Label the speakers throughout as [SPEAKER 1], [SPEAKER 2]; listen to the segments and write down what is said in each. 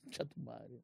[SPEAKER 1] Concha tu madre.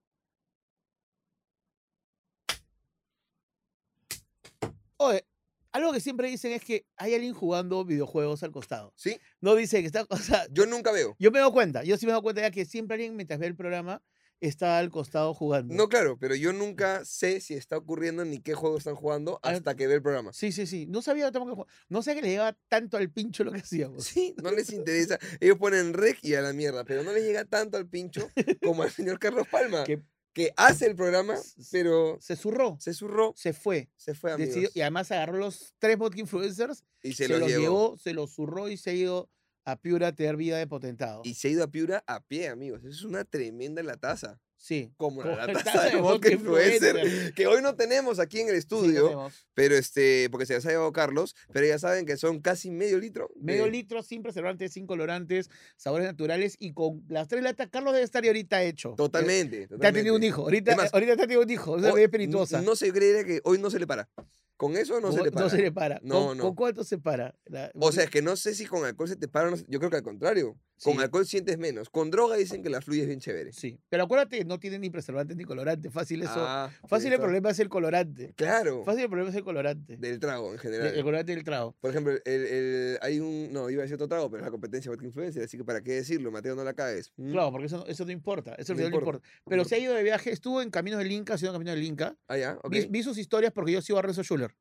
[SPEAKER 1] Oye, algo que siempre dicen es que hay alguien jugando videojuegos al costado.
[SPEAKER 2] Sí,
[SPEAKER 1] No dicen que está. O sea,
[SPEAKER 2] yo nunca veo.
[SPEAKER 1] yo me doy cuenta, yo sí me doy cuenta ya que siempre alguien mientras ve el programa está al costado jugando.
[SPEAKER 2] No, claro, pero yo nunca sé si está ocurriendo ni qué juego están jugando
[SPEAKER 1] Ah,
[SPEAKER 2] hasta que ve el programa.
[SPEAKER 1] Sí, sí, sí. No sabía tampoco que jugaba. No sé que le llevaba tanto al pincho lo que hacíamos.
[SPEAKER 2] Sí, no les interesa. Ellos ponen rec y a la mierda, pero no les llega tanto al pincho como al señor Carlos Palma,
[SPEAKER 1] Que
[SPEAKER 2] que hace el programa, pero
[SPEAKER 1] se zurró,
[SPEAKER 2] se zurró,
[SPEAKER 1] se fue.
[SPEAKER 2] se fue a
[SPEAKER 1] Decidió, y además agarró los tres vodka influencers,
[SPEAKER 2] y se,
[SPEAKER 1] se,
[SPEAKER 2] lo
[SPEAKER 1] los
[SPEAKER 2] llevó.
[SPEAKER 1] llevó. se los zurró y se ha ido a Piura a tener vida de potentado.
[SPEAKER 2] Y se ha ido a Piura a pie, amigos. Es una tremenda la taza.
[SPEAKER 1] Sí.
[SPEAKER 2] Como la,
[SPEAKER 1] Como
[SPEAKER 2] la taza de vodka influencer, que hoy no tenemos aquí en el
[SPEAKER 1] Sí, lo
[SPEAKER 2] estudio,
[SPEAKER 1] tenemos.
[SPEAKER 2] pero este, porque se las ha llevado Carlos, pero ya saben que son casi medio litro.
[SPEAKER 1] Medio
[SPEAKER 2] de-
[SPEAKER 1] litro, sin preservantes, sin colorantes, sabores naturales y con las tres latas. Carlos debe estar ahorita hecho. Eh,
[SPEAKER 2] Totalmente.
[SPEAKER 1] Te ha tenido un
[SPEAKER 2] totalmente.
[SPEAKER 1] hijo. Ahorita, eh,
[SPEAKER 2] Es más,
[SPEAKER 1] ahorita te ha tenido un hijo. Una
[SPEAKER 2] Hoy-
[SPEAKER 1] bebé espirituosa.
[SPEAKER 2] n- No se cree que hoy no se le para. Con eso no se le para.
[SPEAKER 1] No se le para.
[SPEAKER 2] No,
[SPEAKER 1] ¿Con,
[SPEAKER 2] no.
[SPEAKER 1] con cuánto se para? La-
[SPEAKER 2] O sea, es que no sé si con alcohol se te para. o no se- Yo creo que al contrario. Con
[SPEAKER 1] Sí.
[SPEAKER 2] alcohol sientes menos. Con droga dicen que la fluyes bien chévere.
[SPEAKER 1] Sí. Pero acuérdate, no tiene ni preservantes ni colorante. Fácil eso.
[SPEAKER 2] Ah, Oh.
[SPEAKER 1] fácil el
[SPEAKER 2] ahí está.
[SPEAKER 1] problema es el colorante.
[SPEAKER 2] Claro.
[SPEAKER 1] Fácil el problema es el colorante.
[SPEAKER 2] Del trago en
[SPEAKER 1] De-
[SPEAKER 2] general.
[SPEAKER 1] el colorante del trago.
[SPEAKER 2] Por ejemplo, el, el- hay un. No, iba a decir otro trago, pero es la competencia Vodka Influencer, así que para qué decirlo, Mateo, no la caes.
[SPEAKER 1] Claro, porque eso no, eso no importa. Eso al
[SPEAKER 2] Mm. No
[SPEAKER 1] final no importa.
[SPEAKER 2] importa,
[SPEAKER 1] Pero se
[SPEAKER 2] importa.
[SPEAKER 1] ha ido de viaje. Estuvo en Caminos del Inca, ha sido en Caminos del Inca.
[SPEAKER 2] Ah, ya, ok.
[SPEAKER 1] Vi, vi sus historias porque yo sigo a Renzo Schuller.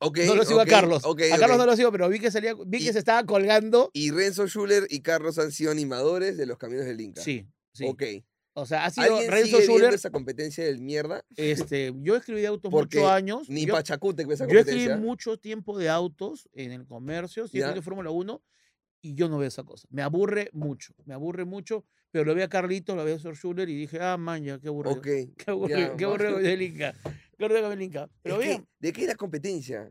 [SPEAKER 2] Ok,
[SPEAKER 1] no lo sigo
[SPEAKER 2] ok,
[SPEAKER 1] a Carlos.
[SPEAKER 2] ok,
[SPEAKER 1] a Carlos
[SPEAKER 2] ok.
[SPEAKER 1] no lo sigo, pero vi que salía, vi que
[SPEAKER 2] Y-
[SPEAKER 1] se estaba colgando.
[SPEAKER 2] Y Renzo Schuller y Carlos han sido animadores de los caminos del Inca.
[SPEAKER 1] Sí, sí.
[SPEAKER 2] Ok.
[SPEAKER 1] O sea, ha sido
[SPEAKER 2] ¿Alguien
[SPEAKER 1] Renzo
[SPEAKER 2] sigue viendo
[SPEAKER 1] Schuller.
[SPEAKER 2] esa competencia del mierda?
[SPEAKER 1] Este, yo escribí de autos
[SPEAKER 2] Porque
[SPEAKER 1] muchos años.
[SPEAKER 2] Ni
[SPEAKER 1] yo,
[SPEAKER 2] Pachacute ve esa
[SPEAKER 1] yo escribí
[SPEAKER 2] competencia.
[SPEAKER 1] mucho tiempo de autos en el comercio, sí,
[SPEAKER 2] Ya.
[SPEAKER 1] de Fórmula 1, y yo no veo esa cosa. Me aburre mucho, me aburre mucho, pero lo vi a Carlitos, lo vi a Sir Schuller y dije, ah, man, ya, qué aburrido.
[SPEAKER 2] Ok.
[SPEAKER 1] Qué aburrido,
[SPEAKER 2] ya,
[SPEAKER 1] qué
[SPEAKER 2] va.
[SPEAKER 1] aburrido del Inca. Qué aburrido del Inca. Pero
[SPEAKER 2] Es que,
[SPEAKER 1] bien,
[SPEAKER 2] ¿De qué era competencia?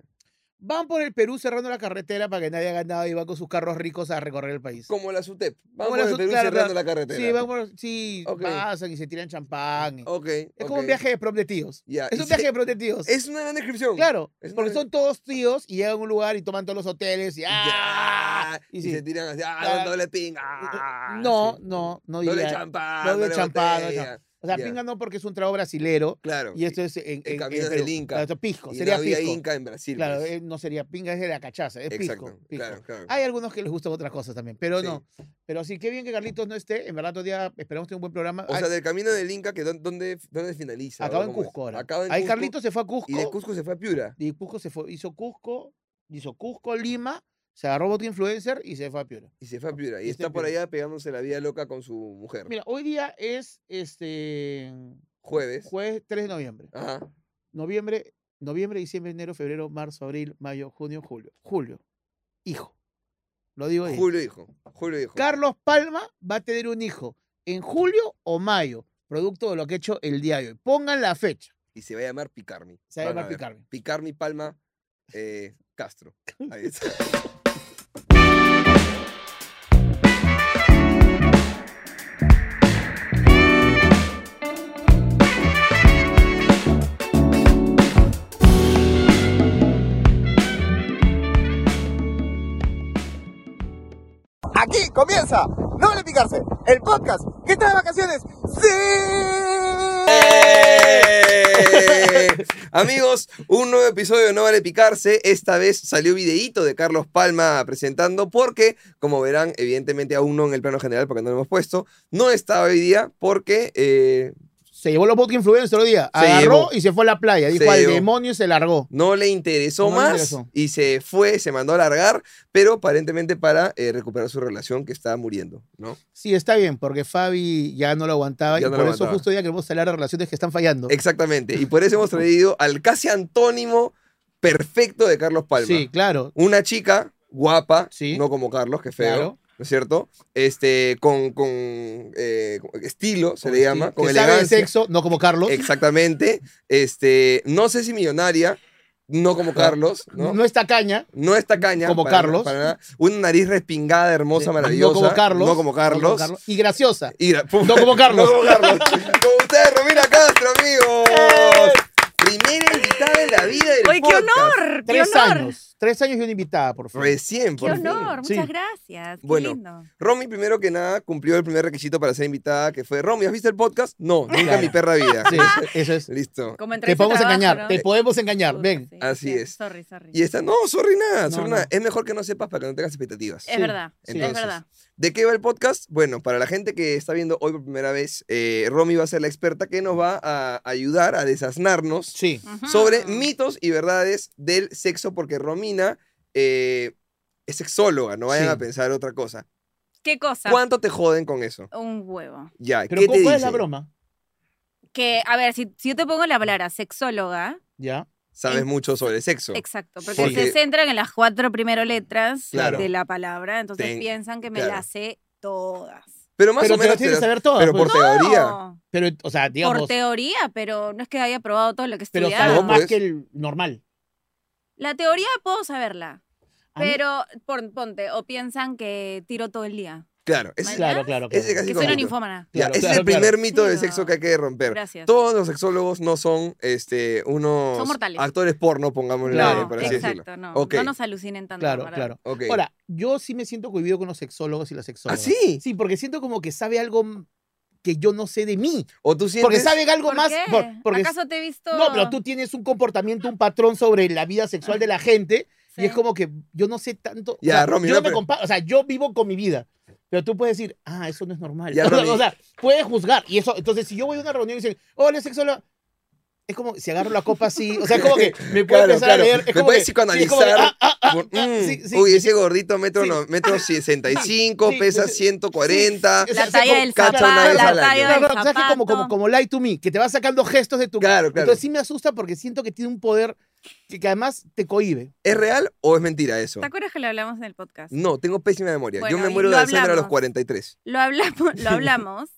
[SPEAKER 1] van por el Perú cerrando la carretera para que nadie haga nada y van con sus carros ricos a recorrer el país.
[SPEAKER 2] Como la SUTEP. Vamos
[SPEAKER 1] la
[SPEAKER 2] a
[SPEAKER 1] Sut-
[SPEAKER 2] Perú
[SPEAKER 1] claro,
[SPEAKER 2] cerrando la
[SPEAKER 1] Sí,
[SPEAKER 2] carretera.
[SPEAKER 1] van por- sí,
[SPEAKER 2] Ok.
[SPEAKER 1] pasan y se tiran champán. y-
[SPEAKER 2] Ok.
[SPEAKER 1] Es como un
[SPEAKER 2] ok.
[SPEAKER 1] viaje de prom de tíos.
[SPEAKER 2] Ya,
[SPEAKER 1] Es
[SPEAKER 2] y
[SPEAKER 1] un
[SPEAKER 2] se-
[SPEAKER 1] viaje de prom de tíos.
[SPEAKER 2] Es una gran descripción.
[SPEAKER 1] Claro,
[SPEAKER 2] Es una
[SPEAKER 1] porque
[SPEAKER 2] gran-
[SPEAKER 1] son todos tíos y llegan a un lugar y toman todos los hoteles y ¡ah!
[SPEAKER 2] Ya,
[SPEAKER 1] Y
[SPEAKER 2] Y,
[SPEAKER 1] sí.
[SPEAKER 2] se tiran así,
[SPEAKER 1] Ya.
[SPEAKER 2] ah, doble ping, ah,
[SPEAKER 1] no,
[SPEAKER 2] sí.
[SPEAKER 1] no, no
[SPEAKER 2] doble
[SPEAKER 1] diría.
[SPEAKER 2] champán,
[SPEAKER 1] doble
[SPEAKER 2] doble,
[SPEAKER 1] champán, doble
[SPEAKER 2] botella.
[SPEAKER 1] O sea,
[SPEAKER 2] ya.
[SPEAKER 1] pinga no porque es un trago brasilero
[SPEAKER 2] Claro.
[SPEAKER 1] y esto es en, en,
[SPEAKER 2] Caminos
[SPEAKER 1] Perú.
[SPEAKER 2] del Inca.
[SPEAKER 1] Claro, esto es pisco,
[SPEAKER 2] y
[SPEAKER 1] sería
[SPEAKER 2] no había
[SPEAKER 1] pisco.
[SPEAKER 2] Inca en Brasil.
[SPEAKER 1] claro,
[SPEAKER 2] pues.
[SPEAKER 1] eh, no sería pinga, es de la cachaza, es
[SPEAKER 2] Exacto.
[SPEAKER 1] pisco. pisco.
[SPEAKER 2] Claro, claro.
[SPEAKER 1] Hay algunos que les gustan otras cosas también, pero
[SPEAKER 2] Sí.
[SPEAKER 1] no. Pero sí, qué bien que Carlitos no esté. En verdad, otro día esperamos tener un buen programa.
[SPEAKER 2] O
[SPEAKER 1] Ay,
[SPEAKER 2] sea, del camino del Inca, que don- ¿dónde, dónde finaliza?
[SPEAKER 1] acaba
[SPEAKER 2] ¿O
[SPEAKER 1] en
[SPEAKER 2] cómo es?
[SPEAKER 1] Cusco ahora.
[SPEAKER 2] Acaba en
[SPEAKER 1] Ahí
[SPEAKER 2] Cusco,
[SPEAKER 1] Carlitos se fue a Cusco.
[SPEAKER 2] Y de Cusco se fue a Piura.
[SPEAKER 1] Y Cusco se fue, hizo Cusco, hizo Cusco, Lima, se agarró Bot Influencer y se fue a Piura.
[SPEAKER 2] Y se fue a Piura. Y,
[SPEAKER 1] Y está
[SPEAKER 2] está
[SPEAKER 1] en
[SPEAKER 2] por
[SPEAKER 1] Piura.
[SPEAKER 2] allá pegándose la vida loca con su mujer.
[SPEAKER 1] Mira, hoy día es este
[SPEAKER 2] Jueves.
[SPEAKER 1] jueves 3 de noviembre.
[SPEAKER 2] Ajá.
[SPEAKER 1] Noviembre, noviembre, diciembre, enero, febrero, marzo, abril, mayo, junio, julio. Julio. Hijo. Lo digo ahí.
[SPEAKER 2] Julio hijo. Julio hijo.
[SPEAKER 1] Carlos Palma va a tener un hijo en julio o mayo, producto de lo que he hecho el día de hoy. Pongan la fecha.
[SPEAKER 2] y se va a llamar Picarmi.
[SPEAKER 1] Se va a
[SPEAKER 2] Van
[SPEAKER 1] llamar
[SPEAKER 2] ver.
[SPEAKER 1] Picarmi.
[SPEAKER 2] Picarmi Palma eh, Castro. Ahí está.
[SPEAKER 3] Aquí comienza No le picarse, el podcast que está de vacaciones. ¡Sí!
[SPEAKER 2] ¡Eh! Amigos, un nuevo episodio de No Vale Picarse. Esta vez salió videíto de Carlos Palma presentando porque, como verán, evidentemente aún no en el plano general porque no lo hemos puesto, no estaba hoy día porque eh,
[SPEAKER 1] Se llevó los vodka influencer hoy día.
[SPEAKER 2] Se
[SPEAKER 1] Agarró
[SPEAKER 2] llevó.
[SPEAKER 1] y se fue a la playa. Dijo
[SPEAKER 2] Se
[SPEAKER 1] al
[SPEAKER 2] llevó.
[SPEAKER 1] demonio y se largó.
[SPEAKER 2] no le interesó
[SPEAKER 1] No le
[SPEAKER 2] más
[SPEAKER 1] interesó.
[SPEAKER 2] y se fue, se mandó a largar, pero aparentemente para eh, recuperar su relación que estaba muriendo, ¿no?
[SPEAKER 1] Sí, está bien, porque Fabi ya no lo aguantaba
[SPEAKER 2] Ya
[SPEAKER 1] y
[SPEAKER 2] no
[SPEAKER 1] por
[SPEAKER 2] lo
[SPEAKER 1] eso
[SPEAKER 2] aguantaba.
[SPEAKER 1] justo ya queremos hablar de relaciones que están fallando.
[SPEAKER 2] Exactamente. Y por eso hemos traído al casi antónimo perfecto de Carlos Palma.
[SPEAKER 1] Sí, claro.
[SPEAKER 2] Una chica guapa,
[SPEAKER 1] Sí.
[SPEAKER 2] no como Carlos, que feo.
[SPEAKER 1] Claro.
[SPEAKER 2] ¿No es cierto? Este, con, con eh, con estilo, se
[SPEAKER 1] Con
[SPEAKER 2] le
[SPEAKER 1] estilo.
[SPEAKER 2] llama, con
[SPEAKER 1] que sabe de
[SPEAKER 2] elegancia.
[SPEAKER 1] sexo, no como Carlos.
[SPEAKER 2] Exactamente. Este, no sé si millonaria, no como Carlos, ¿no?
[SPEAKER 1] ¿no? está caña.
[SPEAKER 2] No es tacaña.
[SPEAKER 1] Como
[SPEAKER 2] para nada,
[SPEAKER 1] Carlos.
[SPEAKER 2] para nada. Una nariz respingada, hermosa, maravillosa.
[SPEAKER 1] No como Carlos.
[SPEAKER 2] No como Carlos.
[SPEAKER 1] Y graciosa.
[SPEAKER 2] Y la-
[SPEAKER 1] No como Carlos.
[SPEAKER 2] no como Carlos. Con ustedes, Romina Castro,
[SPEAKER 1] ¡Eh!
[SPEAKER 2] amigos. Primera invitada en la vida del
[SPEAKER 4] ¡Oye, qué
[SPEAKER 2] podcast.
[SPEAKER 4] honor! ¡Qué
[SPEAKER 1] Tres
[SPEAKER 4] honor!
[SPEAKER 1] años. Tres años y una invitada, por favor.
[SPEAKER 2] Recién,
[SPEAKER 4] Qué
[SPEAKER 2] por fin.
[SPEAKER 4] honor,
[SPEAKER 1] Sí.
[SPEAKER 4] muchas gracias. Qué
[SPEAKER 2] Bueno,
[SPEAKER 4] lindo.
[SPEAKER 2] Romy, primero que nada, cumplió el primer requisito para ser invitada, que fue, Romy, ¿has visto el podcast? No, nunca
[SPEAKER 1] Claro.
[SPEAKER 2] en mi perra vida.
[SPEAKER 1] Sí, eso es.
[SPEAKER 2] Listo.
[SPEAKER 4] Como entre
[SPEAKER 1] Te
[SPEAKER 4] ese
[SPEAKER 1] podemos
[SPEAKER 4] trabajo,
[SPEAKER 1] engañar,
[SPEAKER 4] ¿no?
[SPEAKER 1] te podemos engañar.
[SPEAKER 4] Puta,
[SPEAKER 1] Ven.
[SPEAKER 4] sí,
[SPEAKER 2] Así
[SPEAKER 4] claro.
[SPEAKER 2] es.
[SPEAKER 4] Sorry, sorry.
[SPEAKER 2] Y esta, no, sorry nada, sorry
[SPEAKER 1] No,
[SPEAKER 2] nada.
[SPEAKER 1] no. Eh.
[SPEAKER 2] Es mejor que no sepas para que no tengas expectativas.
[SPEAKER 4] Es
[SPEAKER 1] Sí.
[SPEAKER 4] verdad,
[SPEAKER 1] Sí.
[SPEAKER 4] es
[SPEAKER 2] Entonces,
[SPEAKER 4] verdad.
[SPEAKER 2] ¿De qué va el podcast? Bueno, para la gente que está viendo hoy por primera vez, eh, Romy va a ser la experta que nos va a ayudar a desasnarnos
[SPEAKER 1] Sí. Ah.
[SPEAKER 4] Ujú.
[SPEAKER 2] sobre mitos y verdades del sexo, porque Romina eh, es sexóloga, no vayan
[SPEAKER 1] Sí.
[SPEAKER 2] a pensar otra cosa.
[SPEAKER 4] ¿Qué cosa?
[SPEAKER 2] ¿Cuánto te joden con eso?
[SPEAKER 4] Un huevo.
[SPEAKER 2] Ya,
[SPEAKER 1] Pero
[SPEAKER 2] ¿qué
[SPEAKER 1] ¿cuál
[SPEAKER 2] te
[SPEAKER 1] cuál es la
[SPEAKER 2] dicen?
[SPEAKER 1] broma?
[SPEAKER 4] Que, a ver, si, si yo te pongo la palabra sexóloga,
[SPEAKER 1] Ya.
[SPEAKER 2] Sabes
[SPEAKER 4] En-
[SPEAKER 2] mucho sobre sexo.
[SPEAKER 4] exacto, porque
[SPEAKER 2] Porque-
[SPEAKER 4] se centran en las cuatro primeras letras
[SPEAKER 2] Claro.
[SPEAKER 4] de la palabra, entonces
[SPEAKER 2] Ten-
[SPEAKER 4] piensan que me
[SPEAKER 2] claro.
[SPEAKER 4] las sé todas.
[SPEAKER 2] Pero más
[SPEAKER 1] pero
[SPEAKER 2] o
[SPEAKER 1] te
[SPEAKER 2] menos.
[SPEAKER 1] lo tienes
[SPEAKER 2] te
[SPEAKER 1] que
[SPEAKER 2] das-
[SPEAKER 1] saber todo.
[SPEAKER 2] pero por teoría.
[SPEAKER 4] No,
[SPEAKER 1] pero, o sea, digamos.
[SPEAKER 4] por teoría, pero no es que haya probado todo lo que he
[SPEAKER 1] Pero
[SPEAKER 4] estudiado.
[SPEAKER 1] sabes
[SPEAKER 2] No,
[SPEAKER 1] más
[SPEAKER 2] pues.
[SPEAKER 1] que el normal.
[SPEAKER 4] La teoría puedo saberla,
[SPEAKER 1] A mí-
[SPEAKER 4] pero por- ponte, o piensan que tiro todo el día.
[SPEAKER 2] Claro, ese,
[SPEAKER 4] Mañana.
[SPEAKER 1] Claro, claro, claro.
[SPEAKER 2] ese casi
[SPEAKER 4] Que
[SPEAKER 2] como-
[SPEAKER 4] soy una ninfómana.
[SPEAKER 2] ya,
[SPEAKER 1] Claro,
[SPEAKER 2] ese es
[SPEAKER 1] claro,
[SPEAKER 2] el primer
[SPEAKER 1] claro.
[SPEAKER 2] mito de
[SPEAKER 4] Sí,
[SPEAKER 2] sexo
[SPEAKER 4] no.
[SPEAKER 2] que hay que romper.
[SPEAKER 4] Gracias.
[SPEAKER 2] Todos los sexólogos no son este, unos
[SPEAKER 4] Son mortales.
[SPEAKER 2] actores porno, pongámosle,
[SPEAKER 1] Claro,
[SPEAKER 2] por
[SPEAKER 4] no,
[SPEAKER 2] así decirlo.
[SPEAKER 4] exacto, no.
[SPEAKER 2] Ok.
[SPEAKER 4] No nos alucinen tanto.
[SPEAKER 1] Claro,
[SPEAKER 4] ¿verdad?
[SPEAKER 1] claro.
[SPEAKER 2] Ok.
[SPEAKER 1] Ahora, yo sí me siento cohibido con los sexólogos y las
[SPEAKER 2] ¿Ah,
[SPEAKER 1] sexólogas.
[SPEAKER 2] sí?
[SPEAKER 1] Sí, porque siento como que sabe algo que yo no sé de mí.
[SPEAKER 2] ¿O tú sientes?
[SPEAKER 1] Porque saben algo
[SPEAKER 4] ¿Por
[SPEAKER 1] más.
[SPEAKER 4] qué?
[SPEAKER 1] por- porque
[SPEAKER 4] ¿Acaso te he visto?
[SPEAKER 1] No, pero tú tienes un comportamiento, un patrón sobre la vida sexual
[SPEAKER 4] Ah.
[SPEAKER 1] de la gente y
[SPEAKER 4] Sí.
[SPEAKER 1] es como que yo no sé tanto.
[SPEAKER 2] Ya,
[SPEAKER 1] o sea,
[SPEAKER 2] Romy,
[SPEAKER 1] yo
[SPEAKER 2] una
[SPEAKER 1] no me
[SPEAKER 2] pre-
[SPEAKER 1] compa- o sea, yo vivo con mi vida. Pero tú puedes decir, ah, eso no es normal.
[SPEAKER 2] Ya,
[SPEAKER 1] o, sea,
[SPEAKER 2] Romy.
[SPEAKER 1] o sea, puedes juzgar. Y eso, entonces, si yo voy a una reunión y dicen, hola, sexóloga, es como si agarro la copa así. O sea, como que me puede
[SPEAKER 2] Claro,
[SPEAKER 1] empezar
[SPEAKER 2] claro.
[SPEAKER 1] a leer. Es
[SPEAKER 2] Me
[SPEAKER 1] como
[SPEAKER 2] puede
[SPEAKER 1] que- sí, es como que,
[SPEAKER 2] psicoanalizar.
[SPEAKER 1] ah, ah, ah,
[SPEAKER 2] Por-
[SPEAKER 1] ah,
[SPEAKER 2] mm,
[SPEAKER 1] sí, sí,
[SPEAKER 2] uy,
[SPEAKER 1] sí,
[SPEAKER 2] ese gordito metro,
[SPEAKER 1] Sí.
[SPEAKER 2] no- metro 65,
[SPEAKER 1] Sí,
[SPEAKER 2] pesa
[SPEAKER 1] sí, sí.
[SPEAKER 2] 140.
[SPEAKER 1] Sí, sí,
[SPEAKER 4] La
[SPEAKER 1] sí,
[SPEAKER 4] talla
[SPEAKER 1] como-
[SPEAKER 4] del
[SPEAKER 2] cacha
[SPEAKER 4] zapato,
[SPEAKER 2] una vez al
[SPEAKER 4] la
[SPEAKER 2] año.
[SPEAKER 4] talla
[SPEAKER 1] Claro,
[SPEAKER 4] del
[SPEAKER 1] claro, ¿sabes qué? Como, como,
[SPEAKER 4] zapato.
[SPEAKER 1] como Lie to Me, que te va sacando gestos de tu
[SPEAKER 2] Claro, claro.
[SPEAKER 1] Entonces sí me asusta porque siento que tiene un poder que, que además te cohíbe.
[SPEAKER 2] ¿Es real o es mentira eso?
[SPEAKER 4] ¿Te acuerdas que lo hablamos en el podcast?
[SPEAKER 2] No, tengo pésima memoria.
[SPEAKER 4] Bueno,
[SPEAKER 2] Yo me
[SPEAKER 4] y
[SPEAKER 2] muero de
[SPEAKER 4] lo
[SPEAKER 2] Alzheimer a los
[SPEAKER 4] hablamos.
[SPEAKER 2] 43.
[SPEAKER 4] Lo hablamos, lo hablamos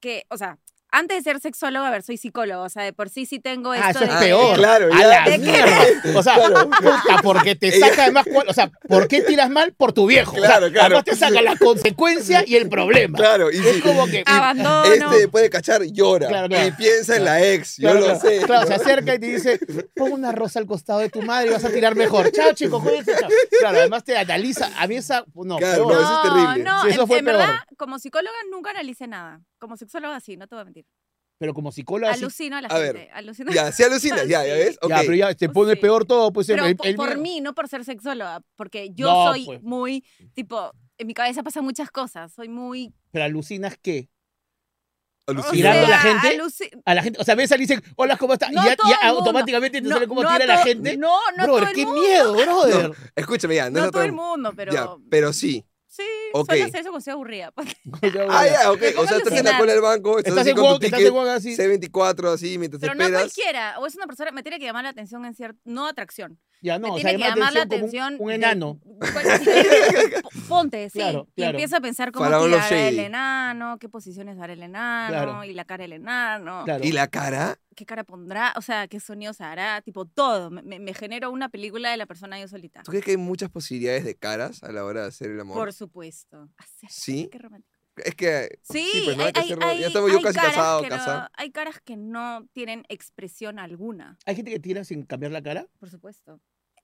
[SPEAKER 4] que, o sea, antes de ser sexóloga, a ver, soy psicólogo, o sea, de por sí sí tengo
[SPEAKER 1] Ah,
[SPEAKER 4] esto
[SPEAKER 1] eso es
[SPEAKER 4] de-
[SPEAKER 1] peor.
[SPEAKER 2] claro,
[SPEAKER 1] a
[SPEAKER 2] ya.
[SPEAKER 1] la
[SPEAKER 4] ¿De qué?
[SPEAKER 1] mierda. O sea,
[SPEAKER 2] Claro.
[SPEAKER 1] puta, porque te saca además. cuál- O sea, ¿por qué tiras mal? Por tu viejo. O sea,
[SPEAKER 2] Claro, claro.
[SPEAKER 1] Además te saca la consecuencia y el problema.
[SPEAKER 2] Claro, y
[SPEAKER 1] Ah, Es
[SPEAKER 2] sí.
[SPEAKER 1] como que.
[SPEAKER 4] Abandono.
[SPEAKER 2] Este después de cachar llora
[SPEAKER 1] Claro, claro.
[SPEAKER 2] y piensa en la ex, yo
[SPEAKER 1] Claro,
[SPEAKER 2] lo
[SPEAKER 1] claro,
[SPEAKER 2] sé.
[SPEAKER 1] claro,
[SPEAKER 2] ¿no?
[SPEAKER 1] se acerca y te dice, pon una rosa al costado de tu madre y vas a tirar mejor. Chao, chico, cuídense. chao". Claro, además te analiza. A mí esa. No,
[SPEAKER 2] Claro,
[SPEAKER 1] peor.
[SPEAKER 2] eso es terrible.
[SPEAKER 4] No,
[SPEAKER 1] Sí, eso
[SPEAKER 4] en,
[SPEAKER 1] fue
[SPEAKER 4] en
[SPEAKER 1] peor.
[SPEAKER 4] verdad, como psicóloga nunca analicé nada. Como sexóloga sí, no te voy a mentir.
[SPEAKER 1] pero como psicóloga. sí-
[SPEAKER 4] Alucino a la
[SPEAKER 2] A ver,
[SPEAKER 4] gente. alucino-
[SPEAKER 2] Ya, se alucina, ya, ya ves. Ok.
[SPEAKER 1] Ya, pero ya te pone
[SPEAKER 4] Sí.
[SPEAKER 1] peor todo, pues
[SPEAKER 4] Pero
[SPEAKER 1] el-
[SPEAKER 4] po-
[SPEAKER 1] el
[SPEAKER 4] por
[SPEAKER 1] miedo.
[SPEAKER 4] mí, no por ser sexóloga, porque yo
[SPEAKER 1] No,
[SPEAKER 4] soy
[SPEAKER 1] pues.
[SPEAKER 4] muy, tipo, en mi cabeza pasan muchas cosas, soy muy...
[SPEAKER 1] Pero alucinas qué?
[SPEAKER 4] o
[SPEAKER 2] Alucina.
[SPEAKER 1] Tirando a la gente,
[SPEAKER 4] aluci-
[SPEAKER 1] A la gente, o sea, ves a alguien y dicen, hola, ¿cómo estás?
[SPEAKER 4] No
[SPEAKER 1] y ya,
[SPEAKER 4] todo
[SPEAKER 1] ya
[SPEAKER 4] el mundo.
[SPEAKER 1] automáticamente te sale cómo
[SPEAKER 4] a
[SPEAKER 1] tira la
[SPEAKER 4] todo-
[SPEAKER 1] gente.
[SPEAKER 4] No, no
[SPEAKER 1] brother,
[SPEAKER 4] todo el
[SPEAKER 1] qué
[SPEAKER 4] mundo.
[SPEAKER 1] miedo, brother.
[SPEAKER 2] Escúchame ya, no,
[SPEAKER 4] No
[SPEAKER 2] es
[SPEAKER 4] todo el mundo, pero
[SPEAKER 2] Ya, pero sí.
[SPEAKER 4] sí,
[SPEAKER 2] Ok.
[SPEAKER 4] solo hacer eso cuando estoy aburrida. pues,
[SPEAKER 2] Ah, ya, ok. O
[SPEAKER 4] pongo
[SPEAKER 2] sea, estás en la
[SPEAKER 4] a alucinar.
[SPEAKER 2] cola del banco, estás,
[SPEAKER 1] Estás
[SPEAKER 2] así
[SPEAKER 1] en
[SPEAKER 2] con tu
[SPEAKER 1] Wong, estás en
[SPEAKER 2] ticket
[SPEAKER 1] Wong así.
[SPEAKER 2] C24 así mientras
[SPEAKER 4] Pero no
[SPEAKER 2] esperas.
[SPEAKER 4] cualquiera, o es una persona, me tiene que llamar la atención en cierto, no atracción.
[SPEAKER 1] Ya no,
[SPEAKER 4] me
[SPEAKER 1] o sea,
[SPEAKER 4] tiene que llamar la
[SPEAKER 1] como un-
[SPEAKER 4] atención.
[SPEAKER 1] Un,
[SPEAKER 4] de-
[SPEAKER 1] enano.
[SPEAKER 4] Bueno, sí, Ponte, sí.
[SPEAKER 1] Claro,
[SPEAKER 4] Y
[SPEAKER 1] claro.
[SPEAKER 4] empieza a pensar cómo
[SPEAKER 2] Faraón
[SPEAKER 4] tirar
[SPEAKER 2] O'Shea.
[SPEAKER 4] el enano, qué posiciones hará el enano,
[SPEAKER 1] Claro.
[SPEAKER 4] y la cara del enano,
[SPEAKER 1] Claro.
[SPEAKER 2] ¿Y la cara?
[SPEAKER 4] qué cara pondrá, o sea, qué sonidos hará, tipo todo. Me, me, me genero una película de la persona yo solita.
[SPEAKER 2] ¿Tú crees que hay muchas posibilidades de caras a la hora de hacer el amor?
[SPEAKER 4] Por supuesto. Hacer-
[SPEAKER 2] ¿Sí?
[SPEAKER 4] Qué romántico.
[SPEAKER 2] Es que
[SPEAKER 4] Sí,
[SPEAKER 2] Sí, pues, no hay que hacerlo. Ya
[SPEAKER 4] hay-
[SPEAKER 2] estamos yo
[SPEAKER 4] hay
[SPEAKER 2] casi
[SPEAKER 4] caras
[SPEAKER 2] casado,
[SPEAKER 4] que no-
[SPEAKER 2] casado.
[SPEAKER 4] hay caras que no tienen expresión alguna,
[SPEAKER 1] Hay gente que tira sin cambiar la cara.
[SPEAKER 4] por supuesto.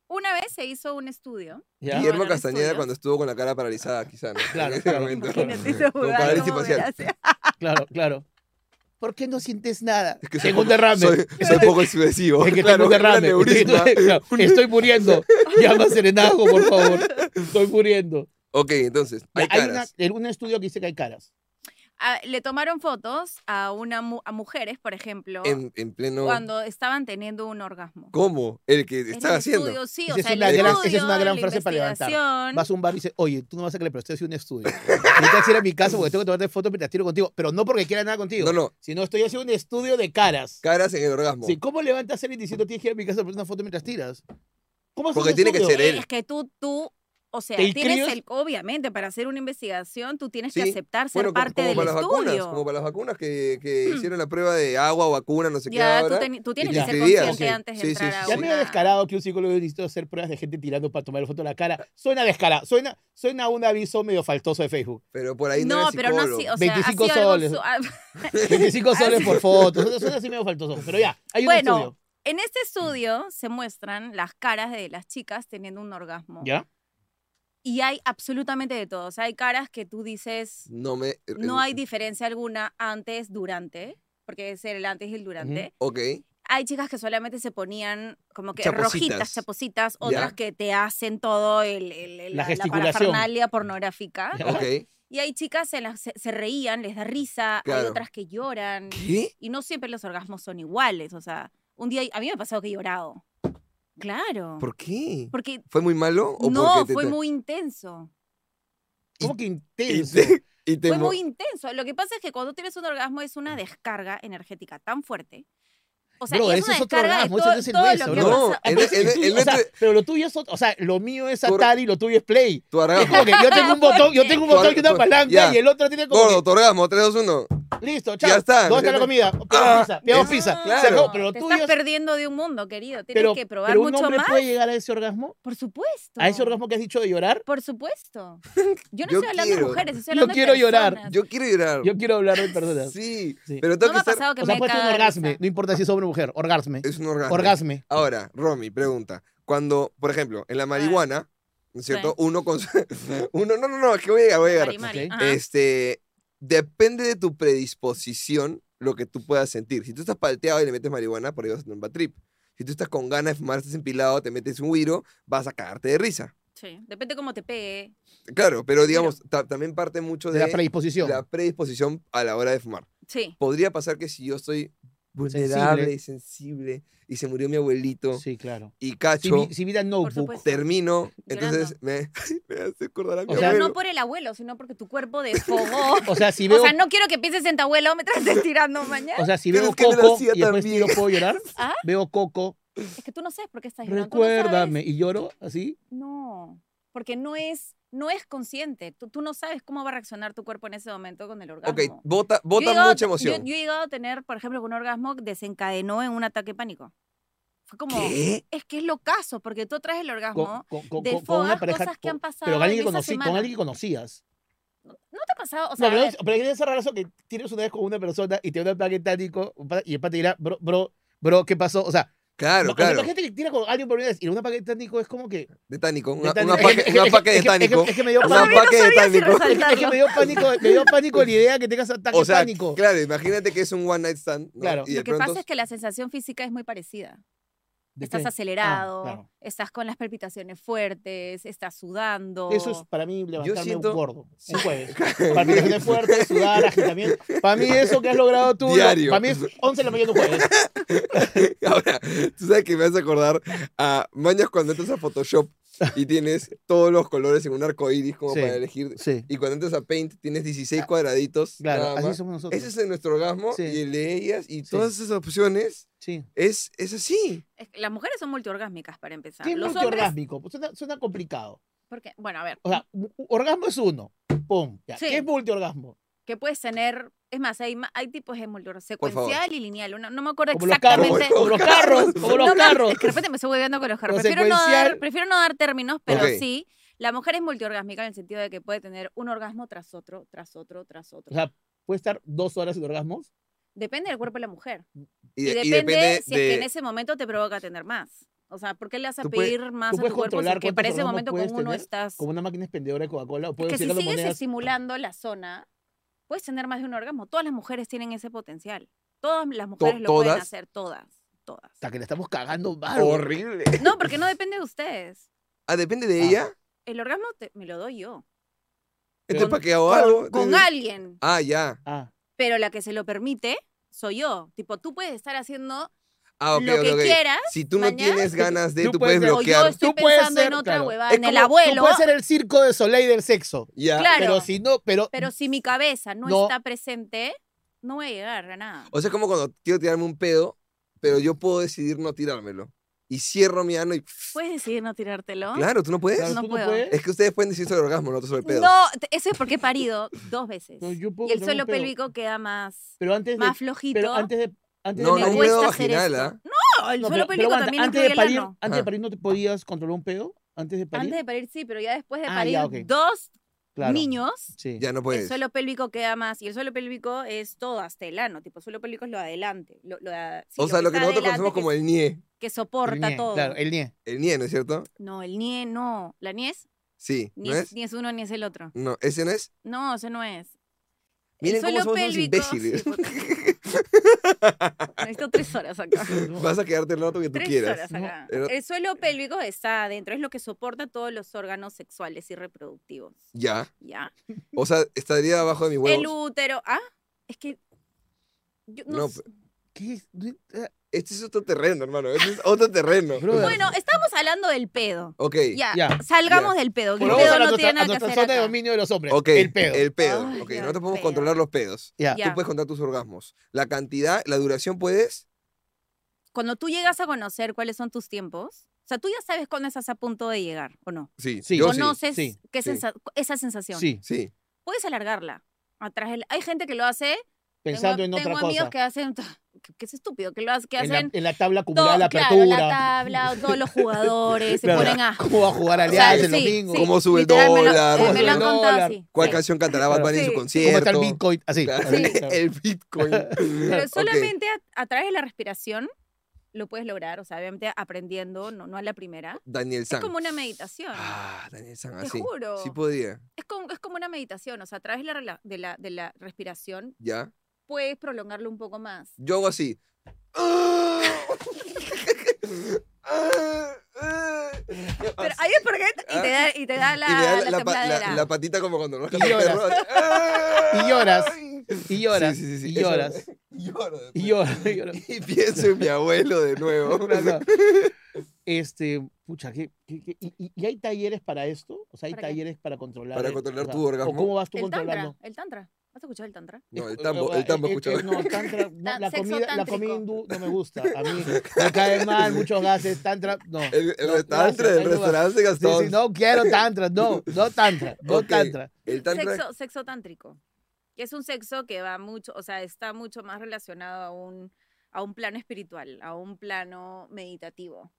[SPEAKER 4] Una vez se hizo un estudio.
[SPEAKER 1] Ya.
[SPEAKER 4] Bien.
[SPEAKER 2] Guillermo
[SPEAKER 4] Bueno, en
[SPEAKER 2] Castañeda
[SPEAKER 4] estudios.
[SPEAKER 2] cuando estuvo con la cara paralizada, quizá, ¿no?
[SPEAKER 1] Claro,
[SPEAKER 2] En ese
[SPEAKER 1] claro.
[SPEAKER 2] momento.
[SPEAKER 4] Imagínate ese
[SPEAKER 2] Con
[SPEAKER 4] jugador,
[SPEAKER 2] parálisis
[SPEAKER 4] ¿cómo
[SPEAKER 2] facial.
[SPEAKER 4] verás?
[SPEAKER 1] Claro, claro. ¿Por qué no sientes nada?
[SPEAKER 2] Es que soy
[SPEAKER 1] Tengo un
[SPEAKER 2] poco-
[SPEAKER 1] derrame.
[SPEAKER 2] Soy, soy poco expresivo.
[SPEAKER 1] Es que
[SPEAKER 2] claro,
[SPEAKER 1] tengo un
[SPEAKER 2] una
[SPEAKER 1] derrame.
[SPEAKER 2] neurisma.
[SPEAKER 1] Claro, Estoy muriendo. Llama a Serenajo, por favor. Estoy muriendo.
[SPEAKER 2] Ok, entonces,
[SPEAKER 1] Ya,
[SPEAKER 2] hay
[SPEAKER 1] una-
[SPEAKER 2] caras.
[SPEAKER 1] en un estudio que dice que hay caras.
[SPEAKER 4] Ah, le tomaron fotos a, una mu- a mujeres, por ejemplo,
[SPEAKER 2] En, en pleno...
[SPEAKER 4] cuando estaban teniendo un orgasmo.
[SPEAKER 2] ¿Cómo? El que
[SPEAKER 4] En
[SPEAKER 2] estaba
[SPEAKER 4] el
[SPEAKER 2] haciendo.
[SPEAKER 4] estudio, sí,
[SPEAKER 1] Esa
[SPEAKER 4] o
[SPEAKER 1] es
[SPEAKER 4] sea, el
[SPEAKER 1] una gran- esa es
[SPEAKER 4] estudio,
[SPEAKER 1] una gran
[SPEAKER 4] la
[SPEAKER 1] frase para levantar.
[SPEAKER 4] investigación.
[SPEAKER 1] Vas a un bar y dices, oye, tú no vas a creer, pero estoy haciendo un estudio. Necesitas ir a mi casa porque tengo que tomarte fotos mientras tiro contigo. Pero no porque quiera nada contigo.
[SPEAKER 2] No, no.
[SPEAKER 1] Sino estoy haciendo un estudio de caras.
[SPEAKER 2] Caras en el orgasmo.
[SPEAKER 1] Sí, ¿Cómo levantas a alguien diciendo tienes que ir a mi casa a poner una foto mientras tiras? ¿Cómo haces
[SPEAKER 2] Porque
[SPEAKER 1] un
[SPEAKER 2] tiene que
[SPEAKER 1] estudio?
[SPEAKER 2] ser él.
[SPEAKER 4] Es que tú, tú, o sea,
[SPEAKER 1] ¿Te
[SPEAKER 4] tienes
[SPEAKER 1] inscribes?
[SPEAKER 4] el, obviamente, para hacer una investigación, tú tienes
[SPEAKER 2] Sí.
[SPEAKER 4] que aceptar ser
[SPEAKER 2] Bueno, co-
[SPEAKER 4] parte
[SPEAKER 2] como
[SPEAKER 4] del
[SPEAKER 2] para las
[SPEAKER 4] estudio.
[SPEAKER 2] vacunas, como para las vacunas que, que
[SPEAKER 1] Mm.
[SPEAKER 2] hicieron la prueba de agua, vacuna, no sé
[SPEAKER 4] ya,
[SPEAKER 2] qué
[SPEAKER 4] tú,
[SPEAKER 2] ahora.
[SPEAKER 4] teni- tú tienes
[SPEAKER 1] Ya.
[SPEAKER 4] que ser
[SPEAKER 2] Escribías.
[SPEAKER 4] consciente
[SPEAKER 1] Ok.
[SPEAKER 4] antes de
[SPEAKER 2] Sí, sí,
[SPEAKER 4] entrar
[SPEAKER 2] sí,
[SPEAKER 4] a
[SPEAKER 2] sí.
[SPEAKER 1] Ya
[SPEAKER 4] una...
[SPEAKER 1] medio descarado que un psicólogo necesitó hacer pruebas de gente tirando para tomar foto de la cara. Suena descarado, suena, suena un aviso medio faltoso de Facebook.
[SPEAKER 2] Pero por ahí no,
[SPEAKER 4] No,
[SPEAKER 2] era
[SPEAKER 4] pero no, sí,
[SPEAKER 2] psicólogo.
[SPEAKER 4] o sea, ha
[SPEAKER 1] 25
[SPEAKER 4] sido algo
[SPEAKER 1] soles.
[SPEAKER 4] su- ah,
[SPEAKER 1] 25 soles por foto, suena, suena así medio faltoso. Pero ya, hay un
[SPEAKER 4] Bueno,
[SPEAKER 1] estudio.
[SPEAKER 4] En este estudio se muestran las caras de las chicas teniendo un orgasmo.
[SPEAKER 1] ¿Ya?
[SPEAKER 4] Y hay absolutamente de todo. O sea, hay caras que tú dices,
[SPEAKER 2] No me.
[SPEAKER 4] no hay diferencia alguna antes, durante, porque es el antes y el durante.
[SPEAKER 2] Ok.
[SPEAKER 4] Hay chicas que solamente se ponían como que
[SPEAKER 2] Chapositas.
[SPEAKER 4] rojitas, chapositas,
[SPEAKER 2] Ya.
[SPEAKER 4] otras que te hacen todo el, el- el-
[SPEAKER 1] La
[SPEAKER 4] la,
[SPEAKER 1] gesticulación.
[SPEAKER 4] parafernalia pornográfica.
[SPEAKER 1] Ya.
[SPEAKER 2] Ok.
[SPEAKER 4] Y hay chicas en las que se, se reían, les da risa, hay
[SPEAKER 2] Claro.
[SPEAKER 4] otras que lloran.
[SPEAKER 2] ¿Qué?
[SPEAKER 4] Y no siempre los orgasmos son iguales. O sea, un día a mí me ha pasado que he llorado. Claro.
[SPEAKER 2] ¿Por qué?
[SPEAKER 4] Porque
[SPEAKER 2] ¿Fue muy malo? O
[SPEAKER 4] no,
[SPEAKER 2] porque te-
[SPEAKER 4] fue
[SPEAKER 2] te-
[SPEAKER 4] muy intenso.
[SPEAKER 1] ¿Cómo que
[SPEAKER 2] y
[SPEAKER 1] intenso?
[SPEAKER 2] te- y te
[SPEAKER 4] Fue
[SPEAKER 2] mo-
[SPEAKER 4] muy intenso. Lo que pasa es que cuando tienes un orgasmo es una descarga energética tan fuerte. O sea,
[SPEAKER 1] Bro,
[SPEAKER 4] y es
[SPEAKER 1] ese
[SPEAKER 4] una
[SPEAKER 1] es otro
[SPEAKER 4] descarga
[SPEAKER 1] orgasmo,
[SPEAKER 4] de
[SPEAKER 1] ese
[SPEAKER 4] todo,
[SPEAKER 1] no es el
[SPEAKER 4] todo
[SPEAKER 1] nuestro,
[SPEAKER 4] lo que
[SPEAKER 1] bro.
[SPEAKER 2] No,
[SPEAKER 4] pasa.
[SPEAKER 1] Ah,
[SPEAKER 2] él-
[SPEAKER 1] pues,
[SPEAKER 2] él-
[SPEAKER 1] y tú-
[SPEAKER 2] él
[SPEAKER 1] o sea,
[SPEAKER 2] entre-
[SPEAKER 1] pero lo tuyo es otro- o sea, lo mío es
[SPEAKER 2] Por-
[SPEAKER 1] Atari, lo tuyo es Play.
[SPEAKER 2] tu
[SPEAKER 1] Es
[SPEAKER 2] orgasmo.
[SPEAKER 1] como que yo tengo un botón, yo tengo un botón y una
[SPEAKER 2] Por-
[SPEAKER 1] palanca
[SPEAKER 2] ya.
[SPEAKER 1] y el otro tiene como
[SPEAKER 2] Gordo, tu orgasmo, 3, 2, 1.
[SPEAKER 1] que, listo, chao.
[SPEAKER 2] ya está,
[SPEAKER 1] ¿Dónde está la
[SPEAKER 2] ¿me
[SPEAKER 1] comida?
[SPEAKER 2] Ah,
[SPEAKER 1] Pidamos pizza, pidamos
[SPEAKER 2] es-
[SPEAKER 1] pizza.
[SPEAKER 2] claro.
[SPEAKER 1] Se acabó, pero lo
[SPEAKER 4] te
[SPEAKER 1] tuyo
[SPEAKER 4] estás
[SPEAKER 1] es-
[SPEAKER 4] perdiendo de un mundo, querido. Tienes
[SPEAKER 1] pero,
[SPEAKER 4] que probar
[SPEAKER 1] pero un
[SPEAKER 4] mucho
[SPEAKER 1] hombre
[SPEAKER 4] más.
[SPEAKER 1] puede llegar a ese orgasmo,
[SPEAKER 4] Por supuesto.
[SPEAKER 1] a ese orgasmo que has dicho de llorar.
[SPEAKER 4] Por supuesto. Yo no
[SPEAKER 2] Yo
[SPEAKER 4] estoy hablando
[SPEAKER 2] quiero.
[SPEAKER 4] de mujeres, estoy
[SPEAKER 1] Yo
[SPEAKER 4] hablando
[SPEAKER 1] quiero
[SPEAKER 4] de
[SPEAKER 1] llorar.
[SPEAKER 4] personas.
[SPEAKER 2] Yo quiero llorar.
[SPEAKER 1] Yo quiero hablar de personas.
[SPEAKER 2] Sí,
[SPEAKER 1] Sí.
[SPEAKER 2] pero
[SPEAKER 4] No
[SPEAKER 2] tengo
[SPEAKER 4] me ha
[SPEAKER 2] que estar...
[SPEAKER 4] pasado que
[SPEAKER 1] o sea,
[SPEAKER 4] me
[SPEAKER 1] puede ser un
[SPEAKER 4] caga de
[SPEAKER 1] orgasme,
[SPEAKER 4] risa.
[SPEAKER 1] no importa si es hombre o mujer, orgasme.
[SPEAKER 2] Es un orgasmo.
[SPEAKER 1] Orgasme.
[SPEAKER 2] Ahora, Romy, pregunta. Cuando, por ejemplo, en la marihuana, ¿no es cierto?
[SPEAKER 4] Sí.
[SPEAKER 2] Uno con... uno, no, no, no, es que voy a llegar, voy a llegar.
[SPEAKER 4] Mari, Mari,
[SPEAKER 1] Ok.
[SPEAKER 4] ajá.
[SPEAKER 2] Este, depende de tu predisposición lo que tú puedas sentir. Si tú estás palteado y le metes marihuana, por ahí vas a tener un bad trip. Si tú estás con ganas de fumar, estás empilado, te metes un guiro, vas a cagarte de risa.
[SPEAKER 4] Sí, depende cómo te pegue.
[SPEAKER 2] Claro, pero digamos, ta- también parte mucho
[SPEAKER 1] De
[SPEAKER 2] de,
[SPEAKER 1] la predisposición.
[SPEAKER 2] la predisposición a la hora de fumar.
[SPEAKER 4] Sí.
[SPEAKER 2] Podría pasar que si yo estoy vulnerable
[SPEAKER 1] Sensible.
[SPEAKER 2] y sensible y se murió mi abuelito
[SPEAKER 1] Sí, claro.
[SPEAKER 2] y
[SPEAKER 1] Si,
[SPEAKER 2] cacho,
[SPEAKER 1] vi- si vida
[SPEAKER 4] Por
[SPEAKER 1] notebook.
[SPEAKER 4] supuesto.
[SPEAKER 2] termino,
[SPEAKER 4] Pues, Llorando.
[SPEAKER 2] entonces me, me hace acordar a mi
[SPEAKER 1] O
[SPEAKER 4] Pero
[SPEAKER 1] sea,
[SPEAKER 2] abuelo.
[SPEAKER 4] no por el abuelo, sino porque tu cuerpo desfogó.
[SPEAKER 1] O sea, si
[SPEAKER 4] o
[SPEAKER 1] veo,
[SPEAKER 4] sea, no quiero que pienses en tu abuelo mientras estés tirando mañana.
[SPEAKER 1] o sea, si
[SPEAKER 2] Pero
[SPEAKER 1] veo
[SPEAKER 2] es que me lo
[SPEAKER 1] Coco
[SPEAKER 2] hacía
[SPEAKER 1] y después
[SPEAKER 2] también.
[SPEAKER 1] tiro, ¿puedo llorar?
[SPEAKER 4] ¿Ah?
[SPEAKER 1] Veo Coco,
[SPEAKER 4] Es que tú no sabes por qué estás llorando. tú no sabes.
[SPEAKER 1] recuérdame. Y lloro así.
[SPEAKER 4] No, porque no es, no es consciente. Tú, tú no sabes cómo va a reaccionar tu cuerpo en ese momento con el orgasmo.
[SPEAKER 2] Ok, bota,
[SPEAKER 4] Yo he
[SPEAKER 2] bota
[SPEAKER 4] llegado a
[SPEAKER 2] mucha
[SPEAKER 4] te-
[SPEAKER 2] emoción.
[SPEAKER 4] Yo, yo he llegado a tener, por ejemplo, que un orgasmo desencadenó en un ataque de pánico. Fue como,
[SPEAKER 2] ¿Qué?
[SPEAKER 4] es que es lo caso, porque tú traes el orgasmo,
[SPEAKER 1] Con, con- con-
[SPEAKER 4] de
[SPEAKER 1] con- con una
[SPEAKER 4] fogas,
[SPEAKER 1] pareja.
[SPEAKER 4] cosas que han
[SPEAKER 1] con-
[SPEAKER 4] pasado
[SPEAKER 1] pero con alguien,
[SPEAKER 4] en
[SPEAKER 1] que
[SPEAKER 4] esa
[SPEAKER 1] conocí- con
[SPEAKER 4] semana.
[SPEAKER 1] alguien que conocías.
[SPEAKER 4] ¿no te ha pasado? O
[SPEAKER 1] no,
[SPEAKER 4] sea, a
[SPEAKER 1] pero,
[SPEAKER 4] ver,
[SPEAKER 1] pero hay esa relación que tienes una vez con una persona y te da un ataque tánico y el pata dirá, bro, bro, bro, ¿qué pasó? O sea,
[SPEAKER 2] Claro,
[SPEAKER 1] no,
[SPEAKER 2] claro.
[SPEAKER 1] la gente que tira con alguien por primera vez y un ataque tánico es como que.
[SPEAKER 2] De tánico. Un,
[SPEAKER 1] de
[SPEAKER 2] un
[SPEAKER 1] tánico. Es
[SPEAKER 2] apaque,
[SPEAKER 1] que- es
[SPEAKER 2] un
[SPEAKER 1] que- es que-
[SPEAKER 2] apaque de
[SPEAKER 1] es que- es que-
[SPEAKER 2] tánico.
[SPEAKER 1] Es que me dio
[SPEAKER 2] Un
[SPEAKER 1] pánico.
[SPEAKER 2] apaque de
[SPEAKER 4] sabía si
[SPEAKER 2] tánico.
[SPEAKER 1] Es que- es que me dio pánico, me dio pánico la idea que tengas ataque
[SPEAKER 2] O sea,
[SPEAKER 1] tánico.
[SPEAKER 2] claro, imagínate que es un one night stand. ¿no?
[SPEAKER 1] Claro.
[SPEAKER 2] Y de
[SPEAKER 4] lo que
[SPEAKER 2] pronto,
[SPEAKER 4] pasa es que la sensación física es muy parecida.
[SPEAKER 1] ¿De
[SPEAKER 4] Estás
[SPEAKER 1] qué? Ah,
[SPEAKER 4] acelerado,
[SPEAKER 1] claro.
[SPEAKER 4] estás con las palpitaciones fuertes, estás sudando.
[SPEAKER 1] Eso es para mí levantarme
[SPEAKER 2] siento-
[SPEAKER 1] un gordo.
[SPEAKER 2] Sí.
[SPEAKER 1] Un jueves. Palpitaciones fuertes, sudar, agitamiento. Para mí eso que has logrado tú, lo-
[SPEAKER 2] Diario.
[SPEAKER 1] para mí es 11 de la mañana un jueves.
[SPEAKER 2] Ahora, tú sabes que me vas a acordar a mañas cuando entras a Photoshop y tienes todos los colores en un arco iris como
[SPEAKER 1] Sí.
[SPEAKER 2] para elegir.
[SPEAKER 1] Sí,
[SPEAKER 2] Y cuando entras a Paint tienes 16
[SPEAKER 1] Ah,
[SPEAKER 2] cuadraditos.
[SPEAKER 1] claro,
[SPEAKER 2] nada
[SPEAKER 1] así
[SPEAKER 2] más.
[SPEAKER 1] somos nosotros.
[SPEAKER 2] Ese es en nuestro orgasmo
[SPEAKER 1] Sí.
[SPEAKER 2] y el de ellas y
[SPEAKER 1] Sí.
[SPEAKER 2] todas esas opciones
[SPEAKER 1] Sí.
[SPEAKER 2] es, es así.
[SPEAKER 4] Es que Las mujeres son multiorgásmicas para empezar.
[SPEAKER 1] ¿Qué es
[SPEAKER 4] Los hombres,
[SPEAKER 1] multiorgásmico? Pues Suena, suena complicado.
[SPEAKER 4] porque, bueno, a ver,
[SPEAKER 1] O sea, u- u- orgasmo es uno. Pum. ya.
[SPEAKER 4] Sí.
[SPEAKER 1] ¿Qué es multiorgasmo?
[SPEAKER 4] que puedes tener, es más, hay, ma- hay tipos de multiorgasmo,
[SPEAKER 2] Por favor.
[SPEAKER 4] secuencial y lineal. No, no me acuerdo
[SPEAKER 1] Como los carros.
[SPEAKER 4] exactamente.
[SPEAKER 1] Como los carros. Como los
[SPEAKER 4] No, no,
[SPEAKER 1] carros.
[SPEAKER 4] Es que de repente me estoy volviendo con los carros.
[SPEAKER 1] Lo
[SPEAKER 4] Prefiero no, dar,
[SPEAKER 1] secuencial-
[SPEAKER 4] prefiero no dar términos, pero
[SPEAKER 2] Ok.
[SPEAKER 4] sí, la mujer es multiorgásmica en el sentido de que puede tener un orgasmo tras otro, tras otro, tras otro.
[SPEAKER 1] O sea, puede estar dos horas sin orgasmos.
[SPEAKER 4] depende del cuerpo de la mujer.
[SPEAKER 2] Y,
[SPEAKER 4] Y,
[SPEAKER 2] de-
[SPEAKER 4] depende,
[SPEAKER 2] y depende
[SPEAKER 4] si es que en
[SPEAKER 2] de-
[SPEAKER 4] ese momento te provoca tener más. O sea, ¿por qué le vas a
[SPEAKER 2] Tú puedes-
[SPEAKER 4] pedir más
[SPEAKER 1] tú
[SPEAKER 4] a tu
[SPEAKER 1] puedes
[SPEAKER 4] cuerpo si
[SPEAKER 1] controlar
[SPEAKER 4] es que
[SPEAKER 1] cuántos
[SPEAKER 4] para ese
[SPEAKER 1] orgasmos
[SPEAKER 4] momento con
[SPEAKER 1] puedes
[SPEAKER 4] uno
[SPEAKER 1] tener,
[SPEAKER 4] estás...
[SPEAKER 1] Como una máquina expendedora de Coca-Cola.
[SPEAKER 4] Es
[SPEAKER 1] Puedes
[SPEAKER 4] que si
[SPEAKER 1] decir
[SPEAKER 4] sigues
[SPEAKER 1] monedas.
[SPEAKER 4] estimulando la zona, puedes tener más de un orgasmo. Todas las mujeres tienen ese potencial. Todas las mujeres lo pueden
[SPEAKER 2] todas?
[SPEAKER 4] hacer, todas, todas.
[SPEAKER 1] Hasta que le estamos cagando mal.
[SPEAKER 2] Horrible.
[SPEAKER 4] No, porque no depende de ustedes.
[SPEAKER 2] Ah, depende de
[SPEAKER 1] Ah.
[SPEAKER 2] ella.
[SPEAKER 4] El orgasmo te- me lo doy yo,
[SPEAKER 2] Entonces,
[SPEAKER 1] Con-
[SPEAKER 2] ¿para qué hago algo?
[SPEAKER 4] con, con
[SPEAKER 2] Entonces-
[SPEAKER 4] alguien,
[SPEAKER 2] Ah, ya.
[SPEAKER 1] Ah,
[SPEAKER 4] pero la que se lo permite soy yo. Tipo, tú puedes estar haciendo
[SPEAKER 2] Ah, ok,
[SPEAKER 4] lo que
[SPEAKER 2] ok, ok.
[SPEAKER 4] quieras
[SPEAKER 2] Si tú no
[SPEAKER 4] mañana,
[SPEAKER 2] tienes ganas de,
[SPEAKER 1] tú
[SPEAKER 2] tú puedes
[SPEAKER 1] puedes-
[SPEAKER 4] o yo
[SPEAKER 2] bloquear.
[SPEAKER 4] estoy
[SPEAKER 1] Tú puedes
[SPEAKER 4] pensando en
[SPEAKER 1] ser,
[SPEAKER 4] otra
[SPEAKER 1] claro.
[SPEAKER 4] huevada,
[SPEAKER 2] Es
[SPEAKER 4] en
[SPEAKER 2] como-
[SPEAKER 4] el
[SPEAKER 2] tú
[SPEAKER 1] Tú
[SPEAKER 4] abuelo.
[SPEAKER 1] puedes ser el circo de Soleil del sexo.
[SPEAKER 2] Ya.
[SPEAKER 4] Claro.
[SPEAKER 1] Pero si no, pero,
[SPEAKER 4] Pero si mi cabeza no,
[SPEAKER 1] No.
[SPEAKER 4] está presente, no voy a llegar a nada.
[SPEAKER 2] O sea, es como cuando quiero tirarme un pedo, pero yo puedo decidir no tirármelo. Y cierro mi ano y.
[SPEAKER 4] ¿Puedes decidir no tirártelo?
[SPEAKER 2] Claro, tú no puedes.
[SPEAKER 1] claro,
[SPEAKER 4] no
[SPEAKER 1] tú no
[SPEAKER 4] puedo.
[SPEAKER 1] puedes.
[SPEAKER 2] Es que ustedes pueden decir sobre el orgasmo, no sobre el pedo.
[SPEAKER 4] No, te- eso es porque he parido dos veces.
[SPEAKER 1] No, yo puedo
[SPEAKER 4] y el
[SPEAKER 1] tirarme
[SPEAKER 4] suelo
[SPEAKER 1] un pedo.
[SPEAKER 4] pélvico queda más,
[SPEAKER 1] Pero antes de
[SPEAKER 4] más flojito.
[SPEAKER 1] Pero antes de. Antes
[SPEAKER 2] No,
[SPEAKER 1] de
[SPEAKER 4] me
[SPEAKER 2] no, un
[SPEAKER 4] cuesta
[SPEAKER 2] pedo
[SPEAKER 4] hacer
[SPEAKER 2] vaginal,
[SPEAKER 4] esto.
[SPEAKER 2] ¿ah?
[SPEAKER 4] el
[SPEAKER 1] No, pero-
[SPEAKER 4] suelo
[SPEAKER 1] pero
[SPEAKER 4] pélvico
[SPEAKER 1] aguanta,
[SPEAKER 4] también
[SPEAKER 1] antes
[SPEAKER 4] incluye
[SPEAKER 1] de
[SPEAKER 4] el
[SPEAKER 1] parir,
[SPEAKER 4] ano.
[SPEAKER 1] antes de
[SPEAKER 2] Ah.
[SPEAKER 1] parir no te podías controlar un pedo antes de parir.
[SPEAKER 4] Antes de parir sí, pero ya después de
[SPEAKER 1] Ah,
[SPEAKER 4] parir
[SPEAKER 1] ya, ok.
[SPEAKER 4] dos,
[SPEAKER 1] Claro.
[SPEAKER 4] Niños,
[SPEAKER 1] Sí.
[SPEAKER 2] Ya no
[SPEAKER 4] el
[SPEAKER 2] puedes.
[SPEAKER 4] suelo pélvico queda más. Y el suelo pélvico es todo hasta el ano. Tipo, el suelo pélvico es lo de adelante. Lo, lo de- sí,
[SPEAKER 2] o sea, lo que nosotros
[SPEAKER 4] está adelante
[SPEAKER 2] conocemos
[SPEAKER 4] que-
[SPEAKER 2] como el NIE.
[SPEAKER 4] Que
[SPEAKER 1] El
[SPEAKER 4] soporta
[SPEAKER 1] nie,
[SPEAKER 4] todo.
[SPEAKER 1] Claro, el nie.
[SPEAKER 2] El NIE, ¿no es cierto?
[SPEAKER 4] No, el nie no. ¿La niez?
[SPEAKER 2] Sí.
[SPEAKER 4] Ni,
[SPEAKER 2] ¿No
[SPEAKER 4] es,
[SPEAKER 2] es?
[SPEAKER 4] ni es uno ni es el otro.
[SPEAKER 2] No, ese no es.
[SPEAKER 4] No, eso no es.
[SPEAKER 2] Miren cómo somos unos imbéciles.
[SPEAKER 4] Sí, puta. Necesito tres horas acá.
[SPEAKER 2] Vas a quedarte el rato que tú
[SPEAKER 4] Tres
[SPEAKER 2] quieras.
[SPEAKER 4] horas acá.
[SPEAKER 2] No, pero-
[SPEAKER 4] El suelo pélvico está adentro, es lo que soporta todos los órganos sexuales y reproductivos.
[SPEAKER 2] Ya.
[SPEAKER 4] Ya.
[SPEAKER 2] O sea, estaría abajo de mis huevos.
[SPEAKER 4] El útero. Ah, es que. yo no
[SPEAKER 2] No,
[SPEAKER 4] sé.
[SPEAKER 1] ¿Qué? ah,
[SPEAKER 2] Este es otro terreno, hermano. Este es otro terreno.
[SPEAKER 1] Brother.
[SPEAKER 4] Bueno, estamos hablando del pedo.
[SPEAKER 2] Ok.
[SPEAKER 4] Ya,
[SPEAKER 1] Ya.
[SPEAKER 4] salgamos del pedo. que
[SPEAKER 1] Bueno, vamos
[SPEAKER 4] El
[SPEAKER 1] a
[SPEAKER 4] pedo
[SPEAKER 1] la
[SPEAKER 4] no
[SPEAKER 1] nuestra,
[SPEAKER 4] tiene
[SPEAKER 1] a
[SPEAKER 4] nada que
[SPEAKER 1] nuestra
[SPEAKER 4] hacer.
[SPEAKER 1] zona de
[SPEAKER 4] acá.
[SPEAKER 1] dominio de los hombres.
[SPEAKER 2] Ok,
[SPEAKER 1] El pedo.
[SPEAKER 2] El pedo.
[SPEAKER 4] Ay,
[SPEAKER 2] ok,
[SPEAKER 4] Ah, ya,
[SPEAKER 2] nosotros podemos
[SPEAKER 4] pedo.
[SPEAKER 2] controlar los pedos.
[SPEAKER 1] Ya.
[SPEAKER 4] Ya.
[SPEAKER 2] Tú puedes contar tus orgasmos. La cantidad, la duración puedes.
[SPEAKER 4] Cuando tú llegas a conocer cuáles son tus tiempos, o sea, tú ya sabes cuándo estás a punto de llegar o no.
[SPEAKER 2] Sí.
[SPEAKER 1] Sí.
[SPEAKER 2] Yo sí.
[SPEAKER 4] Conoces
[SPEAKER 1] sí,
[SPEAKER 4] qué
[SPEAKER 2] sí.
[SPEAKER 4] sensa- esa sensación.
[SPEAKER 1] Sí,
[SPEAKER 2] Sí.
[SPEAKER 4] Puedes alargarla. Atrás del- Hay gente que lo hace. Tengo-
[SPEAKER 1] pensando en
[SPEAKER 4] tengo,
[SPEAKER 1] otra
[SPEAKER 4] amigos
[SPEAKER 1] cosa.
[SPEAKER 4] que hacen. Que, que es estúpido, que lo hace- que
[SPEAKER 1] En la,
[SPEAKER 4] hacen.
[SPEAKER 1] en la tabla acumulada,
[SPEAKER 4] todo-
[SPEAKER 1] la
[SPEAKER 4] claro,
[SPEAKER 1] apertura.
[SPEAKER 4] la tabla, todos los jugadores se
[SPEAKER 1] Claro.
[SPEAKER 4] ponen a.
[SPEAKER 1] ¿Cómo va a jugar
[SPEAKER 4] O sea,
[SPEAKER 1] Alianza el
[SPEAKER 4] sí,
[SPEAKER 1] domingo?
[SPEAKER 4] sí,
[SPEAKER 2] ¿Cómo sube el
[SPEAKER 4] literal, me lo-
[SPEAKER 2] dólar?
[SPEAKER 4] eh,
[SPEAKER 1] ¿Cómo
[SPEAKER 4] Me
[SPEAKER 1] sube
[SPEAKER 4] lo
[SPEAKER 1] el
[SPEAKER 4] han contado
[SPEAKER 1] dólar?
[SPEAKER 4] así.
[SPEAKER 2] ¿Cuál
[SPEAKER 4] sí.
[SPEAKER 2] canción cantará Bad Bunny en su
[SPEAKER 4] Sí.
[SPEAKER 1] ¿Cómo
[SPEAKER 2] concierto?
[SPEAKER 1] está el Bitcoin? Así.
[SPEAKER 2] Claro,
[SPEAKER 1] así,
[SPEAKER 4] Sí.
[SPEAKER 1] claro.
[SPEAKER 2] El Bitcoin.
[SPEAKER 4] Pero
[SPEAKER 2] Ok.
[SPEAKER 4] solamente a, a través de la respiración lo puedes lograr, o sea, obviamente aprendiendo, no, no a la primera.
[SPEAKER 2] Daniel San.
[SPEAKER 4] Es como una meditación.
[SPEAKER 2] Ah, Daniel San,
[SPEAKER 4] Te
[SPEAKER 2] así.
[SPEAKER 4] juro.
[SPEAKER 2] Sí podía.
[SPEAKER 4] Es, como, es como una meditación, o sea, a través de la, rela- de la, de la respiración
[SPEAKER 2] Ya.
[SPEAKER 4] puedes prolongarlo un poco más.
[SPEAKER 2] Yo hago así. Ah. Ah, ah.
[SPEAKER 4] Pero ahí es porque y te da, y te da la,
[SPEAKER 2] y me da
[SPEAKER 4] la,
[SPEAKER 2] la, pa- la-
[SPEAKER 4] tembladera.
[SPEAKER 2] la patita como cuando rascas
[SPEAKER 1] Y
[SPEAKER 2] el perro.
[SPEAKER 1] lloras. Y lloras.
[SPEAKER 2] ¡Ay!
[SPEAKER 1] Y lloras.
[SPEAKER 2] Sí, sí, sí, sí,
[SPEAKER 1] Y
[SPEAKER 2] eso.
[SPEAKER 1] lloras.
[SPEAKER 2] Y lloro. después.
[SPEAKER 1] Y lloras. Y lloras.
[SPEAKER 2] Y pienso en mi abuelo de nuevo.
[SPEAKER 1] Claro. Este, pucha, ¿qué, qué- qué- y, y- y hay talleres para esto? O sea, hay
[SPEAKER 4] ¿Para qué?
[SPEAKER 1] talleres para controlar.
[SPEAKER 2] Para
[SPEAKER 1] el-
[SPEAKER 2] controlar
[SPEAKER 1] o sea,
[SPEAKER 2] tu orgasmo.
[SPEAKER 1] ¿O cómo vas tú
[SPEAKER 4] el tantra,
[SPEAKER 1] controlando?
[SPEAKER 4] el tantra. ¿Has escuchado el tantra?
[SPEAKER 2] No, el
[SPEAKER 1] Escu-
[SPEAKER 2] tambo,
[SPEAKER 1] eh,
[SPEAKER 2] el tambo,
[SPEAKER 1] eh,
[SPEAKER 2] escucha.
[SPEAKER 1] eh, no, tantra, no,
[SPEAKER 4] Ta-
[SPEAKER 1] la,
[SPEAKER 4] sexo
[SPEAKER 1] comida, la comida
[SPEAKER 4] tántrico.
[SPEAKER 1] hindú no me gusta. A mí me cae mal, muchos gases, tantra, no.
[SPEAKER 2] El, el
[SPEAKER 1] No,
[SPEAKER 2] restaurante,
[SPEAKER 1] gracias,
[SPEAKER 2] el
[SPEAKER 1] no hay lugar.
[SPEAKER 2] restaurante
[SPEAKER 1] Sí,
[SPEAKER 2] Gastón.
[SPEAKER 1] sí, no quiero tantra, no, no tantra, no
[SPEAKER 2] Ok.
[SPEAKER 1] tantra.
[SPEAKER 2] El tantra.
[SPEAKER 4] Sexo, sexo tántrico, que es un sexo que va mucho, o sea, está mucho más relacionado a un, a un plano espiritual, a un plano meditativo.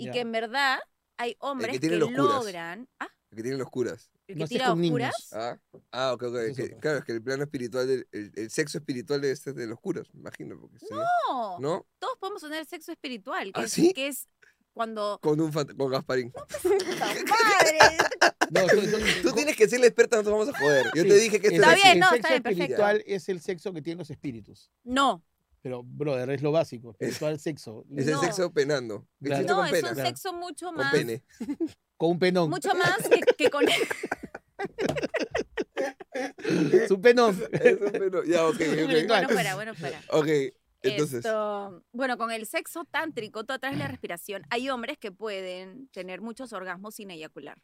[SPEAKER 4] Y
[SPEAKER 1] Ya.
[SPEAKER 4] que en verdad hay hombres
[SPEAKER 2] que
[SPEAKER 4] que,
[SPEAKER 2] tiene los curas.
[SPEAKER 4] logran... Ah,
[SPEAKER 2] Que tienen los curas.
[SPEAKER 4] el
[SPEAKER 1] No
[SPEAKER 4] que
[SPEAKER 1] estés
[SPEAKER 4] tira
[SPEAKER 1] con niños.
[SPEAKER 4] oscuras.
[SPEAKER 2] Ah, ah ok, ok.
[SPEAKER 1] Eso es
[SPEAKER 2] que-
[SPEAKER 1] otra.
[SPEAKER 2] claro, es que el plano espiritual, del, el, el sexo espiritual de este es de los curas, me imagino. Porque si no,
[SPEAKER 4] No,
[SPEAKER 2] ¿no?
[SPEAKER 4] todos podemos tener sexo espiritual, que,
[SPEAKER 2] ¿Ah,
[SPEAKER 4] es,
[SPEAKER 2] sí?
[SPEAKER 4] que es cuando...
[SPEAKER 2] Con, un fant- con Gasparín.
[SPEAKER 4] ¡Puta madre!
[SPEAKER 1] No, estoy- estoy-
[SPEAKER 2] Tú tienes que ser la experta, no te vamos a joder. Yo
[SPEAKER 1] sí.
[SPEAKER 2] te dije que este
[SPEAKER 4] Está
[SPEAKER 2] es
[SPEAKER 4] bien,
[SPEAKER 2] así.
[SPEAKER 4] no,
[SPEAKER 1] El sexo
[SPEAKER 4] está bien, perfecto.
[SPEAKER 1] espiritual es el sexo que tienen los espíritus.
[SPEAKER 4] No,
[SPEAKER 1] Pero, brother, es lo básico. Espiritual, sexo.
[SPEAKER 2] Es el
[SPEAKER 4] No.
[SPEAKER 2] sexo penando. El
[SPEAKER 1] Claro.
[SPEAKER 2] sexo
[SPEAKER 4] no,
[SPEAKER 2] con
[SPEAKER 4] es un
[SPEAKER 2] pena.
[SPEAKER 1] Claro.
[SPEAKER 4] sexo mucho
[SPEAKER 2] Con
[SPEAKER 4] más...
[SPEAKER 2] pene.
[SPEAKER 1] Con un penón.
[SPEAKER 4] Mucho más que, que con...
[SPEAKER 1] Es un penón.
[SPEAKER 2] Es un pene. Ya, ok, ok.
[SPEAKER 1] Espiritual.
[SPEAKER 4] Bueno, para, bueno, para.
[SPEAKER 2] Ok, entonces.
[SPEAKER 4] Esto, bueno, con el sexo tántrico, tú atrás de la respiración, hay hombres que pueden tener muchos orgasmos sin eyacular.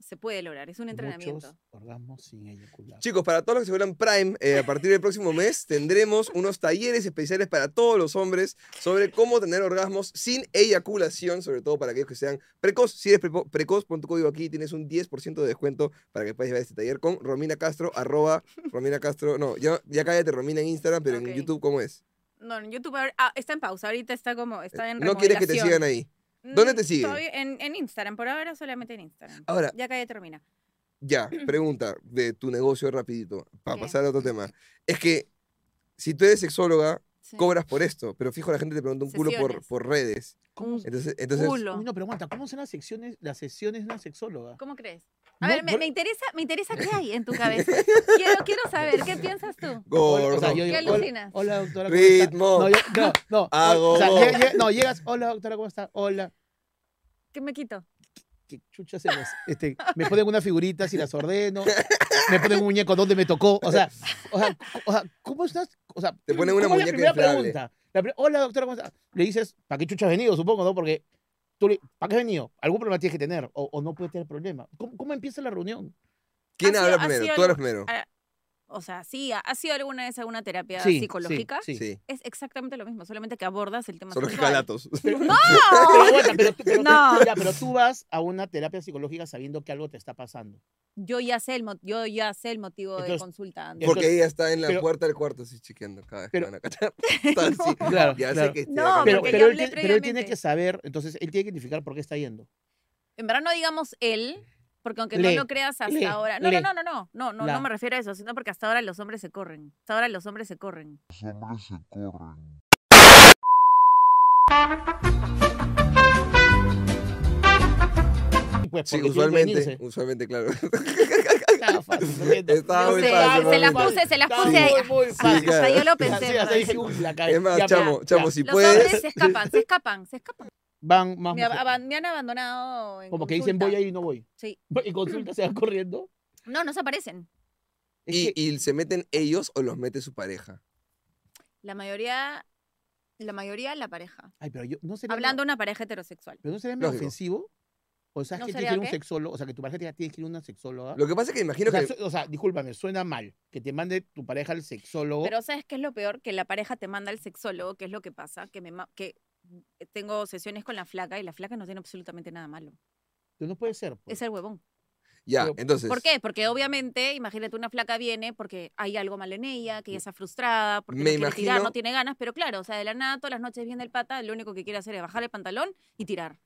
[SPEAKER 4] Se puede lograr, es un entrenamiento.
[SPEAKER 1] Muchos orgasmos sin eyacular.
[SPEAKER 2] Chicos, para todos los que se vuelan Prime, eh, a partir del próximo mes tendremos unos talleres especiales para todos los hombres sobre cómo tener orgasmos sin eyaculación, sobre todo para aquellos que sean precoz. Si eres prepo- precoz, pon tu código aquí, tienes un 10% de descuento para que puedas llevar este taller con Romina Castro, arroba Romina Castro. No, ya, ya cállate Romina en Instagram, pero
[SPEAKER 4] Ok.
[SPEAKER 2] en YouTube, ¿cómo es?
[SPEAKER 4] No, en YouTube ahora- ah, está en pausa, ahorita está como, está en
[SPEAKER 2] Eh,
[SPEAKER 4] Mm,
[SPEAKER 2] No quieres que te sigan ahí. ¿Dónde te siguen?
[SPEAKER 4] en, en Instagram, por ahora solamente en Instagram.
[SPEAKER 2] Ahora,
[SPEAKER 4] Ya que ya termina.
[SPEAKER 2] Ya, pregunta de tu negocio rapidito, para
[SPEAKER 4] Ok.
[SPEAKER 2] pasar a otro tema. Es que si tú eres sexóloga,
[SPEAKER 4] Sí.
[SPEAKER 2] cobras por esto, pero fijo la gente te pregunta un culo por,
[SPEAKER 4] Sesiones.
[SPEAKER 2] por redes.
[SPEAKER 1] ¿Cómo, se-
[SPEAKER 2] Entonces, entonces
[SPEAKER 4] Culo.
[SPEAKER 1] Uy, no, pero aguanta, ¿cómo son las secciones, las sesiones de una sexóloga?
[SPEAKER 4] ¿Cómo crees? A
[SPEAKER 1] No,
[SPEAKER 4] ver, me,
[SPEAKER 1] por-
[SPEAKER 4] me interesa, me interesa qué hay en tu cabeza. Quiero, quiero saber, ¿qué piensas tú?
[SPEAKER 1] Hola,
[SPEAKER 2] gordo.
[SPEAKER 1] o sea, yo digo,
[SPEAKER 4] ¿Qué
[SPEAKER 1] hola,
[SPEAKER 4] alucinas?
[SPEAKER 1] hola, doctora, ¿cómo está?
[SPEAKER 2] Ritmo.
[SPEAKER 1] No, yo- no, no,
[SPEAKER 2] Hago
[SPEAKER 1] o sea,
[SPEAKER 2] voz.
[SPEAKER 1] llega- llega- no, llegas, hola, doctora, ¿cómo está? Hola.
[SPEAKER 4] ¿Qué me quito?
[SPEAKER 1] ¿Qué chucha se las- este, me ponen unas figuritas y las ordeno, me ponen un muñeco donde me tocó, o sea, o sea, o sea, ¿cómo estás? O sea,
[SPEAKER 2] Te ponen una
[SPEAKER 1] ¿cómo es
[SPEAKER 2] muñeca
[SPEAKER 1] la primera
[SPEAKER 2] inflable.
[SPEAKER 1] pregunta. La pri- hola, doctora, ¿cómo está? Le dices, ¿para qué chucha has venido? Supongo, ¿no? Porque tú le, ¿para qué has venido? Algún problema tienes que tener o, o no puedes tener problema. ¿Cómo, cómo empieza la reunión?
[SPEAKER 2] ¿Quién
[SPEAKER 4] ha sido-
[SPEAKER 2] habla
[SPEAKER 4] ha
[SPEAKER 2] primero?
[SPEAKER 4] sido
[SPEAKER 2] Tú hablas primero.
[SPEAKER 4] algo- O sea, sí, ¿ha- ¿has sido alguna vez alguna terapia
[SPEAKER 1] Sí, sí,
[SPEAKER 4] psicológica?
[SPEAKER 1] sí.
[SPEAKER 2] Sí.
[SPEAKER 4] Es exactamente lo mismo, solamente que abordas el tema
[SPEAKER 2] Solo que
[SPEAKER 4] sexual.
[SPEAKER 2] calatos.
[SPEAKER 1] Pero,
[SPEAKER 4] ¡No!
[SPEAKER 1] aguanta, pero tú- pero tú-
[SPEAKER 4] No.
[SPEAKER 1] ya, pero tú vas a una terapia psicológica sabiendo que algo te está pasando.
[SPEAKER 4] Yo ya sé el, mo- yo ya sé el motivo de
[SPEAKER 1] Entonces-
[SPEAKER 4] consulta. Andrés.
[SPEAKER 2] Porque ella está en la
[SPEAKER 1] pero-
[SPEAKER 2] puerta del cuarto así chequeando cada vez que
[SPEAKER 1] pero-
[SPEAKER 2] van a catar. Está así.
[SPEAKER 1] Claro,
[SPEAKER 2] Ya
[SPEAKER 1] claro.
[SPEAKER 2] sé que estoy
[SPEAKER 4] No,
[SPEAKER 2] acá.
[SPEAKER 1] Pero,
[SPEAKER 4] porque
[SPEAKER 1] pero
[SPEAKER 4] ya
[SPEAKER 1] él
[SPEAKER 4] hablé
[SPEAKER 1] tiene, pero él tiene
[SPEAKER 4] previamente.
[SPEAKER 1] que saber, entonces él tiene que identificar por qué está yendo.
[SPEAKER 4] En verdad no digamos él, Porque aunque
[SPEAKER 1] Le,
[SPEAKER 4] no lo creas hasta
[SPEAKER 1] le,
[SPEAKER 4] ahora. No,
[SPEAKER 1] le.
[SPEAKER 4] no, no, no, no, no, no,
[SPEAKER 1] La.
[SPEAKER 4] no me refiero a eso, sino porque hasta ahora los hombres se corren. Hasta ahora los hombres se corren.
[SPEAKER 1] Y pues,
[SPEAKER 2] Sí,
[SPEAKER 1] porque tienen que
[SPEAKER 2] usualmente,
[SPEAKER 1] venirse.
[SPEAKER 2] usolmente, claro.
[SPEAKER 1] Estaba fácil, tremendo.
[SPEAKER 2] Estaba
[SPEAKER 1] Yo
[SPEAKER 2] muy
[SPEAKER 1] sé,
[SPEAKER 4] se,
[SPEAKER 2] fácil,
[SPEAKER 1] estaba
[SPEAKER 4] se las
[SPEAKER 1] muy
[SPEAKER 4] puse, se las
[SPEAKER 1] Estaba
[SPEAKER 4] puse ahí.
[SPEAKER 1] muy, muy fácil.
[SPEAKER 4] O sea, yo lo
[SPEAKER 1] Así,
[SPEAKER 4] pensé.
[SPEAKER 1] así
[SPEAKER 4] ¿no?
[SPEAKER 1] dije, uy, pues". la cagué.
[SPEAKER 2] Es más,
[SPEAKER 1] Ya,
[SPEAKER 2] chamo,
[SPEAKER 1] ya,
[SPEAKER 2] chamo,
[SPEAKER 1] ya.
[SPEAKER 2] si
[SPEAKER 4] Los hombres
[SPEAKER 2] puedes.
[SPEAKER 4] se escapan, se escapan, se escapan.
[SPEAKER 1] Van más
[SPEAKER 4] Me,
[SPEAKER 1] mujeres.
[SPEAKER 4] aban- me han abandonado. En
[SPEAKER 1] Como que dicen,
[SPEAKER 4] consulta.
[SPEAKER 1] voy a ir y no voy.
[SPEAKER 4] Sí.
[SPEAKER 1] Y consulta se va corriendo.
[SPEAKER 4] No, no se aparecen.
[SPEAKER 1] Es
[SPEAKER 2] Y,
[SPEAKER 1] que-
[SPEAKER 2] y se meten ellos o los mete su pareja.
[SPEAKER 4] La mayoría, la mayoría la pareja.
[SPEAKER 1] Ay, pero yo no sería.
[SPEAKER 4] Hablando de una pareja heterosexual.
[SPEAKER 1] Pero no sería medio
[SPEAKER 2] Lógico.
[SPEAKER 1] ofensivo. O sea,
[SPEAKER 4] ¿No
[SPEAKER 1] que tienes
[SPEAKER 4] sería
[SPEAKER 1] que ir a un
[SPEAKER 4] qué?
[SPEAKER 1] sexólogo. O sea, que tu pareja te diga, tienes que ir a una sexóloga.
[SPEAKER 2] Lo que pasa es que imagino
[SPEAKER 1] Ah. o, sea,
[SPEAKER 2] que.
[SPEAKER 1] su- o sea, discúlpame, suena mal que te mande tu pareja al
[SPEAKER 2] Oh.
[SPEAKER 1] sexólogo.
[SPEAKER 4] Pero ¿sabes qué es lo peor? Que la pareja te manda al sexólogo, que es lo que pasa, que, me, ma- que mm, eh, tengo sesiones con la flaca y la flaca no tiene absolutamente nada malo.
[SPEAKER 1] Pero no puede ser. pues.
[SPEAKER 4] Es el huevón.
[SPEAKER 2] Ya,
[SPEAKER 1] pero-
[SPEAKER 2] entonces.
[SPEAKER 4] ¿Por qué? Porque
[SPEAKER 2] mm.
[SPEAKER 4] obviamente, imagínate, una flaca viene porque hay algo mal en ella, que ella está frustrada, porque
[SPEAKER 2] Mm. Me
[SPEAKER 4] no quiere tirar,
[SPEAKER 2] imagino-
[SPEAKER 4] no tiene ganas, pero claro, o sea, de la nada, todas las noches viene el pata, lo único que quiere hacer es bajar el pantalón y tirar.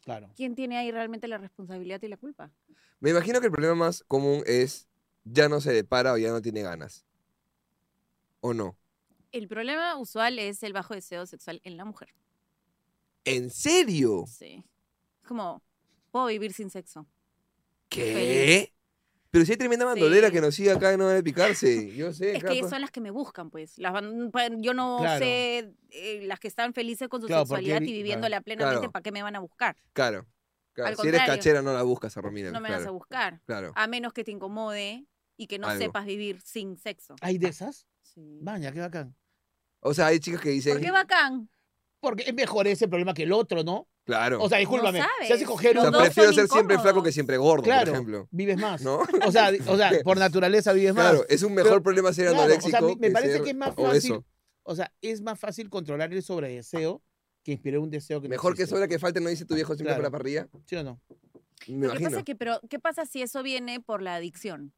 [SPEAKER 1] Claro.
[SPEAKER 4] ¿Quién tiene ahí realmente la responsabilidad y la culpa?
[SPEAKER 2] Me imagino que el problema más común es ya no se le para o ya no tiene ganas. ¿O no?
[SPEAKER 4] El problema usual es el bajo deseo sexual en la mujer.
[SPEAKER 2] ¿En serio?
[SPEAKER 4] Sí. Es como, puedo vivir sin sexo.
[SPEAKER 2] ¿Qué? Pero si hay tremenda bandolera
[SPEAKER 4] Sí.
[SPEAKER 2] que nos sigue acá y no debe picarse. Yo sé,
[SPEAKER 4] Es que
[SPEAKER 2] capa.
[SPEAKER 4] son las que me buscan, pues. Las, van- pa- yo no
[SPEAKER 1] Claro.
[SPEAKER 4] sé, eh, las que están felices con su
[SPEAKER 1] Claro, porque
[SPEAKER 4] sexualidad
[SPEAKER 1] vi-
[SPEAKER 4] y viviéndola plenamente,
[SPEAKER 2] Claro.
[SPEAKER 4] ¿para qué me van a buscar?
[SPEAKER 2] Claro. claro.
[SPEAKER 4] Al
[SPEAKER 2] Si eres
[SPEAKER 4] contrario.
[SPEAKER 2] cachera, no la buscas a Romina.
[SPEAKER 4] No me
[SPEAKER 2] claro.
[SPEAKER 4] vas a buscar.
[SPEAKER 2] Claro.
[SPEAKER 4] A menos que te incomode y que no
[SPEAKER 2] Algo.
[SPEAKER 4] sepas vivir sin sexo.
[SPEAKER 1] ¿Hay de esas?
[SPEAKER 4] Sí.
[SPEAKER 1] Vaya, qué bacán.
[SPEAKER 2] O sea, hay chicas que dicen.
[SPEAKER 4] ¿Por qué bacán?
[SPEAKER 1] Porque es mejor ese problema que el otro, ¿no?
[SPEAKER 2] Claro.
[SPEAKER 1] O sea, discúlpame.
[SPEAKER 4] sabes.
[SPEAKER 1] si haces coger
[SPEAKER 2] O sea,
[SPEAKER 4] los dos
[SPEAKER 1] uno,
[SPEAKER 4] pre-
[SPEAKER 2] prefiero
[SPEAKER 4] son
[SPEAKER 2] ser siempre flaco que
[SPEAKER 4] incómodos.
[SPEAKER 2] siempre gordo,
[SPEAKER 1] Claro.
[SPEAKER 2] por ejemplo.
[SPEAKER 1] vives más.
[SPEAKER 2] ¿No?
[SPEAKER 1] O sea, di- o sea, por naturaleza vives más.
[SPEAKER 2] Claro, es un mejor
[SPEAKER 1] Pero-
[SPEAKER 2] problema ser
[SPEAKER 1] claro,
[SPEAKER 2] anoréxico.
[SPEAKER 1] o sea, me- me parece
[SPEAKER 2] ser
[SPEAKER 1] que es más
[SPEAKER 2] obeso.
[SPEAKER 1] fácil O sea, es más fácil controlar el sobredeseo que inspirar un deseo que no
[SPEAKER 2] Mejor que
[SPEAKER 1] existe.
[SPEAKER 2] sobra que falte, no dice tu viejo siempre
[SPEAKER 1] Claro.
[SPEAKER 2] para la parrilla.
[SPEAKER 1] ¿Sí o no?
[SPEAKER 2] Me
[SPEAKER 4] Lo que pasa
[SPEAKER 2] imagino.
[SPEAKER 4] es que, pero, ¿qué pasa si eso viene por la adicción?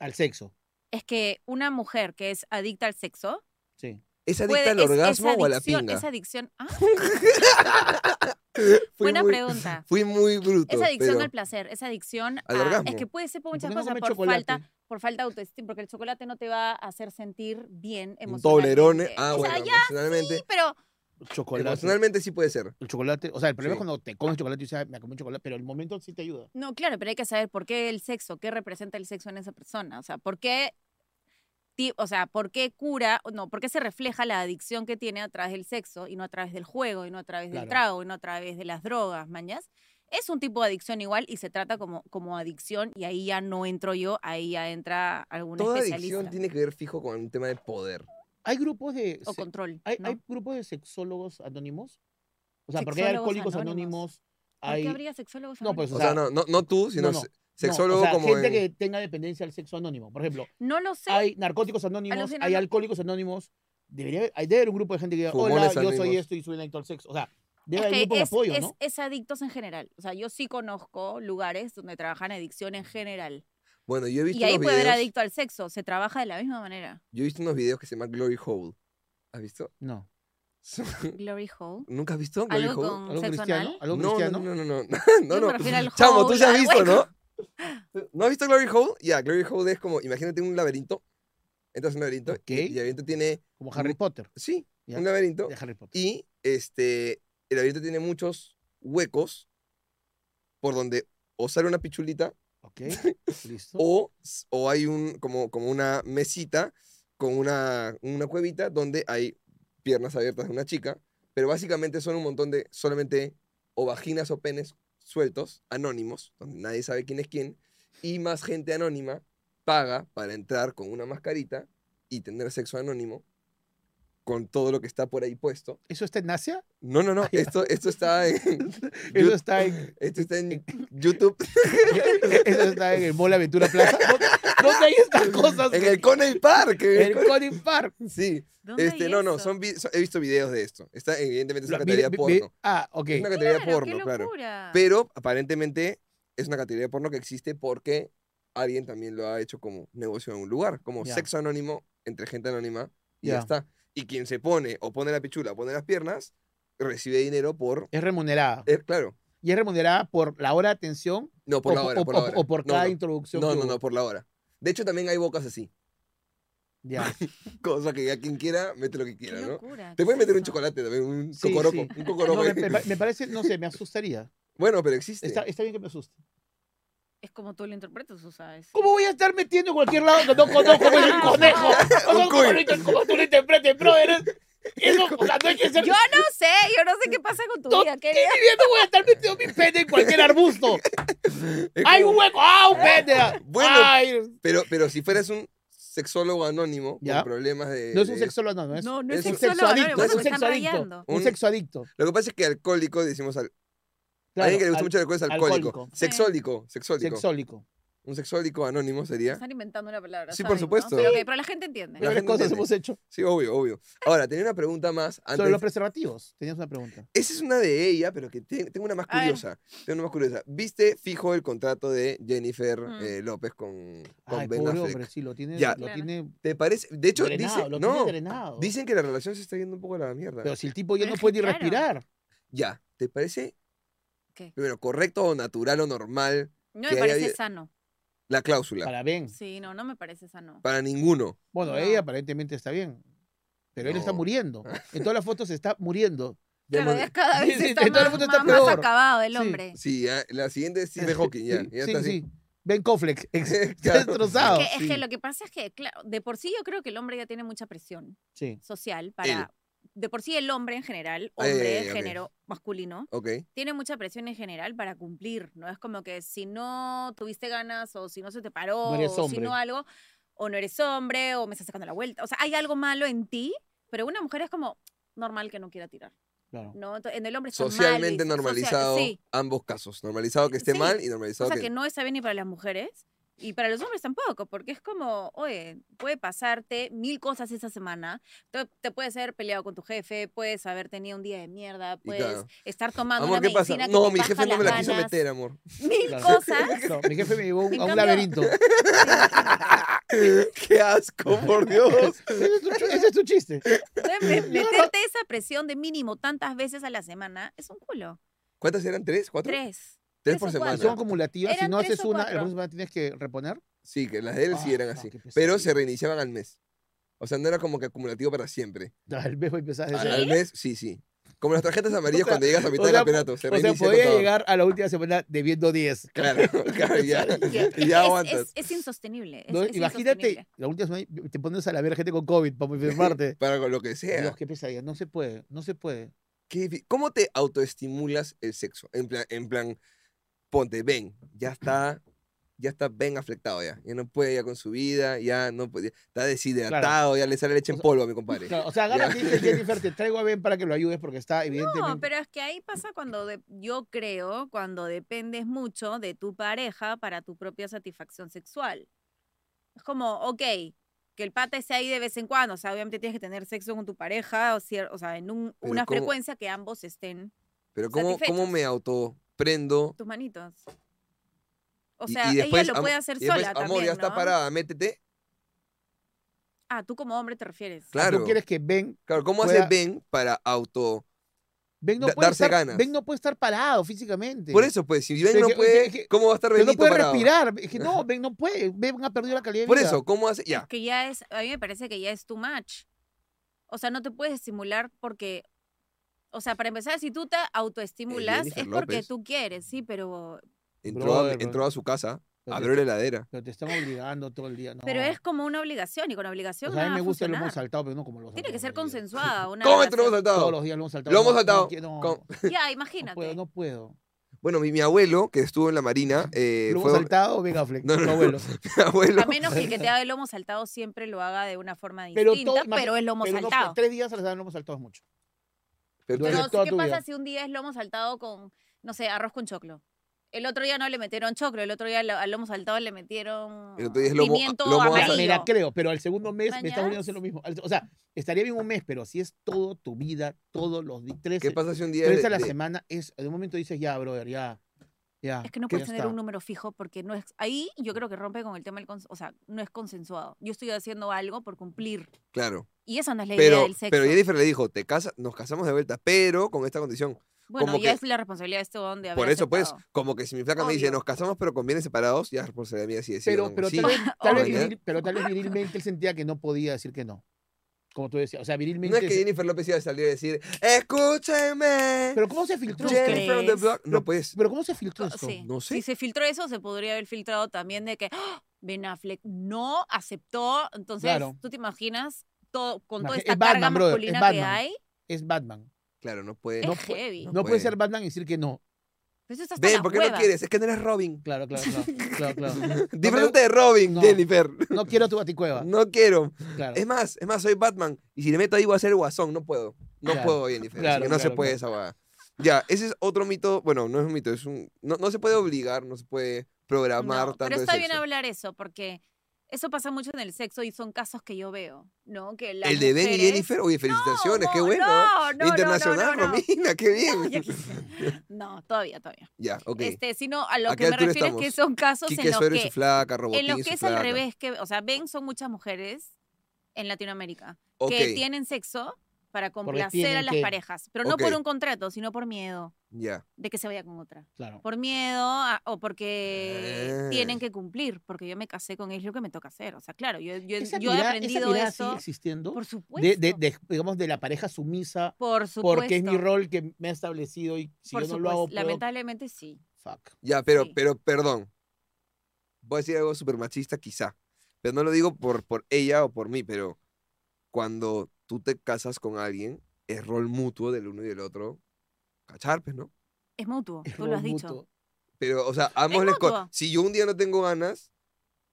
[SPEAKER 1] Al sexo.
[SPEAKER 4] Es que una mujer que es adicta al sexo.
[SPEAKER 1] Sí.
[SPEAKER 2] ¿Es
[SPEAKER 4] puede-
[SPEAKER 2] adicta al
[SPEAKER 4] es- es
[SPEAKER 2] orgasmo o a la
[SPEAKER 4] adicción-
[SPEAKER 2] pinga?
[SPEAKER 4] Es adicción. Ah,
[SPEAKER 2] Fui
[SPEAKER 4] buena
[SPEAKER 2] muy-
[SPEAKER 4] pregunta.
[SPEAKER 2] Fui muy bruto.
[SPEAKER 4] Es adicción
[SPEAKER 2] pero-
[SPEAKER 4] al placer, es adicción
[SPEAKER 2] Al
[SPEAKER 4] a-
[SPEAKER 2] orgasmo.
[SPEAKER 4] Es que puede ser por
[SPEAKER 1] ¿Y por
[SPEAKER 4] muchas
[SPEAKER 1] qué no
[SPEAKER 4] cosas,
[SPEAKER 1] comes
[SPEAKER 4] por
[SPEAKER 1] chocolate?
[SPEAKER 4] falta, por falta de autoestima, porque el chocolate no te va a hacer sentir bien
[SPEAKER 2] Un
[SPEAKER 4] emocionalmente.
[SPEAKER 2] Toblerone. Ah,
[SPEAKER 4] O sea,
[SPEAKER 2] bueno,
[SPEAKER 4] ya,
[SPEAKER 2] emocionalmente,
[SPEAKER 4] sí, pero
[SPEAKER 1] Chocolate.
[SPEAKER 2] emocionalmente sí puede ser.
[SPEAKER 1] El chocolate. O sea, el problema
[SPEAKER 2] Sí.
[SPEAKER 1] es cuando te comes chocolate y dices, "Ay, me comí un chocolate, pero el momento sí te ayuda.
[SPEAKER 4] No, claro, pero hay que saber por qué el sexo, qué representa el sexo en esa persona, o sea, por qué, ti- o sea, por qué cura, o no, por qué se refleja la adicción que tiene a través del sexo y no a través del juego y no a través
[SPEAKER 1] Claro.
[SPEAKER 4] del trago y no a través de las drogas, mañas. Es un tipo de adicción igual y se trata como, como adicción y ahí ya no entro yo, ahí ya entra algún
[SPEAKER 2] Toda
[SPEAKER 4] especialista
[SPEAKER 2] adicción tiene que ver fijo con un tema de poder.
[SPEAKER 1] Hay grupos de.
[SPEAKER 4] o
[SPEAKER 1] se-
[SPEAKER 4] control.
[SPEAKER 1] hay,
[SPEAKER 4] ¿no?
[SPEAKER 1] hay grupos de sexólogos anónimos. O sea, porque hay
[SPEAKER 4] Sexólogos
[SPEAKER 1] alcohólicos anónimos.
[SPEAKER 4] anónimos. ¿Por
[SPEAKER 1] hay.
[SPEAKER 4] qué habría sexólogos?
[SPEAKER 1] No, pues,
[SPEAKER 4] anónimos?
[SPEAKER 2] O sea, no, no, no tú,
[SPEAKER 1] no,
[SPEAKER 2] sino
[SPEAKER 1] no,
[SPEAKER 2] se-
[SPEAKER 1] no, o
[SPEAKER 2] sexólogo
[SPEAKER 1] sea,
[SPEAKER 2] como
[SPEAKER 1] gente
[SPEAKER 2] en-
[SPEAKER 1] que tenga dependencia al sexo anónimo. Por ejemplo,
[SPEAKER 4] no lo sé.
[SPEAKER 1] hay narcóticos anónimos, hay
[SPEAKER 4] Alucinando.
[SPEAKER 1] alcohólicos anónimos. Debería haber, hay- debe haber un grupo de gente que diga, hola,
[SPEAKER 2] Fumones
[SPEAKER 1] yo soy
[SPEAKER 2] anónimos.
[SPEAKER 1] esto y soy un adicto al sexo. O sea,
[SPEAKER 4] Es
[SPEAKER 1] debe haber
[SPEAKER 4] que
[SPEAKER 1] un grupo de
[SPEAKER 4] es-
[SPEAKER 1] apoyo,
[SPEAKER 4] es-
[SPEAKER 1] ¿no?
[SPEAKER 4] es adictos en general. O sea, yo sí conozco lugares donde trabajan adicción en general.
[SPEAKER 2] Bueno, yo he visto
[SPEAKER 4] Y ahí
[SPEAKER 2] unos
[SPEAKER 4] puede haber
[SPEAKER 2] videos-
[SPEAKER 4] adicto al sexo. Se trabaja de la misma manera.
[SPEAKER 2] Yo he visto unos videos que se llaman Glory Hole. ¿Has visto?
[SPEAKER 1] No.
[SPEAKER 4] Glory Hole.
[SPEAKER 2] ¿Nunca has visto Glory
[SPEAKER 4] Algo
[SPEAKER 2] Hole?
[SPEAKER 4] con
[SPEAKER 1] ¿Algo
[SPEAKER 4] sexo
[SPEAKER 1] cristiano?
[SPEAKER 4] anal.
[SPEAKER 1] ¿Algo
[SPEAKER 2] no,
[SPEAKER 1] cristiano?
[SPEAKER 2] no, no, no, no,
[SPEAKER 4] Yo
[SPEAKER 2] no, no.
[SPEAKER 4] me refiero al
[SPEAKER 2] Chamo, tú
[SPEAKER 4] hole,
[SPEAKER 2] ya has
[SPEAKER 4] al
[SPEAKER 2] visto, ¿no?
[SPEAKER 4] hueco.
[SPEAKER 2] ¿No has visto Glory Hole? Ya, Glory Hole es como, imagínate un laberinto. Entras en un laberinto y-
[SPEAKER 1] Ok.
[SPEAKER 2] y el laberinto tiene,
[SPEAKER 1] Como Harry Potter.
[SPEAKER 2] sí,
[SPEAKER 1] Ya.
[SPEAKER 2] un laberinto.
[SPEAKER 1] De Harry Potter.
[SPEAKER 2] Y este, el laberinto tiene muchos huecos por donde o sale una pichulita
[SPEAKER 1] Ok. Listo.
[SPEAKER 2] o, s- o hay un, como, como una mesita con una, una cuevita donde hay piernas abiertas de una chica, pero básicamente son un montón de solamente o vaginas o penes sueltos, anónimos, donde nadie sabe quién es quién, y más gente anónima paga para entrar con una mascarita y tener sexo anónimo con todo lo que está por ahí puesto.
[SPEAKER 1] ¿Eso está en Asia?
[SPEAKER 2] No, no, no, esto, esto está en...
[SPEAKER 1] Eso
[SPEAKER 2] Yo-
[SPEAKER 1] está en,
[SPEAKER 2] Esto está en YouTube,
[SPEAKER 1] eso está en el Mall Aventura Plaza. ¿Dónde, dónde hay estas cosas?
[SPEAKER 2] en el Coney Park. en el
[SPEAKER 1] En el
[SPEAKER 2] Coney-
[SPEAKER 1] Coney Park.
[SPEAKER 2] Sí.
[SPEAKER 4] ¿Dónde
[SPEAKER 2] Este,
[SPEAKER 4] hay
[SPEAKER 2] no, no,
[SPEAKER 4] eso?
[SPEAKER 2] son, vi- son- he visto videos de esto. Está, evidentemente, es una
[SPEAKER 1] La-
[SPEAKER 2] categoría
[SPEAKER 1] vi- vi- vi-
[SPEAKER 2] porno.
[SPEAKER 1] Ah, ok.
[SPEAKER 2] Es una categoría
[SPEAKER 4] Claro,
[SPEAKER 2] porno,
[SPEAKER 4] qué
[SPEAKER 2] claro.
[SPEAKER 4] locura.
[SPEAKER 2] Pero aparentemente es una categoría porno que existe porque alguien también lo ha hecho como negocio en un lugar, como
[SPEAKER 1] Ya.
[SPEAKER 2] sexo anónimo entre gente anónima y ya.
[SPEAKER 1] Ya.
[SPEAKER 2] está. Y quien se pone o pone la pichula o pone las piernas recibe dinero por.
[SPEAKER 1] Es remunerada.
[SPEAKER 2] eh, claro.
[SPEAKER 1] y es remunerada por la hora de atención
[SPEAKER 2] No, por
[SPEAKER 1] o,
[SPEAKER 2] la hora,
[SPEAKER 1] o-
[SPEAKER 2] por la
[SPEAKER 1] o-
[SPEAKER 2] hora.
[SPEAKER 1] o por
[SPEAKER 2] No,
[SPEAKER 1] cada
[SPEAKER 2] no.
[SPEAKER 1] introducción.
[SPEAKER 2] No,
[SPEAKER 1] que
[SPEAKER 2] no,
[SPEAKER 1] hubo.
[SPEAKER 2] no, por la hora. De hecho, también hay bocas así.
[SPEAKER 1] Ya.
[SPEAKER 2] Cosa que ya quien quiera, mete lo que
[SPEAKER 4] Qué
[SPEAKER 2] quiera, ¿no?
[SPEAKER 4] locura,
[SPEAKER 2] Te
[SPEAKER 4] qué
[SPEAKER 2] pueden meter un
[SPEAKER 4] sexo.
[SPEAKER 2] chocolate también, un
[SPEAKER 1] Sí,
[SPEAKER 2] cocoroco.
[SPEAKER 1] sí. No,
[SPEAKER 2] Un cocoroco.
[SPEAKER 1] me, me- me parece, no sé, me asustaría.
[SPEAKER 2] bueno, pero existe.
[SPEAKER 1] Está, está bien que me asuste.
[SPEAKER 4] Es como tú lo interpretas, o sea, es-
[SPEAKER 1] ¿Cómo voy a estar metiendo en cualquier lado que no conozco como es un conejo? O sea,
[SPEAKER 2] Un
[SPEAKER 1] ¿cómo,
[SPEAKER 2] cuy.
[SPEAKER 1] lo inter- cómo tú lo interpretes, brother? Eso, o sea, no hay que ser...
[SPEAKER 4] Yo no sé, yo no sé qué pasa con tu
[SPEAKER 1] No,
[SPEAKER 4] vida,
[SPEAKER 1] ¿qué
[SPEAKER 4] querida.
[SPEAKER 1] viviendo voy a estar metiendo mi pene en cualquier arbusto?
[SPEAKER 2] Es
[SPEAKER 1] ¡Hay
[SPEAKER 2] como-
[SPEAKER 1] un hueco! ¡Ah, un pene!
[SPEAKER 2] Bueno.
[SPEAKER 1] Ay,
[SPEAKER 2] pero, pero si fueras un sexólogo anónimo
[SPEAKER 1] Ya.
[SPEAKER 2] con problemas de.
[SPEAKER 1] no es un
[SPEAKER 2] de-
[SPEAKER 1] sexólogo, no, no es...
[SPEAKER 4] No, no es
[SPEAKER 2] es un
[SPEAKER 4] sexólogo, no,
[SPEAKER 1] sexoadicto,
[SPEAKER 4] no,
[SPEAKER 1] es un
[SPEAKER 4] me están
[SPEAKER 1] sexoadicto.
[SPEAKER 4] rayando.
[SPEAKER 1] Un
[SPEAKER 2] Un-
[SPEAKER 1] sexoadicto.
[SPEAKER 2] Lo que pasa es que alcohólico, decimos al...
[SPEAKER 1] Claro,
[SPEAKER 2] alguien que le gusta
[SPEAKER 1] al-
[SPEAKER 2] mucho el alcohol es alcohólico.
[SPEAKER 1] alcohólico.
[SPEAKER 4] Sí.
[SPEAKER 2] Sexólico, sexólico.
[SPEAKER 1] Sexólico.
[SPEAKER 2] Un sexólico anónimo sería.
[SPEAKER 4] Están inventando una palabra.
[SPEAKER 2] Sí,
[SPEAKER 4] está
[SPEAKER 2] por
[SPEAKER 4] bien, ¿no?
[SPEAKER 2] supuesto.
[SPEAKER 4] Pero, ok, pero la gente entiende.
[SPEAKER 2] La
[SPEAKER 1] Peores
[SPEAKER 2] gente
[SPEAKER 1] cosas
[SPEAKER 2] entiende.
[SPEAKER 1] hemos hecho.
[SPEAKER 2] Sí, obvio, obvio. Ahora, tenía una pregunta más antes.
[SPEAKER 1] Sobre los preservativos. Tenías una pregunta.
[SPEAKER 2] Esa es una de ella, pero que te- tengo una más
[SPEAKER 4] A ver.
[SPEAKER 2] curiosa. Tengo una más curiosa. ¿Viste fijo el contrato de Jennifer
[SPEAKER 4] Mm.
[SPEAKER 2] eh, López con, con
[SPEAKER 1] Ay,
[SPEAKER 2] Ben
[SPEAKER 1] pobre
[SPEAKER 2] Affleck?
[SPEAKER 1] hombre, sí, lo tiene,
[SPEAKER 2] Ya.
[SPEAKER 1] lo
[SPEAKER 4] Claro.
[SPEAKER 1] tiene
[SPEAKER 2] ¿Te parece? De hecho,
[SPEAKER 1] drenado,
[SPEAKER 2] dice,
[SPEAKER 1] lo
[SPEAKER 2] no,
[SPEAKER 1] tiene drenado.
[SPEAKER 2] dicen que la relación se está yendo un poco a la mierda.
[SPEAKER 1] Pero si el tipo ya
[SPEAKER 4] Pero
[SPEAKER 1] no
[SPEAKER 4] es que
[SPEAKER 1] puede ni
[SPEAKER 4] claro.
[SPEAKER 1] respirar.
[SPEAKER 2] Ya, ¿te parece?
[SPEAKER 4] ¿Qué?
[SPEAKER 2] Primero, correcto o natural o normal
[SPEAKER 4] No
[SPEAKER 2] que haya
[SPEAKER 4] me parece
[SPEAKER 2] habido-
[SPEAKER 4] sano.
[SPEAKER 2] la cláusula. Para,
[SPEAKER 1] Para Ben.
[SPEAKER 4] Sí, no, no me parece sano.
[SPEAKER 2] ninguno.
[SPEAKER 1] Bueno,
[SPEAKER 4] No.
[SPEAKER 1] ella aparentemente está bien. Pero él está
[SPEAKER 2] No.
[SPEAKER 1] muriendo. En todas las fotos está muriendo.
[SPEAKER 4] Claro,
[SPEAKER 2] no-
[SPEAKER 4] ya cada vez
[SPEAKER 1] Sí, sí,
[SPEAKER 4] está,
[SPEAKER 1] todo el
[SPEAKER 4] más,
[SPEAKER 1] mundo está
[SPEAKER 4] más- más
[SPEAKER 1] peor.
[SPEAKER 4] acabado el
[SPEAKER 1] Sí.
[SPEAKER 4] hombre.
[SPEAKER 2] Sí, ya, la siguiente es Stephen Hawking, ya.
[SPEAKER 1] sí,
[SPEAKER 2] ya
[SPEAKER 1] sí,
[SPEAKER 2] está así.
[SPEAKER 1] sí. Ben Koflex. ex- Está
[SPEAKER 2] Claro.
[SPEAKER 1] destrozado.
[SPEAKER 4] Que- es
[SPEAKER 2] sí.
[SPEAKER 4] que lo que pasa es que, claro, de por sí yo creo que el hombre ya tiene mucha presión
[SPEAKER 1] Sí.
[SPEAKER 4] social para...
[SPEAKER 2] Él.
[SPEAKER 4] De por sí el hombre en general,
[SPEAKER 2] Ay, ay,
[SPEAKER 4] hombre,
[SPEAKER 2] ay, ok.
[SPEAKER 4] género masculino,
[SPEAKER 2] Ok,
[SPEAKER 4] tiene mucha presión en general para cumplir, ¿no? Es como que si no tuviste ganas o si no se te paró
[SPEAKER 1] No eres
[SPEAKER 4] o si
[SPEAKER 1] hombre.
[SPEAKER 4] no algo, o no eres hombre o me estás sacando la vuelta. O sea, hay algo malo en ti, pero una mujer es como normal que no quiera tirar,
[SPEAKER 1] Claro.
[SPEAKER 4] ¿no? Ento- En el hombre está mal
[SPEAKER 2] socialmente
[SPEAKER 4] visto, social-
[SPEAKER 2] normalizado
[SPEAKER 4] sí,
[SPEAKER 2] ambos casos. Normalizado que esté
[SPEAKER 4] Sí,
[SPEAKER 2] mal y normalizado
[SPEAKER 4] cosa
[SPEAKER 2] que...
[SPEAKER 4] que no está bien ni para las mujeres y para los hombres tampoco, porque es como, oye, puede pasarte mil cosas esa semana, te, te puedes haber peleado con tu jefe, puedes haber tenido un día de mierda, puedes
[SPEAKER 2] claro.
[SPEAKER 4] estar tomando
[SPEAKER 2] Amor,
[SPEAKER 4] una
[SPEAKER 2] ¿qué pasa?
[SPEAKER 4] medicina que
[SPEAKER 2] No,
[SPEAKER 4] te
[SPEAKER 2] mi
[SPEAKER 4] baja
[SPEAKER 2] jefe no me la
[SPEAKER 4] las
[SPEAKER 2] quiso
[SPEAKER 4] ganas,
[SPEAKER 2] meter, amor.
[SPEAKER 4] Mil
[SPEAKER 1] Claro.
[SPEAKER 4] cosas.
[SPEAKER 1] No, mi jefe me llevó un-
[SPEAKER 4] En
[SPEAKER 1] a un
[SPEAKER 4] cambio-
[SPEAKER 1] laberinto.
[SPEAKER 2] ¡Qué asco, por Dios!
[SPEAKER 1] Ese es tu, chu- ese es tu chiste.
[SPEAKER 4] Entonces, me- Meterte esa presión de mínimo tantas veces a la semana es un culo.
[SPEAKER 2] ¿Cuántas eran? ¿Tres? ¿Cuatro?
[SPEAKER 4] Tres.
[SPEAKER 2] Tres por
[SPEAKER 4] tres o
[SPEAKER 2] semana.
[SPEAKER 4] cuatro.
[SPEAKER 1] Y son acumulativas. Si
[SPEAKER 4] Eran
[SPEAKER 1] no
[SPEAKER 4] tres
[SPEAKER 1] haces
[SPEAKER 4] o
[SPEAKER 1] una, la
[SPEAKER 4] cuatro.
[SPEAKER 1] próxima semana tienes que reponer.
[SPEAKER 2] Sí, que las de él sí
[SPEAKER 1] Ah,
[SPEAKER 2] eran
[SPEAKER 1] no,
[SPEAKER 2] así.
[SPEAKER 1] qué pesadilla.
[SPEAKER 2] pero se reiniciaban al mes. O sea, no era como que acumulativo para siempre.
[SPEAKER 1] Ya, El viejo empezaba a
[SPEAKER 2] Al,
[SPEAKER 1] decir.
[SPEAKER 2] al mes, sí, sí. Como las tarjetas amarillas
[SPEAKER 1] sea,
[SPEAKER 2] cuando llegas a mitad
[SPEAKER 1] o
[SPEAKER 2] del
[SPEAKER 1] sea,
[SPEAKER 2] campeonato. Se
[SPEAKER 1] O sea,
[SPEAKER 2] reinicia con
[SPEAKER 1] podía
[SPEAKER 2] todo.
[SPEAKER 1] llegar a la última semana debiendo 10.
[SPEAKER 2] Claro, claro, ya.
[SPEAKER 1] Pesadilla.
[SPEAKER 2] y ya
[SPEAKER 4] Es-
[SPEAKER 2] aguantas.
[SPEAKER 4] Es, es insostenible. es-
[SPEAKER 1] No,
[SPEAKER 4] es
[SPEAKER 1] imagínate,
[SPEAKER 4] insostenible.
[SPEAKER 1] la última semana te pones a la ver gente con COVID para confirmarte.
[SPEAKER 2] Para con lo que sea.
[SPEAKER 1] Dios, qué pesadilla. No se puede, no se puede.
[SPEAKER 2] Qué difí- ¿Cómo te autoestimulas el sexo? En plan, en plan, ponte, ven, ya está, ya está bien afectado ya. Ya no puede ya con su vida, ya no puede, está deshidratado, ya le sale leche en
[SPEAKER 1] O sea-
[SPEAKER 2] polvo a mi compadre.
[SPEAKER 1] Claro, o sea, agarra y dice Jennifer, te traigo a Ben para que lo ayudes porque está evidentemente.
[SPEAKER 4] No, pero es que ahí pasa cuando de- yo creo, cuando dependes mucho de tu pareja para tu propia satisfacción sexual. Es como, ok, que el pata esté ahí de vez en cuando. O sea, obviamente tienes que tener sexo con tu pareja, o, cier- o sea, en un-
[SPEAKER 2] Pero
[SPEAKER 4] una
[SPEAKER 2] ¿cómo?
[SPEAKER 4] frecuencia que ambos estén
[SPEAKER 2] Pero ¿cómo, cómo
[SPEAKER 4] satisfechos.
[SPEAKER 2] me autoprendo?
[SPEAKER 4] tus manitos. O
[SPEAKER 2] Y-
[SPEAKER 4] sea,
[SPEAKER 2] y después,
[SPEAKER 4] ella lo
[SPEAKER 2] am-
[SPEAKER 4] puede hacer
[SPEAKER 2] y después,
[SPEAKER 4] sola
[SPEAKER 2] amor,
[SPEAKER 4] también,
[SPEAKER 2] ya está
[SPEAKER 4] ¿no?
[SPEAKER 2] parada, métete.
[SPEAKER 4] Ah, tú como hombre te refieres.
[SPEAKER 1] Ah,
[SPEAKER 2] Claro.
[SPEAKER 1] Tú quieres que Ben,
[SPEAKER 2] Claro, ¿cómo
[SPEAKER 1] Pueda-
[SPEAKER 2] hace Ben para auto?
[SPEAKER 1] ben no,
[SPEAKER 2] Da-
[SPEAKER 1] puede
[SPEAKER 2] darse
[SPEAKER 1] estar,
[SPEAKER 2] ganas.
[SPEAKER 1] Ben no puede estar parado físicamente.
[SPEAKER 2] Por eso, pues, si Ben
[SPEAKER 1] Pero
[SPEAKER 2] no
[SPEAKER 1] que- que-
[SPEAKER 2] puede,
[SPEAKER 1] que-
[SPEAKER 2] ¿cómo va a estar
[SPEAKER 1] Ben no
[SPEAKER 2] Benito
[SPEAKER 1] puede
[SPEAKER 2] parado?
[SPEAKER 1] respirar. Es que no, Ben no puede. Ben ha perdido la calidad de
[SPEAKER 2] Por
[SPEAKER 1] vida.
[SPEAKER 2] eso, ¿cómo hace? Ya.
[SPEAKER 4] Que ya es, a mí me parece que ya es too much. O sea, no te puedes estimular porque, o sea, para empezar, si
[SPEAKER 1] Eh,
[SPEAKER 4] tú te autoestimulas
[SPEAKER 2] Jennifer
[SPEAKER 4] es porque
[SPEAKER 2] López.
[SPEAKER 4] tú quieres, sí, pero,
[SPEAKER 2] Entró, a-
[SPEAKER 1] Brother,
[SPEAKER 2] entró a su casa,
[SPEAKER 1] Pero
[SPEAKER 2] abrió
[SPEAKER 1] te,
[SPEAKER 2] la heladera.
[SPEAKER 1] pero te están obligando todo el día. No.
[SPEAKER 4] pero es como una obligación y con obligación
[SPEAKER 1] O sea, a mí
[SPEAKER 4] nada
[SPEAKER 1] me
[SPEAKER 4] va a
[SPEAKER 1] gusta, lo hemos
[SPEAKER 4] funcionar.
[SPEAKER 1] saltado, pero no como lo
[SPEAKER 4] Tiene que ser
[SPEAKER 1] saltamos, Dios.
[SPEAKER 4] consensuada. Una
[SPEAKER 2] ¿Cómo entró
[SPEAKER 4] relación.
[SPEAKER 2] saltado?
[SPEAKER 1] Todos los días lo hemos saltado.
[SPEAKER 2] Lo hemos
[SPEAKER 1] No, no
[SPEAKER 2] saltado.
[SPEAKER 1] quiero- No,
[SPEAKER 2] ¿Cómo?
[SPEAKER 4] Ya,
[SPEAKER 1] no
[SPEAKER 4] imagínate.
[SPEAKER 1] puedo, no puedo.
[SPEAKER 2] Bueno, mi, mi abuelo, que estuvo en la Marina, eh,
[SPEAKER 1] ¿Lo hemos
[SPEAKER 2] fue
[SPEAKER 1] saltado o Ben Affleck?
[SPEAKER 2] No, no,
[SPEAKER 1] tu
[SPEAKER 2] no.
[SPEAKER 1] abuelo.
[SPEAKER 2] mi abuelo.
[SPEAKER 4] A menos que el que te haga el lomo saltado siempre lo haga de una forma
[SPEAKER 1] Pero todo-
[SPEAKER 4] distinta,
[SPEAKER 1] imagi-
[SPEAKER 4] pero es lomo
[SPEAKER 1] Pero no,
[SPEAKER 4] saltado.
[SPEAKER 1] tres días a la semana lo hemos saltado es mucho.
[SPEAKER 2] Pero tú
[SPEAKER 1] Durante
[SPEAKER 4] Pero,
[SPEAKER 1] toda
[SPEAKER 4] ¿qué
[SPEAKER 1] tu
[SPEAKER 4] pasa
[SPEAKER 1] vida.
[SPEAKER 4] si un día es lomo saltado con, no sé, arroz con choclo? El otro día no le metieron choclo, el otro día lo- al lomo saltado le metieron
[SPEAKER 2] El otro día es lomo-
[SPEAKER 4] pimiento
[SPEAKER 2] lomo
[SPEAKER 1] O sea,
[SPEAKER 4] amarillo.
[SPEAKER 1] me la creo, pero al segundo mes me
[SPEAKER 4] ¿Mañas?
[SPEAKER 1] Estados Unidos es lo mismo. Al- O sea, estaría bien un mes, pero si es todo tu vida, todos los días, tres,
[SPEAKER 2] ¿Qué pasa si un día
[SPEAKER 1] tres
[SPEAKER 2] de-
[SPEAKER 1] a la
[SPEAKER 2] de-
[SPEAKER 1] semana, es, de un momento dices, ya, brother, ya, Ya,
[SPEAKER 4] Es que no
[SPEAKER 1] ¿qué?
[SPEAKER 4] puedes
[SPEAKER 1] Ya
[SPEAKER 4] tener
[SPEAKER 1] está.
[SPEAKER 4] un número fijo porque no es. Ahí yo creo que rompe con el tema del. cons- O sea, no es consensuado. Yo estoy haciendo algo por cumplir.
[SPEAKER 2] Claro.
[SPEAKER 4] Y esa no es la idea
[SPEAKER 2] Pero,
[SPEAKER 4] del sexo.
[SPEAKER 2] pero Jennifer le dijo, te casa, nos casamos de vuelta, pero con esta condición.
[SPEAKER 4] bueno,
[SPEAKER 2] como
[SPEAKER 4] ya
[SPEAKER 2] que-
[SPEAKER 4] es la responsabilidad de este don de haber
[SPEAKER 2] Por eso, pues,
[SPEAKER 4] aceptado.
[SPEAKER 2] como que si mi flaca me dice,
[SPEAKER 4] Obvio.
[SPEAKER 2] nos casamos, pero conviene separados, ya es responsabilidad mía si decir.
[SPEAKER 1] Pero, pero, tal, vez, tal vez
[SPEAKER 2] Obvio.
[SPEAKER 1] viril- pero tal vez virilmente él sentía que no podía decir que no. Como tú decías. O sea,
[SPEAKER 2] No
[SPEAKER 1] virilmente.
[SPEAKER 2] es que
[SPEAKER 1] se-
[SPEAKER 2] Jennifer López iba a salir a decir, escúcheme.
[SPEAKER 1] Pero ¿cómo se filtró?
[SPEAKER 4] Jenny-
[SPEAKER 2] Jennifer on the block. No, pues.
[SPEAKER 1] Pero ¿cómo se filtró
[SPEAKER 4] Co-
[SPEAKER 1] eso?
[SPEAKER 4] Ah, Oh, sí.
[SPEAKER 2] no sé.
[SPEAKER 4] Si se filtró eso, se podría haber filtrado también de que ¡Ah! Ben Affleck no aceptó. Entonces,
[SPEAKER 1] Claro.
[SPEAKER 4] ¿tú te imaginas todo, con toda
[SPEAKER 1] Imagi-
[SPEAKER 4] esta
[SPEAKER 1] es Batman,
[SPEAKER 4] carga
[SPEAKER 1] brother, es
[SPEAKER 4] masculina que
[SPEAKER 1] Batman.
[SPEAKER 4] hay?
[SPEAKER 1] Es Batman.
[SPEAKER 2] Claro, no puede.
[SPEAKER 4] Es
[SPEAKER 2] No,
[SPEAKER 4] heavy.
[SPEAKER 1] No puede ser Batman y decir que no.
[SPEAKER 4] Eso está hasta
[SPEAKER 2] Ven,
[SPEAKER 4] las
[SPEAKER 2] ¿por qué no
[SPEAKER 4] huevas.
[SPEAKER 2] quieres? Es que no eres Robin.
[SPEAKER 1] Claro, claro, claro. claro, claro. No,
[SPEAKER 2] Diferente de Robin,
[SPEAKER 1] No.
[SPEAKER 2] Jennifer.
[SPEAKER 1] te- no quiero tu baticueva.
[SPEAKER 2] No quiero.
[SPEAKER 1] Claro.
[SPEAKER 2] Es más, es más, soy Batman. Y si le meto ahí voy a ser el guasón. No puedo. No
[SPEAKER 1] Claro.
[SPEAKER 2] puedo, Jennifer. así
[SPEAKER 1] Claro,
[SPEAKER 2] que no se
[SPEAKER 1] claro,
[SPEAKER 2] puede
[SPEAKER 1] claro.
[SPEAKER 2] esa hueá. Ya, ese es otro mito. Bueno, no es un mito, es un. No, no se puede obligar, no se puede programar
[SPEAKER 4] No,
[SPEAKER 2] tanto.
[SPEAKER 4] Pero
[SPEAKER 2] de
[SPEAKER 4] está bien
[SPEAKER 2] sexo.
[SPEAKER 4] hablar eso, porque eso pasa mucho en el sexo y son casos que yo veo, ¿no? Que las
[SPEAKER 2] El de Ben y
[SPEAKER 4] mujeres-
[SPEAKER 2] Jennifer, oye, felicitaciones,
[SPEAKER 4] No,
[SPEAKER 2] qué
[SPEAKER 4] no,
[SPEAKER 2] bueno.
[SPEAKER 4] no, no,
[SPEAKER 2] Internacional,
[SPEAKER 4] no, no, no.
[SPEAKER 2] Romina, qué bien.
[SPEAKER 4] No, ya quisiera. No, todavía, todavía.
[SPEAKER 2] Ya, ok.
[SPEAKER 4] Este, sino a lo
[SPEAKER 2] ¿A qué
[SPEAKER 4] que me
[SPEAKER 2] altura
[SPEAKER 4] refiero es que
[SPEAKER 2] estamos?
[SPEAKER 4] son casos
[SPEAKER 2] Quique
[SPEAKER 4] en los
[SPEAKER 2] Suero y su
[SPEAKER 4] que,
[SPEAKER 2] flaca, Robotín
[SPEAKER 4] en los
[SPEAKER 2] y su
[SPEAKER 4] que es
[SPEAKER 2] flaca.
[SPEAKER 4] al revés, que, o sea, Ben son muchas mujeres en Latinoamérica
[SPEAKER 2] Ok,
[SPEAKER 4] que tienen sexo para complacer a
[SPEAKER 1] tienen
[SPEAKER 4] las
[SPEAKER 1] que.
[SPEAKER 4] parejas, pero no
[SPEAKER 2] Ok.
[SPEAKER 4] por un contrato, sino por miedo
[SPEAKER 2] ya.
[SPEAKER 4] de que se vaya con otra.
[SPEAKER 1] Claro.
[SPEAKER 4] por miedo a- o porque
[SPEAKER 2] Ah.
[SPEAKER 4] tienen que cumplir, porque yo me casé con él, es lo que me toca hacer. O sea, claro, yo, yo,
[SPEAKER 1] Esa
[SPEAKER 4] yo he
[SPEAKER 1] mirada- esa
[SPEAKER 4] aprendido
[SPEAKER 1] mirada
[SPEAKER 4] eso.
[SPEAKER 1] sigue existiendo.
[SPEAKER 4] por supuesto.
[SPEAKER 1] de, de- de- digamos, de la pareja sumisa.
[SPEAKER 4] por supuesto.
[SPEAKER 1] Porque es mi rol que me ha establecido y si
[SPEAKER 4] por
[SPEAKER 1] yo no lo hago,
[SPEAKER 4] supuesto,
[SPEAKER 1] puedo-
[SPEAKER 4] Lamentablemente sí.
[SPEAKER 1] Fuck.
[SPEAKER 2] Ya, pero,
[SPEAKER 4] Sí.
[SPEAKER 2] pero, perdón. Voy a decir algo súper machista, quizá. Pero no lo digo por, por ella o por mí, pero cuando tú te casas con alguien, es rol mutuo del uno y del otro. Cacharpes, ¿no?
[SPEAKER 4] Es mutuo,
[SPEAKER 1] Es
[SPEAKER 4] tú lo has
[SPEAKER 1] rol
[SPEAKER 4] dicho.
[SPEAKER 1] mutuo.
[SPEAKER 2] Pero, o sea, ambos les. co-
[SPEAKER 4] mutuo.
[SPEAKER 2] Si yo un día no tengo ganas,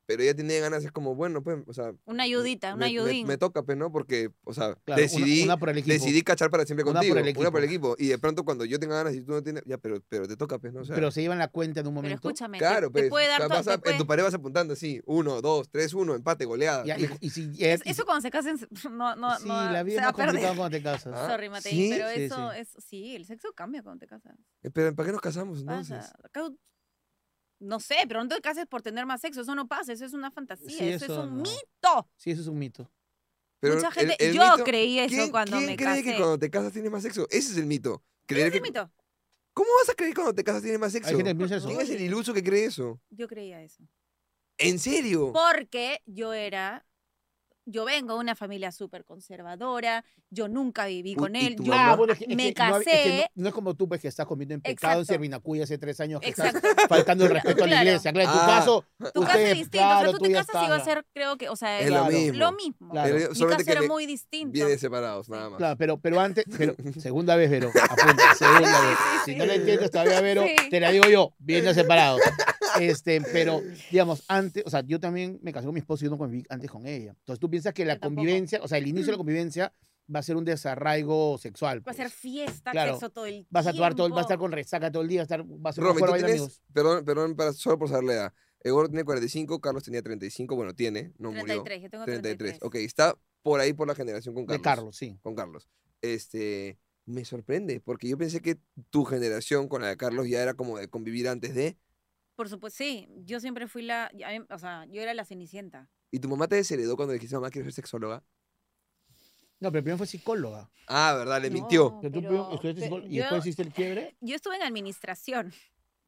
[SPEAKER 2] pero ella tiene ganas, es como, bueno, pues, o sea.
[SPEAKER 4] Una ayudita, una
[SPEAKER 2] me- me-
[SPEAKER 4] ayudín.
[SPEAKER 2] Me, toca, pues, ¿no? Porque, o sea,
[SPEAKER 1] Claro, una-
[SPEAKER 2] decidí.
[SPEAKER 1] una por el equipo.
[SPEAKER 2] Decidí cachar para siempre
[SPEAKER 1] Una por
[SPEAKER 2] contigo,
[SPEAKER 1] el
[SPEAKER 2] una por el equipo. Y de pronto cuando yo tenga ganas y tú no tienes, ya, pero, pero te toca, pues, ¿no? O sea,
[SPEAKER 1] pero se llevan la cuenta en un
[SPEAKER 4] pero
[SPEAKER 1] momento.
[SPEAKER 4] escúchame, te-
[SPEAKER 2] claro,
[SPEAKER 4] te,
[SPEAKER 2] pues,
[SPEAKER 4] puede dar
[SPEAKER 2] va-
[SPEAKER 4] to-
[SPEAKER 2] vas
[SPEAKER 4] te
[SPEAKER 2] a- en tu
[SPEAKER 4] puede-
[SPEAKER 2] pared vas apuntando así, uno, dos, tres, uno, empate, goleada.
[SPEAKER 1] Ya, y, y si
[SPEAKER 4] es-
[SPEAKER 1] y-
[SPEAKER 4] Pues, Eso cuando se casen se- no, no,
[SPEAKER 1] sí,
[SPEAKER 4] no
[SPEAKER 1] la
[SPEAKER 4] se
[SPEAKER 1] vida es
[SPEAKER 4] va a
[SPEAKER 1] más complicada
[SPEAKER 4] perder.
[SPEAKER 1] cuando te casas.
[SPEAKER 2] Ah,
[SPEAKER 4] Sorry, Matei,
[SPEAKER 2] ¿sí?
[SPEAKER 4] pero
[SPEAKER 1] Sí,
[SPEAKER 4] eso
[SPEAKER 1] sí.
[SPEAKER 4] es sí, el sexo cambia cuando te casas.
[SPEAKER 2] Eh, Pero ¿para qué nos casamos entonces?
[SPEAKER 4] Pasa. Acá- No sé, pero no te cases por tener más sexo, eso no pasa, eso es una fantasía,
[SPEAKER 1] Sí,
[SPEAKER 4] eso,
[SPEAKER 1] eso
[SPEAKER 4] es un
[SPEAKER 1] no.
[SPEAKER 4] mito.
[SPEAKER 1] Sí, eso es un mito.
[SPEAKER 2] Pero
[SPEAKER 4] Mucha
[SPEAKER 2] el-
[SPEAKER 4] gente,
[SPEAKER 2] el
[SPEAKER 4] yo
[SPEAKER 2] mito-
[SPEAKER 4] creí eso
[SPEAKER 2] ¿quién-
[SPEAKER 4] cuando
[SPEAKER 2] quién
[SPEAKER 4] me
[SPEAKER 2] cree
[SPEAKER 4] casé.
[SPEAKER 2] que cuando te casas tienes más sexo? Ese es el mito. Creer
[SPEAKER 4] ¿Qué
[SPEAKER 2] que-
[SPEAKER 4] mito?
[SPEAKER 2] ¿Cómo vas a creer que cuando te casas tienes más sexo?
[SPEAKER 1] Hay gente que piensa eso.
[SPEAKER 2] ¿Quién es el iluso que cree eso?
[SPEAKER 4] Yo creía eso.
[SPEAKER 2] ¿En serio?
[SPEAKER 4] Porque yo era, yo vengo de una familia súper conservadora, yo nunca viví
[SPEAKER 2] Uy,
[SPEAKER 4] con
[SPEAKER 2] y
[SPEAKER 4] él,
[SPEAKER 2] tu
[SPEAKER 4] yo
[SPEAKER 2] mamá-
[SPEAKER 1] Ah, bueno, es que, es
[SPEAKER 4] me
[SPEAKER 1] que no, hab- es que
[SPEAKER 4] casé.
[SPEAKER 1] no, no es como tú, pues, que estás comiendo en pecado en
[SPEAKER 4] Exacto.
[SPEAKER 1] Cervinacuya hace tres años, que estás
[SPEAKER 4] Exacto.
[SPEAKER 1] faltando el respeto a la
[SPEAKER 4] Claro.
[SPEAKER 1] iglesia. Claro, en tu
[SPEAKER 2] Ah,
[SPEAKER 1] caso,
[SPEAKER 4] Tu caso
[SPEAKER 1] ustedes,
[SPEAKER 4] es distinto. o
[SPEAKER 1] claro,
[SPEAKER 4] sea, tú
[SPEAKER 1] tú
[SPEAKER 4] te
[SPEAKER 1] ya
[SPEAKER 4] casas y va a
[SPEAKER 1] estás.
[SPEAKER 4] ser, creo que, o sea,
[SPEAKER 2] es
[SPEAKER 1] claro.
[SPEAKER 2] lo mismo.
[SPEAKER 4] lo mismo.
[SPEAKER 1] Claro.
[SPEAKER 2] Pero
[SPEAKER 4] Mi
[SPEAKER 2] solamente
[SPEAKER 4] caso
[SPEAKER 2] que
[SPEAKER 4] era
[SPEAKER 2] le-
[SPEAKER 4] muy distinto.
[SPEAKER 2] vienen separados, nada más.
[SPEAKER 1] Claro, pero, pero antes, pero, segunda vez, Vero, apunta, segunda vez. Si no la entiendes todavía, Vero,
[SPEAKER 4] Sí.
[SPEAKER 1] te la digo yo, viene separado. Este, pero, digamos, antes, o sea, yo también me casé con mi esposo y yo no conviví antes con ella. Entonces tú piensas que la
[SPEAKER 4] Yo tampoco. Mm.
[SPEAKER 1] convivencia, o sea, el inicio de la convivencia va a ser un desarraigo sexual.
[SPEAKER 4] Va a ser
[SPEAKER 1] pues.
[SPEAKER 4] fiesta,
[SPEAKER 1] Claro.
[SPEAKER 4] sexo todo el tiempo.
[SPEAKER 1] Vas a actuar todo, el- vas a estar con resaca todo el día, vas a estar, vas a
[SPEAKER 2] Romy,
[SPEAKER 1] jugar
[SPEAKER 2] tú
[SPEAKER 1] baile,
[SPEAKER 2] tienes-
[SPEAKER 1] amigos.
[SPEAKER 2] Perdón, perdón para, solo por saber la edad. Eduardo tiene 45, Carlos tenía 35, bueno, tiene, no murió.
[SPEAKER 4] 33, yo tengo 33.
[SPEAKER 2] Ok, está por ahí por la generación con Carlos.
[SPEAKER 1] De Carlos, sí.
[SPEAKER 2] Con Carlos. Este, me sorprende, porque yo pensé que tu generación con la de Carlos ya era como de convivir antes de...
[SPEAKER 4] Por supuesto, sí. Yo siempre fui la, a mí- o sea, yo era la cenicienta.
[SPEAKER 2] ¿Y tu mamá te desheredó cuando le dijiste, mamá, quiero ser sexóloga?
[SPEAKER 1] No, pero primero fue psicóloga.
[SPEAKER 2] Ah, ¿verdad? Le
[SPEAKER 4] No,
[SPEAKER 2] mintió.
[SPEAKER 1] Pero tú
[SPEAKER 4] pero-
[SPEAKER 1] primero estudiaste
[SPEAKER 4] pero
[SPEAKER 1] psicóloga y
[SPEAKER 4] yo-
[SPEAKER 1] después hiciste el quiebre.
[SPEAKER 4] Yo estuve en administración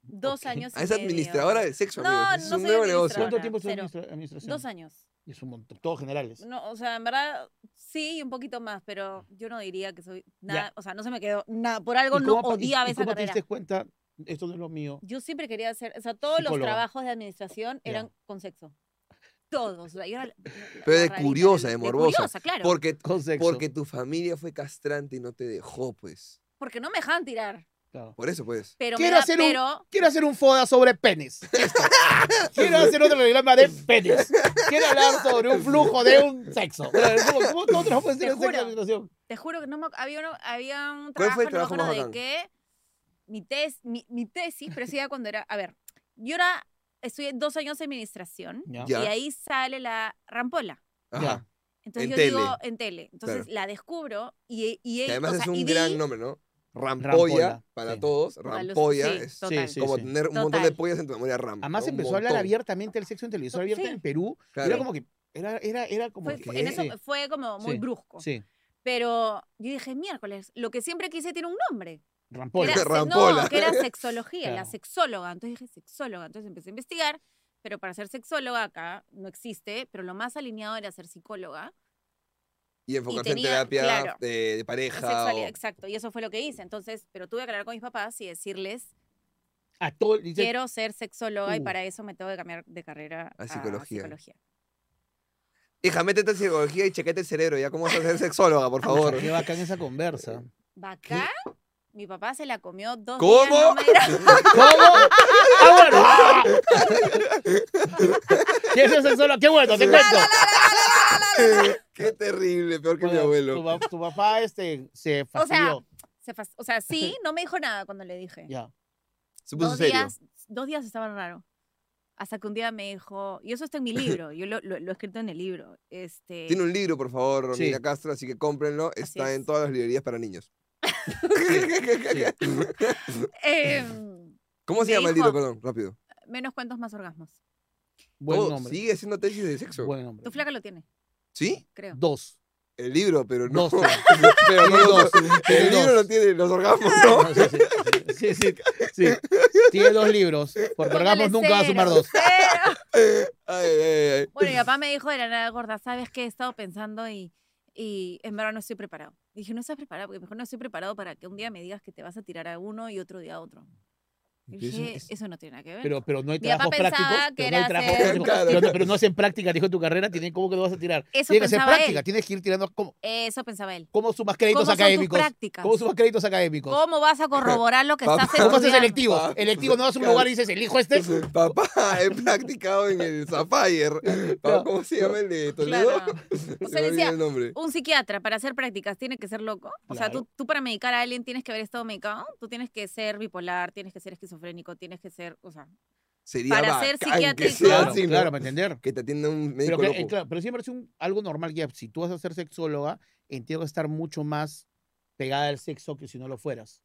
[SPEAKER 4] dos
[SPEAKER 1] Ok.
[SPEAKER 4] años.
[SPEAKER 2] Ah,
[SPEAKER 4] y
[SPEAKER 2] es
[SPEAKER 4] medio.
[SPEAKER 2] administradora del sexo,
[SPEAKER 4] No,
[SPEAKER 2] amigos. Es
[SPEAKER 4] no
[SPEAKER 2] un
[SPEAKER 4] soy
[SPEAKER 2] nuevo negocio.
[SPEAKER 1] ¿Cuánto
[SPEAKER 4] administradora.
[SPEAKER 1] tiempo
[SPEAKER 4] cero.
[SPEAKER 1] estuviste en administración?
[SPEAKER 4] Dos años.
[SPEAKER 1] Es un montón, todos generales.
[SPEAKER 4] No, o sea, en verdad sí, un poquito más, pero yo no diría que soy nada,
[SPEAKER 1] Ya.
[SPEAKER 4] o sea, no se me quedó nada. Por algo
[SPEAKER 1] ¿Y
[SPEAKER 4] no
[SPEAKER 1] cómo pa- y-
[SPEAKER 4] odiaba
[SPEAKER 1] y
[SPEAKER 4] esa
[SPEAKER 1] cómo
[SPEAKER 4] carrera.
[SPEAKER 1] te diste cuenta, esto no es lo mío?
[SPEAKER 4] Yo siempre quería hacer, o sea, todos los
[SPEAKER 1] Psicóloga.
[SPEAKER 4] trabajos de administración
[SPEAKER 1] Ya.
[SPEAKER 4] eran con sexo. Todos. la- yo era la- la-
[SPEAKER 2] Pero
[SPEAKER 4] la
[SPEAKER 2] de
[SPEAKER 4] rarita,
[SPEAKER 2] curiosa, de morbosa.
[SPEAKER 4] curiosa, claro.
[SPEAKER 2] Porque,
[SPEAKER 1] Con sexo.
[SPEAKER 2] porque tu familia fue castrante y no te dejó, pues.
[SPEAKER 4] Porque no me dejaban tirar.
[SPEAKER 1] Claro.
[SPEAKER 2] Por eso, pues.
[SPEAKER 4] Pero, me
[SPEAKER 1] Quiero
[SPEAKER 4] da-
[SPEAKER 1] hacer un-
[SPEAKER 4] pero
[SPEAKER 1] Quiero hacer un foda sobre penes. Listo. Quiero hacer otro programa de penes. Quiero hablar sobre un flujo de un sexo. ¿Cómo, cómo, cómo trabajo puede ser
[SPEAKER 4] Te
[SPEAKER 1] el sexo en la
[SPEAKER 4] juro.
[SPEAKER 1] administración?
[SPEAKER 4] Te juro que no me ac- había, uno- había
[SPEAKER 2] ¿Cuál
[SPEAKER 4] un trabajo,
[SPEAKER 2] fue el trabajo
[SPEAKER 4] no me
[SPEAKER 2] más
[SPEAKER 4] acuerdo
[SPEAKER 2] bacán?
[SPEAKER 4] de qué. Mi, tes- mi, mi tesis, pero sí era cuando era. A ver, yo era. Estudié dos años de administración
[SPEAKER 1] Ya.
[SPEAKER 2] Ya.
[SPEAKER 4] y ahí sale la rampola.
[SPEAKER 2] Ajá.
[SPEAKER 4] Entonces
[SPEAKER 2] En
[SPEAKER 4] yo
[SPEAKER 2] tele.
[SPEAKER 4] digo en tele. Entonces la descubro y, y,
[SPEAKER 2] Que
[SPEAKER 4] y-
[SPEAKER 2] además
[SPEAKER 4] Eh, o sea,
[SPEAKER 2] es un
[SPEAKER 4] y vi-
[SPEAKER 2] gran nombre, ¿no? Rampolla,
[SPEAKER 1] Rampolla,
[SPEAKER 2] para
[SPEAKER 1] sí.
[SPEAKER 2] todos. Rampolla
[SPEAKER 4] Sí,
[SPEAKER 2] es
[SPEAKER 4] total.
[SPEAKER 1] sí,
[SPEAKER 2] como
[SPEAKER 1] sí.
[SPEAKER 2] tener un montón de
[SPEAKER 4] Total.
[SPEAKER 2] pollas en tu memoria RAM.
[SPEAKER 1] Además
[SPEAKER 2] ¿no? Un
[SPEAKER 1] empezó a hablar
[SPEAKER 2] montón.
[SPEAKER 1] abiertamente el sexo en televisión abierta
[SPEAKER 4] Sí.
[SPEAKER 1] en Perú. y
[SPEAKER 2] Claro.
[SPEAKER 1] Era como que era era era como
[SPEAKER 4] Fue,
[SPEAKER 1] que
[SPEAKER 4] fue- en eso
[SPEAKER 1] sí,
[SPEAKER 4] fue como muy
[SPEAKER 1] Sí.
[SPEAKER 4] brusco.
[SPEAKER 1] sí,
[SPEAKER 4] Pero yo dije, miércoles, lo que siempre quise tiene un nombre. Que
[SPEAKER 1] Rampolla.
[SPEAKER 4] era, se-
[SPEAKER 2] Rampola.
[SPEAKER 4] no, que era sexología, la
[SPEAKER 1] Claro.
[SPEAKER 4] sexóloga. Entonces dije, sexóloga. Entonces empecé a investigar, pero para ser sexóloga acá no existe, pero lo más alineado era ser psicóloga.
[SPEAKER 2] Y enfocarse
[SPEAKER 4] tenía-
[SPEAKER 2] en terapia
[SPEAKER 4] claro.
[SPEAKER 2] de, de pareja.
[SPEAKER 4] Sexualidad,
[SPEAKER 2] o-
[SPEAKER 4] exacto. Y eso fue lo que hice. Entonces, pero tuve que hablar con mis papás y decirles,
[SPEAKER 1] A todo dice,
[SPEAKER 4] quiero ser sexóloga y
[SPEAKER 1] Uh.
[SPEAKER 4] para eso me tengo que cambiar de carrera
[SPEAKER 2] A
[SPEAKER 4] a,
[SPEAKER 2] psicología.
[SPEAKER 4] psicología.
[SPEAKER 2] Hija, métete en psicología y chequete el cerebro. Ya cómo vas a ser sexóloga, por
[SPEAKER 1] "Pucha,
[SPEAKER 2] favor.
[SPEAKER 1] Qué bacán esa conversa.
[SPEAKER 4] Bacán, mi papá se la comió dos
[SPEAKER 2] ¿Cómo?
[SPEAKER 4] días. no me era-
[SPEAKER 1] ¿Cómo? ¡Ah, bueno! ¡Ah! ¿Quieres ser sexólogo? ¡Qué bueno! ¡Te cuento!
[SPEAKER 2] Qué terrible, peor que mi
[SPEAKER 1] Bueno, Tu,
[SPEAKER 2] abuelo.
[SPEAKER 1] pa- tu papá este, se
[SPEAKER 4] O sea,
[SPEAKER 1] fastidió.
[SPEAKER 4] se fas- o sea, sí, no me dijo nada cuando le dije.
[SPEAKER 1] ya.
[SPEAKER 2] Se puso
[SPEAKER 4] Dos
[SPEAKER 2] serio.
[SPEAKER 4] días, dos días estaba raro. Hasta que un día me dijo, y eso está en mi libro, yo lo, lo- lo he escrito en el libro. Este,
[SPEAKER 2] Tiene un libro, por favor,
[SPEAKER 1] Sí.
[SPEAKER 2] Romina Castro, así que cómprenlo. Está
[SPEAKER 4] es.
[SPEAKER 2] en todas las librerías para niños.
[SPEAKER 4] em,
[SPEAKER 2] ¿Cómo se
[SPEAKER 4] Me
[SPEAKER 2] llama el
[SPEAKER 4] dijo-
[SPEAKER 2] libro? Perdón, rápido.
[SPEAKER 4] menos cuentos, más orgasmos.
[SPEAKER 1] Buen
[SPEAKER 2] Oh,
[SPEAKER 1] nombre.
[SPEAKER 2] Sigue haciendo tesis de sexo.
[SPEAKER 1] Buen nombre.
[SPEAKER 4] Tu flaca lo tiene,
[SPEAKER 2] ¿Sí?
[SPEAKER 4] creo.
[SPEAKER 1] Dos.
[SPEAKER 2] El libro, pero no.
[SPEAKER 1] Dos, sí.
[SPEAKER 2] pero no
[SPEAKER 1] Tiene
[SPEAKER 2] los-
[SPEAKER 1] dos. Tiene
[SPEAKER 2] El libro
[SPEAKER 1] dos.
[SPEAKER 2] no tiene los orgasmos, ¿no?
[SPEAKER 1] Sí, sí, sí, sí, sí. Tiene dos libros. Porque orgasmos nunca va a sumar dos.
[SPEAKER 4] Cero.
[SPEAKER 2] Ay, ay, ay.
[SPEAKER 4] Bueno, mi papá me dijo de la nada gorda, ¿sabes qué? He estado pensando y, y en verdad no estoy preparado. Y dije, no estás preparado, porque mejor no estoy preparado para que un día me digas que te vas a tirar a uno y otro día a otro. Y
[SPEAKER 2] Pero eso-
[SPEAKER 4] dije,
[SPEAKER 2] es-
[SPEAKER 4] eso no tiene nada que ver.
[SPEAKER 1] Pero, pero no hay
[SPEAKER 4] Mi papá
[SPEAKER 1] trabajos
[SPEAKER 4] pensaba
[SPEAKER 1] prácticos.
[SPEAKER 4] que
[SPEAKER 1] pero no hay
[SPEAKER 4] era
[SPEAKER 1] trabajos
[SPEAKER 4] hacer-
[SPEAKER 1] prácticos.
[SPEAKER 2] Claro.
[SPEAKER 1] Pero, no, pero no hacen práctica, dijo tu carrera. Tiene, ¿Cómo que no vas a tirar?
[SPEAKER 4] eso
[SPEAKER 1] Tienes que hacer
[SPEAKER 4] pensaba
[SPEAKER 1] práctica.
[SPEAKER 4] él.
[SPEAKER 1] Tienes que ir tirando. ¿Cómo,
[SPEAKER 4] Eso pensaba él.
[SPEAKER 1] cómo sumas
[SPEAKER 4] ¿Cómo
[SPEAKER 1] créditos
[SPEAKER 4] son tus
[SPEAKER 1] académicos?
[SPEAKER 4] prácticas?
[SPEAKER 1] ¿Cómo sumas créditos académicos?
[SPEAKER 4] ¿Cómo vas a corroborar lo que estás
[SPEAKER 2] Papá.
[SPEAKER 1] ¿Cómo haces
[SPEAKER 4] estudiando?
[SPEAKER 1] electivos?
[SPEAKER 2] Ah.
[SPEAKER 1] Electivos, no vas a un lugar y dices, elijo este.
[SPEAKER 2] Papá, he practicado en el Sapphire. Papá, ¿Cómo se llama el de Toledo?
[SPEAKER 4] Claro.
[SPEAKER 2] Se
[SPEAKER 4] O
[SPEAKER 2] me
[SPEAKER 4] sea,
[SPEAKER 2] olvida
[SPEAKER 4] decía,
[SPEAKER 2] el nombre.
[SPEAKER 4] un psiquiatra para hacer prácticas tiene que ser loco. O sea,
[SPEAKER 1] Claro.
[SPEAKER 4] tú, tú para medicar a alguien tienes que haber estado medicado, tú tienes que ser bipolar, tienes que ser esquizofrénico, tienes que ser, o sea,
[SPEAKER 2] Sería
[SPEAKER 4] para ser
[SPEAKER 2] bacán que
[SPEAKER 4] psiquiátrico-
[SPEAKER 2] sea
[SPEAKER 1] Claro,
[SPEAKER 2] así, ¿no?
[SPEAKER 1] claro, para entender.
[SPEAKER 2] Que te atienda un médico
[SPEAKER 1] Pero, que- eh,
[SPEAKER 2] loco.
[SPEAKER 1] claro, pero siempre es un- algo normal que si tú vas a ser sexóloga, entiendo que estar mucho más pegada al sexo que si no lo fueras.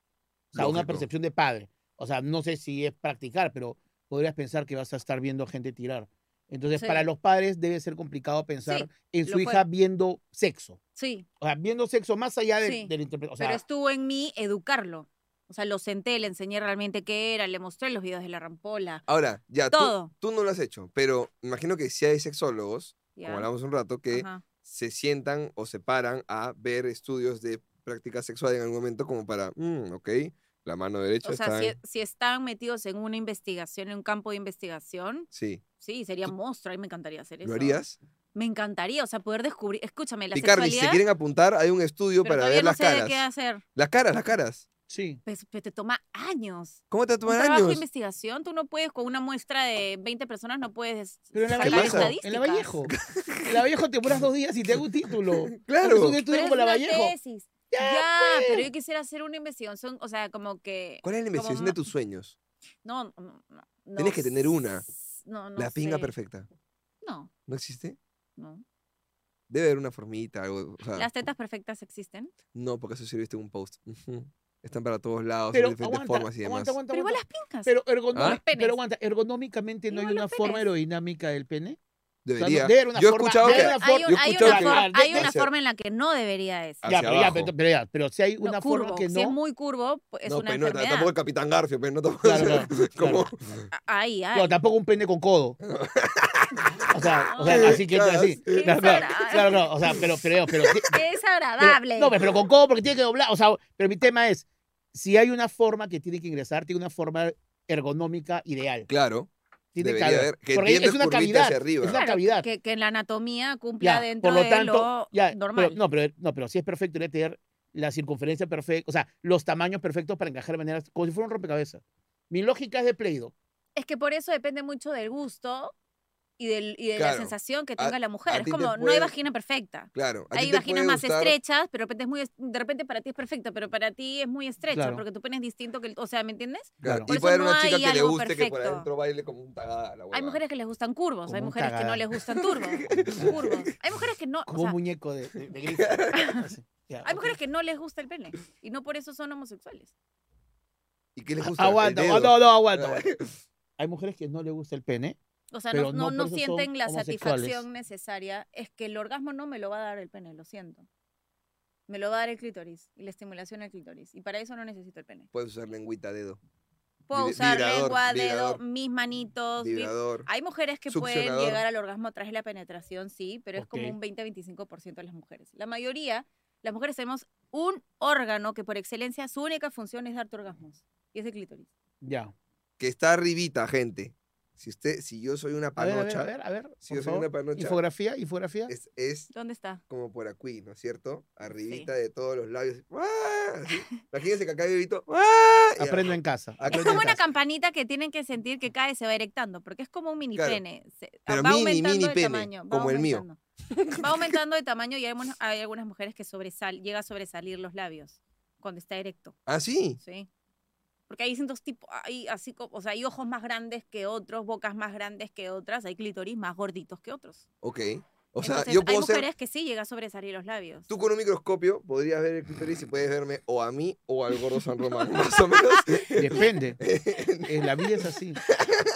[SPEAKER 1] O sea, una
[SPEAKER 2] Lógico.
[SPEAKER 1] percepción de padre. O sea, no sé si es practicar, pero podrías pensar que vas a estar viendo gente tirar. Entonces,
[SPEAKER 4] Sí.
[SPEAKER 1] para los padres debe ser complicado pensar
[SPEAKER 4] Sí,
[SPEAKER 1] en su
[SPEAKER 4] lo
[SPEAKER 1] hija
[SPEAKER 4] fue.
[SPEAKER 1] viendo sexo.
[SPEAKER 4] sí,
[SPEAKER 1] O sea, viendo sexo más allá de,
[SPEAKER 4] Sí,
[SPEAKER 1] de la interpretación. O sea,
[SPEAKER 4] pero estuvo en mí educarlo. O sea, lo senté, le enseñé realmente qué era, le mostré los videos de la rampola,
[SPEAKER 2] Ahora, ya, tú,
[SPEAKER 4] Todo.
[SPEAKER 2] tú no lo has hecho, pero imagino que sí hay sexólogos,
[SPEAKER 4] ¿ya?
[SPEAKER 2] como hablamos un rato, que
[SPEAKER 4] Ajá.
[SPEAKER 2] se sientan o se paran a ver estudios de práctica sexual en algún momento como para, mm, ok, la mano derecha
[SPEAKER 4] O sea,
[SPEAKER 2] está...
[SPEAKER 4] si, e-".
[SPEAKER 2] en-
[SPEAKER 4] si estaban metidos en una investigación, en un campo de investigación,
[SPEAKER 2] Sí,
[SPEAKER 4] sí, sería monstruo, a mí me encantaría hacer eso.
[SPEAKER 2] ¿lo harías?
[SPEAKER 4] Me encantaría, o sea, poder descubrir, escúchame, la
[SPEAKER 2] Picardi, si
[SPEAKER 4] sexualidad,
[SPEAKER 2] se quieren apuntar, hay un estudio
[SPEAKER 4] pero
[SPEAKER 2] para
[SPEAKER 4] todavía
[SPEAKER 2] ver
[SPEAKER 4] no
[SPEAKER 2] las
[SPEAKER 4] sé de qué
[SPEAKER 2] caras.
[SPEAKER 4] hacer.
[SPEAKER 2] Las caras, las caras.
[SPEAKER 1] sí.
[SPEAKER 4] Pues, pues, te toma años.
[SPEAKER 2] ¿Cómo te va a
[SPEAKER 4] Un
[SPEAKER 2] tomar
[SPEAKER 4] trabajo de
[SPEAKER 2] años?
[SPEAKER 4] investigación, tú no puedes, con una muestra de 20 personas, no puedes
[SPEAKER 1] Pero en la
[SPEAKER 4] sacar
[SPEAKER 2] ¿Qué
[SPEAKER 1] Vallejo,
[SPEAKER 2] pasa?
[SPEAKER 4] estadísticas.
[SPEAKER 1] en la Vallejo. En la Vallejo te mueras dos días y te hago un título.
[SPEAKER 2] Claro.
[SPEAKER 1] Es un
[SPEAKER 4] Pero
[SPEAKER 1] estudio
[SPEAKER 4] es
[SPEAKER 1] como la
[SPEAKER 4] una
[SPEAKER 1] Vallejo. pues.
[SPEAKER 4] tesis. Ya, pero yo quisiera hacer una investigación, o sea, como que...
[SPEAKER 2] ¿Cuál es la investigación de
[SPEAKER 4] ma-
[SPEAKER 2] tus sueños?
[SPEAKER 4] No, no, no, no
[SPEAKER 2] Tienes que tener una.
[SPEAKER 4] s- No, no
[SPEAKER 2] la pinga
[SPEAKER 4] sé.
[SPEAKER 2] perfecta.
[SPEAKER 4] No,
[SPEAKER 2] ¿No existe?
[SPEAKER 4] no.
[SPEAKER 2] Debe haber una formita, algo. o sea,
[SPEAKER 4] Las tetas perfectas existen.
[SPEAKER 2] No, porque eso sí lo viste en un post. Ujú. Están para todos lados,
[SPEAKER 1] Pero
[SPEAKER 2] en diferentes
[SPEAKER 1] aguanta,
[SPEAKER 2] formas y demás.
[SPEAKER 1] aguanta, aguanta,
[SPEAKER 4] Pero igual
[SPEAKER 1] aguanta.
[SPEAKER 4] las pincas.
[SPEAKER 1] Pero, ergonó-
[SPEAKER 2] ¿Ah?
[SPEAKER 4] penes.
[SPEAKER 1] pero aguanta, ergonómicamente no hay
[SPEAKER 4] Igual
[SPEAKER 1] una
[SPEAKER 4] los
[SPEAKER 1] forma
[SPEAKER 4] penes.
[SPEAKER 1] aerodinámica del pene. O sea, no-
[SPEAKER 2] Debería.
[SPEAKER 1] debe haber una
[SPEAKER 2] Yo he
[SPEAKER 1] forma-
[SPEAKER 2] escuchado
[SPEAKER 1] debe
[SPEAKER 2] que.
[SPEAKER 1] haber una
[SPEAKER 4] hay,
[SPEAKER 1] forma-
[SPEAKER 2] yo
[SPEAKER 4] un- hay
[SPEAKER 2] escuchaba
[SPEAKER 4] una,
[SPEAKER 2] que-
[SPEAKER 4] for- hay una
[SPEAKER 2] hacia-
[SPEAKER 4] forma en la que no debería de ser.
[SPEAKER 2] hacia
[SPEAKER 1] Ya, pero, ya,
[SPEAKER 2] abajo.
[SPEAKER 1] pero, pero ya, pero si hay
[SPEAKER 4] No,
[SPEAKER 1] una
[SPEAKER 4] curvo,
[SPEAKER 1] forma que
[SPEAKER 4] Si es
[SPEAKER 1] no.
[SPEAKER 4] muy curvo, pues, es
[SPEAKER 2] No,
[SPEAKER 4] una
[SPEAKER 2] pero no, ta-
[SPEAKER 4] enfermedad.
[SPEAKER 2] tampoco el Capitán Garfio, pero no
[SPEAKER 1] Claro,
[SPEAKER 2] tampoco.
[SPEAKER 1] claro, claro,
[SPEAKER 2] como-
[SPEAKER 1] claro.
[SPEAKER 4] Ahí, ahí.
[SPEAKER 1] No, tampoco un pene con codo. O sea, o sea
[SPEAKER 2] Ay,
[SPEAKER 1] así que
[SPEAKER 2] claro,
[SPEAKER 1] así.
[SPEAKER 4] Qué
[SPEAKER 1] Claro, claro,
[SPEAKER 4] desagradable.
[SPEAKER 1] claro, no, o sea, pero, pero, pero, sí-
[SPEAKER 4] Qué
[SPEAKER 1] pero-
[SPEAKER 4] desagradable.
[SPEAKER 1] No, pero con codo porque tiene que doblar. O sea, pero mi tema es, si hay una forma que tiene que ingresar, tiene una forma ergonómica ideal.
[SPEAKER 2] Claro.
[SPEAKER 1] Tiene que
[SPEAKER 2] Debería
[SPEAKER 1] haber.
[SPEAKER 2] haber, que
[SPEAKER 1] Porque
[SPEAKER 2] tiendas
[SPEAKER 1] es una
[SPEAKER 2] curvita
[SPEAKER 1] cavidad.
[SPEAKER 2] hacia arriba.
[SPEAKER 1] Es una
[SPEAKER 4] Claro,
[SPEAKER 1] cavidad.
[SPEAKER 4] Que, que en la anatomía cumpla
[SPEAKER 1] Ya,
[SPEAKER 4] dentro
[SPEAKER 1] por lo
[SPEAKER 4] de
[SPEAKER 1] tanto,
[SPEAKER 4] lo
[SPEAKER 1] ya, pero-
[SPEAKER 4] normal.
[SPEAKER 1] no, pero, no, pero sí es perfecto debe tener la circunferencia perfecta, o sea, los tamaños perfectos para encajar de manera como si fuera un rompecabezas. Mi lógica es de Play-Doh.
[SPEAKER 4] Es que por eso depende mucho del gusto y, del, y de
[SPEAKER 2] Claro.
[SPEAKER 4] la sensación que
[SPEAKER 2] A-
[SPEAKER 4] tenga la
[SPEAKER 2] a
[SPEAKER 4] mujer. Es
[SPEAKER 2] ti te
[SPEAKER 4] como, no
[SPEAKER 2] puede-
[SPEAKER 4] hay vagina perfecta.
[SPEAKER 2] Claro. a ti
[SPEAKER 4] Hay
[SPEAKER 2] te
[SPEAKER 4] vaginas
[SPEAKER 2] puede
[SPEAKER 4] más
[SPEAKER 2] gustar-
[SPEAKER 4] estrechas, pero de repente, es muy, es- de repente para ti es perfecta, pero para ti es muy estrecha,
[SPEAKER 1] Claro.
[SPEAKER 4] porque tú pones distinto que el... O sea, ¿me entiendes?
[SPEAKER 2] Claro.
[SPEAKER 1] Por
[SPEAKER 2] Y
[SPEAKER 4] eso
[SPEAKER 2] puede haber
[SPEAKER 4] no
[SPEAKER 2] una chica
[SPEAKER 4] hay
[SPEAKER 2] que le
[SPEAKER 4] algo
[SPEAKER 2] guste que por
[SPEAKER 4] perfecto.
[SPEAKER 2] adentro baile como un tagada. la
[SPEAKER 4] Hay
[SPEAKER 2] huevada.
[SPEAKER 4] mujeres que les gustan curvos,
[SPEAKER 1] Como
[SPEAKER 4] hay
[SPEAKER 1] un
[SPEAKER 4] mujeres que no
[SPEAKER 1] cagada.
[SPEAKER 4] les gustan turbos, curvos. Hay mujeres que no... o
[SPEAKER 1] Como un
[SPEAKER 4] sea,
[SPEAKER 1] muñeco de, de- de gris. Así. Ya,
[SPEAKER 4] Hay
[SPEAKER 1] ok.
[SPEAKER 4] mujeres que no les gusta el pene y no por eso son homosexuales.
[SPEAKER 2] ¿Y qué les gusta? El
[SPEAKER 1] Aguanta,
[SPEAKER 2] dedo.
[SPEAKER 1] no, no, aguanta. aguanta. Hay mujeres que no le gusta el pene.
[SPEAKER 4] O sea,
[SPEAKER 1] Pero no
[SPEAKER 4] no, no, no
[SPEAKER 1] por eso son
[SPEAKER 4] sienten la
[SPEAKER 1] homosexuales.
[SPEAKER 4] satisfacción necesaria. Es que el orgasmo no me lo va a dar el pene, lo siento. Me lo va a dar el clítoris y la estimulación al clítoris. Y para eso no necesito el pene.
[SPEAKER 2] Puedes usar lengüita, dedo.
[SPEAKER 4] Puedo
[SPEAKER 2] Vi-
[SPEAKER 4] usar
[SPEAKER 2] vibrador,
[SPEAKER 4] lengua, dedo,
[SPEAKER 2] vibrador.
[SPEAKER 4] mis manitos. vi-
[SPEAKER 2] Vibrador.
[SPEAKER 4] Hay mujeres que pueden
[SPEAKER 2] Succionador.
[SPEAKER 4] llegar al orgasmo a través de la penetración, sí, pero es
[SPEAKER 1] Ok.
[SPEAKER 4] como un 20-25% de las mujeres. La mayoría, las mujeres tenemos un órgano que por excelencia su única función es darte orgasmos. Y es el clítoris.
[SPEAKER 1] Ya.
[SPEAKER 2] Que está arribita, gente. Si usted, si yo soy una
[SPEAKER 1] A ver, a ver,
[SPEAKER 2] panocha,
[SPEAKER 1] a ver, a ver,
[SPEAKER 2] si
[SPEAKER 1] por
[SPEAKER 2] yo soy
[SPEAKER 1] favor.
[SPEAKER 2] una Este, panocha,
[SPEAKER 1] Infografía, infografía.
[SPEAKER 2] es, es
[SPEAKER 4] ¿Dónde está?
[SPEAKER 2] como por aquí, ¿no es cierto? Arribita de todos los labios. ¡Ah! Así. Imagínense que acá hay bebito. ¡Ah! Y
[SPEAKER 1] Aprendo en casa.
[SPEAKER 2] acá
[SPEAKER 4] Es
[SPEAKER 2] hay
[SPEAKER 4] como una
[SPEAKER 2] bebito.
[SPEAKER 4] campanita que tienen que sentir que cae se va erectando, porque es como un mini
[SPEAKER 2] Claro.
[SPEAKER 4] pene. se- ah,
[SPEAKER 2] Pero
[SPEAKER 4] va
[SPEAKER 2] mini,
[SPEAKER 4] aumentando
[SPEAKER 2] mini
[SPEAKER 4] de
[SPEAKER 2] pene,
[SPEAKER 4] tamaño. va
[SPEAKER 2] como el mío.
[SPEAKER 4] aumentando. Va aumentando de tamaño y hay, algunas- hay algunas mujeres que sobresal, llega a sobresalir los labios cuando está erecto.
[SPEAKER 2] Ah, sí.
[SPEAKER 4] Sí. Porque hay distintos tipos, hay así como, o sea, hay ojos más grandes que otros, bocas más grandes que otras, hay clitoris más gorditos que otros.
[SPEAKER 2] Ok. O sea,
[SPEAKER 4] Entonces,
[SPEAKER 2] yo puedo
[SPEAKER 4] hay
[SPEAKER 2] ser.
[SPEAKER 4] mujeres que sí llega a sobresalir los labios.
[SPEAKER 2] Tú con un microscopio podrías ver el clítoris y puedes verme o a mí o al gordo San Román, más o menos.
[SPEAKER 1] Depende. Eh, la vida es así.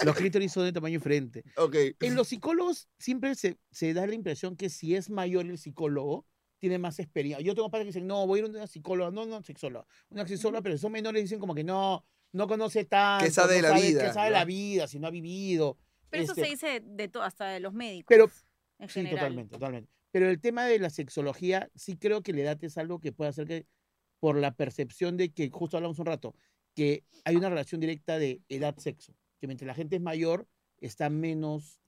[SPEAKER 1] Los clítoris son de tamaño diferente.
[SPEAKER 2] Ok.
[SPEAKER 1] En los psicólogos siempre se, se da la impresión que si es mayor el psicólogo, tiene más experiencia. Yo tengo padres que dicen, no, voy a ir a una psicóloga, no, no, sexóloga, una sexóloga, pero si son menores dicen como que no, no conoce tanto.
[SPEAKER 2] sabe de
[SPEAKER 1] no
[SPEAKER 2] la
[SPEAKER 1] Que
[SPEAKER 2] vida,
[SPEAKER 1] sabe de
[SPEAKER 2] ¿no?
[SPEAKER 1] la vida, si no ha vivido.
[SPEAKER 4] Pero eso se
[SPEAKER 1] este,
[SPEAKER 4] dice de todo, hasta de los médicos.
[SPEAKER 1] Pero-
[SPEAKER 4] en
[SPEAKER 1] Sí,
[SPEAKER 4] general.
[SPEAKER 1] totalmente, totalmente. Pero el tema de la sexología, sí creo que la edad es algo que puede hacer que, por la percepción de que, justo hablamos un rato, que hay una relación directa de edad-sexo, que mientras la gente es mayor, está menos,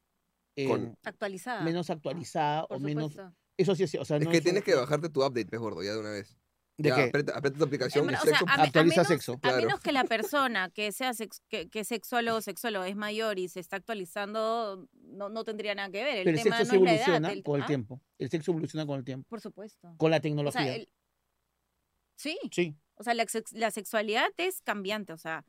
[SPEAKER 1] eh,
[SPEAKER 2] Con-
[SPEAKER 4] Actualizada.
[SPEAKER 1] menos actualizada
[SPEAKER 4] por
[SPEAKER 1] o menos...
[SPEAKER 4] supuesto.
[SPEAKER 1] Eso sí, es sí, o sea,
[SPEAKER 2] Es
[SPEAKER 1] no
[SPEAKER 2] que
[SPEAKER 1] es
[SPEAKER 2] tienes
[SPEAKER 1] un-
[SPEAKER 2] que bajarte tu update, pez gordo, ya de una vez.
[SPEAKER 1] ¿De
[SPEAKER 2] ya,
[SPEAKER 1] qué?
[SPEAKER 2] Aprieta, aprieta tu aplicación. de
[SPEAKER 4] En verdad, o sea,
[SPEAKER 2] sexo.
[SPEAKER 4] a me- a
[SPEAKER 1] Actualiza
[SPEAKER 4] menos-
[SPEAKER 1] sexo.
[SPEAKER 4] A
[SPEAKER 2] Claro.
[SPEAKER 4] menos que la persona que sea sex- que, que es sexólogo o sexólogo es mayor y se está actualizando, no, no tendría nada que ver. El
[SPEAKER 1] Pero el
[SPEAKER 4] tema
[SPEAKER 1] sexo
[SPEAKER 4] no
[SPEAKER 1] se
[SPEAKER 4] es la edad.
[SPEAKER 1] evoluciona
[SPEAKER 4] el-
[SPEAKER 1] con el
[SPEAKER 4] ah,
[SPEAKER 1] tiempo. El sexo evoluciona con el tiempo,
[SPEAKER 4] Por supuesto.
[SPEAKER 1] con la
[SPEAKER 4] O
[SPEAKER 1] tecnología.
[SPEAKER 4] sea, el- sí.
[SPEAKER 1] Sí,
[SPEAKER 4] O sea, la, sex- la sexualidad es cambiante, o sea,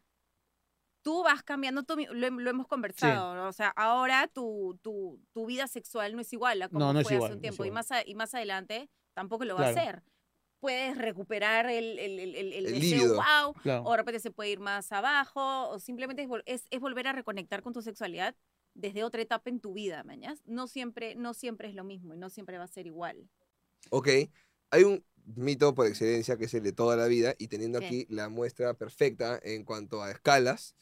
[SPEAKER 4] tú vas cambiando, tú mi- lo, hem- lo hemos conversado, ¿no? o sea, ahora tu, tu, tu vida sexual no es igual a como
[SPEAKER 1] No, no es
[SPEAKER 4] fue
[SPEAKER 1] igual,
[SPEAKER 4] hace
[SPEAKER 1] no
[SPEAKER 4] un
[SPEAKER 1] es
[SPEAKER 4] tiempo y,
[SPEAKER 1] igual.
[SPEAKER 4] más a- y más adelante tampoco lo va a
[SPEAKER 1] Claro.
[SPEAKER 4] hacer. Puedes recuperar el, el, el, el, el
[SPEAKER 2] El
[SPEAKER 4] deseo,
[SPEAKER 2] líbido.
[SPEAKER 4] wow,
[SPEAKER 1] claro.
[SPEAKER 4] o de repente se puede ir más abajo, o simplemente es, vol- es, es volver a reconectar con tu sexualidad desde otra etapa en tu vida, mañas. No siempre, no siempre es lo mismo y no siempre va a ser igual.
[SPEAKER 2] Ok. Hay un mito por excelencia que es el de toda la vida y teniendo
[SPEAKER 4] ¿Qué?
[SPEAKER 2] aquí la muestra perfecta en cuanto a escalas.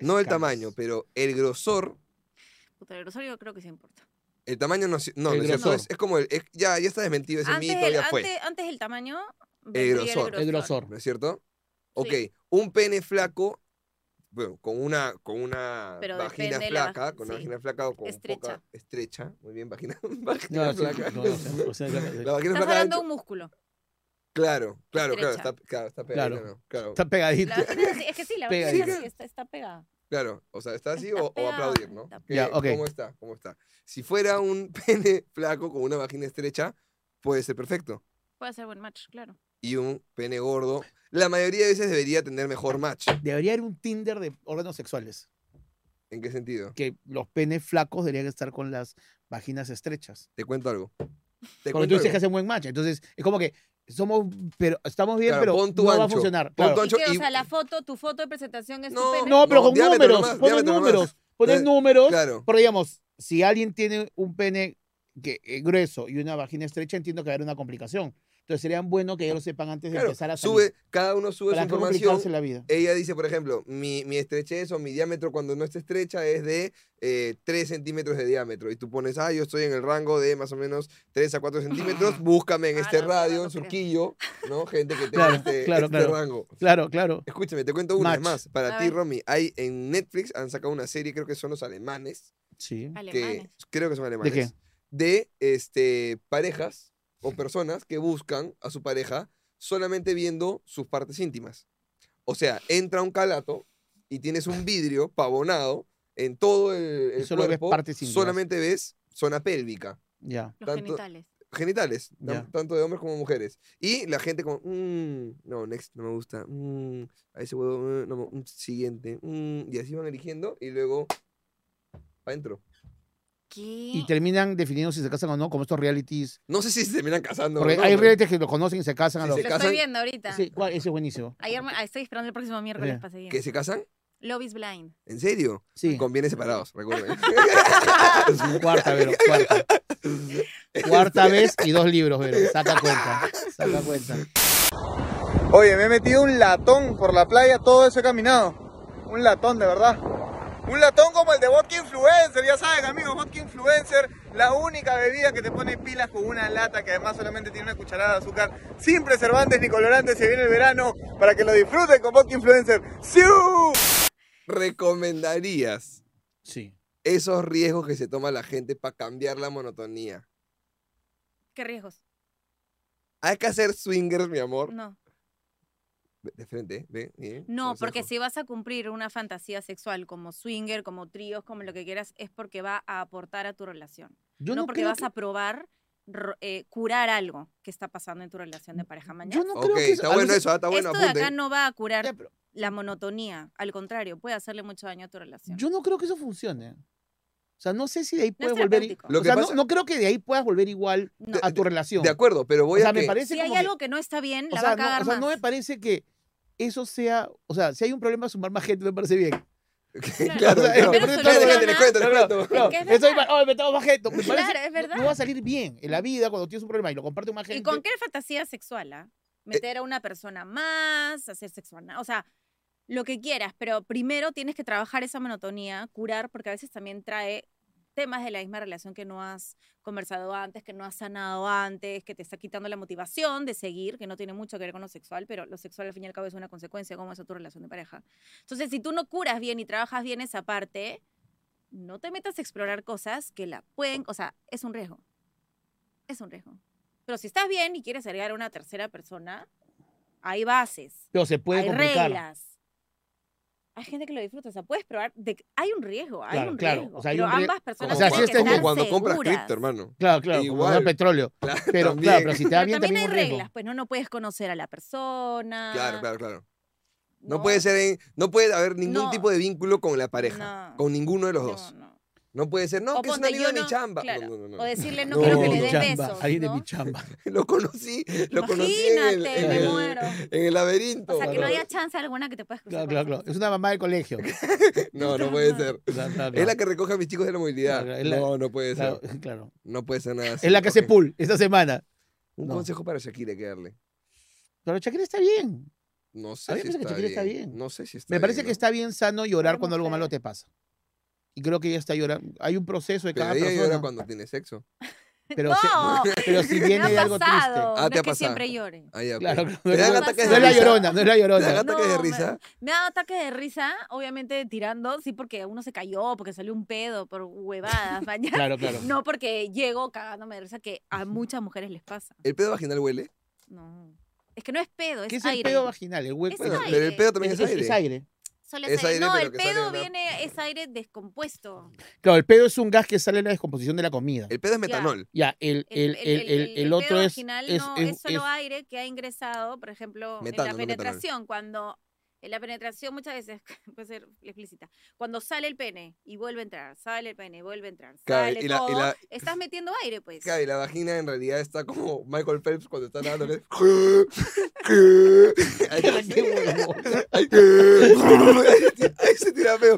[SPEAKER 2] No el
[SPEAKER 1] Escalas.
[SPEAKER 2] tamaño, pero el grosor.
[SPEAKER 4] Puta, el grosor yo creo que sí importa.
[SPEAKER 2] El tamaño no, es- no,
[SPEAKER 1] El
[SPEAKER 2] no es cierto,
[SPEAKER 1] grosor.
[SPEAKER 2] es, es como el, es- ya, ya está desmentido ese
[SPEAKER 4] antes,
[SPEAKER 2] mito,
[SPEAKER 4] el,
[SPEAKER 2] ya fue.
[SPEAKER 4] antes, antes el tamaño, vendría
[SPEAKER 2] grosor.
[SPEAKER 1] el grosor.
[SPEAKER 2] ¿No es cierto? Ok,
[SPEAKER 4] Sí.
[SPEAKER 2] un pene flaco, bueno, con una, con una
[SPEAKER 4] Pero
[SPEAKER 2] vagina
[SPEAKER 4] depende de la
[SPEAKER 2] flaca,
[SPEAKER 4] vag-
[SPEAKER 2] con una
[SPEAKER 4] sí.
[SPEAKER 2] vagina flaca o con
[SPEAKER 4] Estrecha.
[SPEAKER 2] poca estrecha, muy bien, vagina, vagina
[SPEAKER 1] No, sí,
[SPEAKER 2] flaca.
[SPEAKER 1] no, o sea, o sea,
[SPEAKER 2] La vagina
[SPEAKER 4] Estás
[SPEAKER 2] flaca
[SPEAKER 4] hablando
[SPEAKER 2] ancho-
[SPEAKER 4] de un músculo.
[SPEAKER 2] Claro, claro,
[SPEAKER 4] estrecha.
[SPEAKER 2] claro, está, claro, está pegada,
[SPEAKER 1] Claro.
[SPEAKER 2] ¿no? claro,
[SPEAKER 1] Está pegadito.
[SPEAKER 4] La vagina es así, es que sí, la
[SPEAKER 1] Pega
[SPEAKER 4] vagina
[SPEAKER 2] ahí.
[SPEAKER 4] es así, está, está pegada.
[SPEAKER 2] claro, o sea, está así
[SPEAKER 4] Está
[SPEAKER 2] o, o
[SPEAKER 4] pegada,
[SPEAKER 2] aplaudir, ¿no?
[SPEAKER 4] está
[SPEAKER 2] ¿Qué-
[SPEAKER 1] Ya, ok.
[SPEAKER 2] ¿Cómo está? ¿Cómo está? Si fuera un pene flaco con una vagina estrecha, puede ser perfecto.
[SPEAKER 4] Puede ser buen match, claro.
[SPEAKER 2] Y un pene gordo, la mayoría de veces debería tener mejor match.
[SPEAKER 1] Debería haber un Tinder de órganos sexuales.
[SPEAKER 2] ¿En qué sentido?
[SPEAKER 1] Que los penes flacos deberían estar con las vaginas estrechas.
[SPEAKER 2] Te cuento algo. Te
[SPEAKER 1] Porque tú dices que hacen buen match. Entonces, es como que somos, pero estamos bien,
[SPEAKER 2] Claro,
[SPEAKER 1] pero
[SPEAKER 2] pon tu
[SPEAKER 1] no va a
[SPEAKER 2] ancho,
[SPEAKER 1] funcionar.
[SPEAKER 2] pon
[SPEAKER 1] claro.
[SPEAKER 2] tu
[SPEAKER 4] Y
[SPEAKER 2] Pancho,
[SPEAKER 4] que, o
[SPEAKER 2] y-
[SPEAKER 4] sea, la foto, tu foto de presentación es tu
[SPEAKER 2] No,
[SPEAKER 4] pene.
[SPEAKER 1] No, pero
[SPEAKER 2] No,
[SPEAKER 1] con
[SPEAKER 2] diámetro
[SPEAKER 1] números.
[SPEAKER 2] nomás,
[SPEAKER 1] ponen
[SPEAKER 2] diámetro nomás.
[SPEAKER 1] números. Ponen
[SPEAKER 2] Eh,
[SPEAKER 1] números.
[SPEAKER 2] Claro.
[SPEAKER 1] Porque digamos, si alguien tiene un pene que, eh, grueso y una vagina estrecha, entiendo que va a haber una complicación. Entonces sería bueno que ellos lo sepan antes de
[SPEAKER 2] Claro,
[SPEAKER 1] empezar a salir.
[SPEAKER 2] sube, cada uno sube su
[SPEAKER 1] para no complicarse
[SPEAKER 2] información.
[SPEAKER 1] la vida.
[SPEAKER 2] Ella dice, por ejemplo, mi, mi estrechez o mi diámetro cuando no está estrecha es de eh, 3 centímetros de diámetro. Y tú pones, ah, yo estoy en el rango de más o menos 3 a 4 centímetros, búscame en
[SPEAKER 4] Ah,
[SPEAKER 2] este
[SPEAKER 4] no,
[SPEAKER 2] radio,
[SPEAKER 4] no
[SPEAKER 2] en
[SPEAKER 4] creo.
[SPEAKER 2] Surquillo, ¿no? Gente que tenga
[SPEAKER 1] Claro,
[SPEAKER 2] este,
[SPEAKER 1] claro,
[SPEAKER 2] este
[SPEAKER 1] claro.
[SPEAKER 2] rango.
[SPEAKER 1] Claro, claro.
[SPEAKER 2] Escúchame, te cuento una
[SPEAKER 1] Match.
[SPEAKER 2] más. Para
[SPEAKER 4] A
[SPEAKER 2] ti,
[SPEAKER 4] ver.
[SPEAKER 2] Romy, hay en Netflix, han sacado una serie, creo que son los alemanes,
[SPEAKER 1] Sí.
[SPEAKER 4] Alemanes.
[SPEAKER 2] que creo que son
[SPEAKER 1] ¿De
[SPEAKER 2] alemanes.
[SPEAKER 1] qué?
[SPEAKER 2] de este, parejas o personas que buscan a su pareja solamente viendo sus partes íntimas. O sea, entra un calato y tienes un vidrio pavonado en todo el, el
[SPEAKER 1] solo ves
[SPEAKER 2] cuerpo,
[SPEAKER 1] partes íntimas.
[SPEAKER 2] solamente ves zona pélvica,
[SPEAKER 1] Ya.
[SPEAKER 4] Los
[SPEAKER 2] tanto-
[SPEAKER 4] genitales.
[SPEAKER 2] genitales, tan-
[SPEAKER 1] Ya.
[SPEAKER 2] tanto de hombres como mujeres. Y la gente como, "Mm, no, next, no me gusta, mm, a ese huevo, mm, no, me- mm, siguiente, mm", y así van eligiendo y luego, para adentro.
[SPEAKER 1] y terminan definiendo si se casan o no, como estos realities.
[SPEAKER 2] No sé si se terminan casando.
[SPEAKER 1] porque
[SPEAKER 2] ¿no?
[SPEAKER 1] hay realities que lo conocen y se casan a
[SPEAKER 2] Sí,
[SPEAKER 1] los.
[SPEAKER 2] se
[SPEAKER 4] Lo
[SPEAKER 2] casan-
[SPEAKER 4] estoy viendo ahorita.
[SPEAKER 1] Sí, ¿cuál? ese es buenísimo.
[SPEAKER 4] Ayer me- ah, estoy esperando el próximo miércoles
[SPEAKER 1] Mira.
[SPEAKER 4] para seguir.
[SPEAKER 2] ¿Que se casan?
[SPEAKER 4] Love is blind.
[SPEAKER 2] ¿En serio?
[SPEAKER 1] Sí.
[SPEAKER 2] Conviene separados, recuerden.
[SPEAKER 1] Cuarta, Vero, cuarta. Cuarta vez y dos libros, Vero. Saca cuenta. Saca cuenta.
[SPEAKER 3] Oye, me he metido un latón por la playa, todo eso he caminado. Un latón, de verdad. Un latón como el de Vodka Influencer, ya saben amigos, Vodka Influencer, la única bebida que te pone pilas con una lata que además solamente tiene una cucharada de azúcar, sin preservantes ni colorantes, se viene el verano, para que lo disfruten con Vodka Influencer. ¡Siu!
[SPEAKER 2] ¿Recomendarías
[SPEAKER 1] Sí.
[SPEAKER 2] esos riesgos que se toma la gente para cambiar la monotonía?
[SPEAKER 4] ¿Qué riesgos?
[SPEAKER 2] Hay que hacer swingers, mi amor.
[SPEAKER 4] No.
[SPEAKER 2] Ve- De frente, ¿eh? ve, bien,
[SPEAKER 4] No,
[SPEAKER 2] consejo.
[SPEAKER 4] porque si vas a cumplir una fantasía sexual como swinger, como tríos, como lo que quieras, es porque va a aportar a tu relación.
[SPEAKER 1] Yo
[SPEAKER 4] no,
[SPEAKER 1] no,
[SPEAKER 4] porque
[SPEAKER 1] creo
[SPEAKER 4] vas
[SPEAKER 1] que-
[SPEAKER 4] a probar ro- eh, curar algo que está pasando en tu relación de pareja mañana.
[SPEAKER 1] Yo no
[SPEAKER 2] Ok,
[SPEAKER 1] creo que.
[SPEAKER 2] está
[SPEAKER 1] a
[SPEAKER 2] bueno
[SPEAKER 1] veces-
[SPEAKER 2] eso, ah, está bueno,
[SPEAKER 4] Esto de acá
[SPEAKER 2] apunten.
[SPEAKER 4] no va a curar
[SPEAKER 1] Ya, pero
[SPEAKER 4] la monotonía. Al contrario, puede hacerle mucho daño a tu relación.
[SPEAKER 1] Yo no creo que eso funcione. O sea, no sé si de ahí
[SPEAKER 4] no es
[SPEAKER 1] puedes volver. i-
[SPEAKER 4] terapéutico.
[SPEAKER 2] Lo
[SPEAKER 1] o
[SPEAKER 2] que
[SPEAKER 1] sea, no-
[SPEAKER 2] pasa-
[SPEAKER 1] no, creo que de ahí puedas volver igual
[SPEAKER 4] No.
[SPEAKER 1] a tu relación.
[SPEAKER 2] De acuerdo, pero
[SPEAKER 1] O
[SPEAKER 2] voy
[SPEAKER 1] sea,
[SPEAKER 2] a
[SPEAKER 1] me
[SPEAKER 2] que-
[SPEAKER 1] parece
[SPEAKER 4] Si hay
[SPEAKER 1] como que-
[SPEAKER 4] algo que no está bien,
[SPEAKER 1] o
[SPEAKER 4] la va
[SPEAKER 1] sea,
[SPEAKER 4] a cagar
[SPEAKER 1] no, o sea, no
[SPEAKER 4] más.
[SPEAKER 1] me parece que eso sea. O sea, si hay un problema, sumar más gente me parece bien.
[SPEAKER 4] Claro.
[SPEAKER 2] Claro,
[SPEAKER 1] O sea,
[SPEAKER 2] claro.
[SPEAKER 1] primero
[SPEAKER 2] Espérate,
[SPEAKER 1] soluciona-
[SPEAKER 2] espérate, les cuento, les
[SPEAKER 1] Claro,
[SPEAKER 2] cuento.
[SPEAKER 1] claro.
[SPEAKER 4] Es que es
[SPEAKER 1] Eso es
[SPEAKER 4] verdad.
[SPEAKER 1] para- oh, me estaba más gente. Me
[SPEAKER 4] Claro,
[SPEAKER 1] parece-
[SPEAKER 4] es verdad.
[SPEAKER 1] No, no va a salir bien en la vida cuando tienes un problema y lo compartes más gente.
[SPEAKER 4] ¿Y con qué fantasía sexual? ah? Meter a una persona más, hacer sexo anal, o sea, lo que quieras, pero primero tienes que trabajar esa monotonía, curar, porque a veces también trae temas de la misma relación que no has conversado antes, que no has sanado antes, que te está quitando la motivación de seguir, que no tiene mucho que ver con lo sexual, pero lo sexual al fin y al cabo es una consecuencia de cómo es tu relación de pareja. Entonces, si tú no curas bien y trabajas bien esa parte, no te metas a explorar cosas que la pueden, o sea, es un riesgo. Es un riesgo. Pero si estás bien y quieres agregar a una tercera persona, hay bases,
[SPEAKER 1] Pero se puede
[SPEAKER 4] hay
[SPEAKER 1] complicar.
[SPEAKER 4] reglas. Hay gente que lo disfruta, o sea, puedes probar, de, hay un riesgo, hay
[SPEAKER 1] Claro,
[SPEAKER 4] un
[SPEAKER 1] claro,
[SPEAKER 4] riesgo.
[SPEAKER 1] o sea, hay
[SPEAKER 4] pero
[SPEAKER 1] un rie-
[SPEAKER 4] ambas personas
[SPEAKER 1] o sea, sí
[SPEAKER 4] tienen que
[SPEAKER 2] este
[SPEAKER 1] está como
[SPEAKER 4] estar
[SPEAKER 2] cuando compras
[SPEAKER 4] seguras.
[SPEAKER 2] cripto, hermano.
[SPEAKER 1] Claro, claro, como
[SPEAKER 2] Igual.
[SPEAKER 1] el petróleo.
[SPEAKER 2] Claro,
[SPEAKER 1] Pero,
[SPEAKER 2] también.
[SPEAKER 1] claro, pero si te va
[SPEAKER 4] Pero
[SPEAKER 1] bien, también,
[SPEAKER 4] también hay
[SPEAKER 1] es un riesgo.
[SPEAKER 4] reglas, pues no, no puedes conocer a la persona.
[SPEAKER 2] Claro, claro, claro. No, puede ser, en- no puede haber ningún
[SPEAKER 4] No.
[SPEAKER 2] tipo de vínculo con la pareja,
[SPEAKER 4] No.
[SPEAKER 2] con ninguno de los
[SPEAKER 4] no,
[SPEAKER 2] dos. No,
[SPEAKER 4] no.
[SPEAKER 2] puede ser, no,
[SPEAKER 4] O
[SPEAKER 2] que es un
[SPEAKER 4] ponte,
[SPEAKER 2] amigo
[SPEAKER 4] yo
[SPEAKER 2] de mi
[SPEAKER 4] no-
[SPEAKER 2] chamba. No,
[SPEAKER 4] claro.
[SPEAKER 2] No, no, no,
[SPEAKER 4] O decirle no,
[SPEAKER 2] No,
[SPEAKER 4] quiero que
[SPEAKER 1] de
[SPEAKER 4] le
[SPEAKER 1] mi
[SPEAKER 4] dé
[SPEAKER 1] chamba,
[SPEAKER 4] besos.
[SPEAKER 1] alguien de
[SPEAKER 4] ¿no?
[SPEAKER 1] mi chamba.
[SPEAKER 2] Lo conocí, lo conocí en el,
[SPEAKER 4] Imagínate,
[SPEAKER 2] en
[SPEAKER 4] me
[SPEAKER 2] el-
[SPEAKER 4] muero. O
[SPEAKER 2] en el laberinto.
[SPEAKER 4] sea, que no
[SPEAKER 2] mano.
[SPEAKER 4] haya chance alguna que te puedas cruzar.
[SPEAKER 1] Claro, claro,
[SPEAKER 4] con esa
[SPEAKER 1] claro. Es una mamá de colegio.
[SPEAKER 2] No, no puede ser.
[SPEAKER 1] Claro, claro,
[SPEAKER 2] Es la
[SPEAKER 1] claro.
[SPEAKER 2] que recoge a mis chicos de la movilidad.
[SPEAKER 1] Claro, es la-
[SPEAKER 2] no, no puede ser.
[SPEAKER 1] Claro, claro.
[SPEAKER 2] No puede ser nada así.
[SPEAKER 1] Es la que hace
[SPEAKER 2] Ok.
[SPEAKER 1] pool esta semana.
[SPEAKER 2] Un
[SPEAKER 1] No.
[SPEAKER 2] consejo para Shakira que darle.
[SPEAKER 1] Pero Shakira está bien.
[SPEAKER 2] No
[SPEAKER 1] A
[SPEAKER 2] sé
[SPEAKER 1] mí
[SPEAKER 2] si
[SPEAKER 1] me parece
[SPEAKER 2] está,
[SPEAKER 1] que Shakira está bien.
[SPEAKER 2] No sé si está
[SPEAKER 1] Me parece
[SPEAKER 2] bien,
[SPEAKER 1] que
[SPEAKER 2] ¿no?
[SPEAKER 1] está bien sano llorar
[SPEAKER 4] Pobre
[SPEAKER 1] cuando algo malo
[SPEAKER 4] mujer.
[SPEAKER 1] te pasa. Y creo que ella está llorando. Hay un proceso de
[SPEAKER 2] Pero
[SPEAKER 1] cada
[SPEAKER 2] ella
[SPEAKER 1] persona.
[SPEAKER 2] llora cuando tiene sexo.
[SPEAKER 1] Pero,
[SPEAKER 4] No,
[SPEAKER 1] si, pero si
[SPEAKER 4] Me
[SPEAKER 1] viene de
[SPEAKER 4] ha
[SPEAKER 1] algo
[SPEAKER 4] pasado.
[SPEAKER 1] triste.
[SPEAKER 2] Ah,
[SPEAKER 4] no
[SPEAKER 2] te ha
[SPEAKER 4] es que
[SPEAKER 2] pasado.
[SPEAKER 4] siempre llore.
[SPEAKER 2] Ah, ya, ok.
[SPEAKER 1] Claro, no,
[SPEAKER 2] Te
[SPEAKER 1] no,
[SPEAKER 2] dan
[SPEAKER 4] no
[SPEAKER 2] ataques
[SPEAKER 4] pasa
[SPEAKER 1] No es
[SPEAKER 2] de
[SPEAKER 1] la
[SPEAKER 4] nada.
[SPEAKER 2] risa.
[SPEAKER 1] llorona, no es la
[SPEAKER 2] Te dan
[SPEAKER 1] llorona.
[SPEAKER 2] ataques de
[SPEAKER 4] No, me-
[SPEAKER 2] risa.
[SPEAKER 4] Me ha dado ataques de risa, obviamente tirando, sí, porque uno se cayó, porque salió un pedo por huevadas, mañana.
[SPEAKER 1] Claro, claro.
[SPEAKER 4] No porque llego cagándome de risa, que a muchas mujeres les pasa.
[SPEAKER 2] ¿El pedo vaginal huele?
[SPEAKER 4] No. Es que no es pedo, es,
[SPEAKER 1] ¿Qué es el
[SPEAKER 4] aire.
[SPEAKER 1] pedo vaginal? El hueco.
[SPEAKER 4] Es
[SPEAKER 2] Bueno,
[SPEAKER 4] aire.
[SPEAKER 2] pero el pedo también es, aire.
[SPEAKER 1] es aire.
[SPEAKER 4] Solo
[SPEAKER 2] Es
[SPEAKER 4] es aire.
[SPEAKER 2] aire,
[SPEAKER 4] No,
[SPEAKER 2] pero
[SPEAKER 4] el
[SPEAKER 2] que sale
[SPEAKER 4] pedo
[SPEAKER 2] una-
[SPEAKER 4] viene, es aire descompuesto.
[SPEAKER 1] Claro, el pedo es un gas que sale en la descomposición de la comida.
[SPEAKER 2] El pedo es metanol.
[SPEAKER 1] Ya, el, el, el, el, el
[SPEAKER 4] pedo
[SPEAKER 1] otro es,
[SPEAKER 4] vaginal
[SPEAKER 1] es,
[SPEAKER 4] no,
[SPEAKER 1] es-
[SPEAKER 4] es, solo
[SPEAKER 1] es-
[SPEAKER 4] aire que ha ingresado, por ejemplo,
[SPEAKER 2] Metano,
[SPEAKER 4] en
[SPEAKER 2] no
[SPEAKER 4] la
[SPEAKER 2] metanol.
[SPEAKER 4] penetración, cuando en la penetración muchas veces puede ser explícita. Cuando sale el pene y vuelve a entrar, sale el pene y vuelve a entrar,
[SPEAKER 2] Claro,
[SPEAKER 4] sale
[SPEAKER 2] y la- y
[SPEAKER 4] todo,
[SPEAKER 2] la-
[SPEAKER 4] estás metiendo aire, pues.
[SPEAKER 2] Claro, y la vagina en realidad está como Michael Phelps cuando está nadando. que- Ahí
[SPEAKER 1] Qué huevón.
[SPEAKER 2] ahí- ahí se tira feo.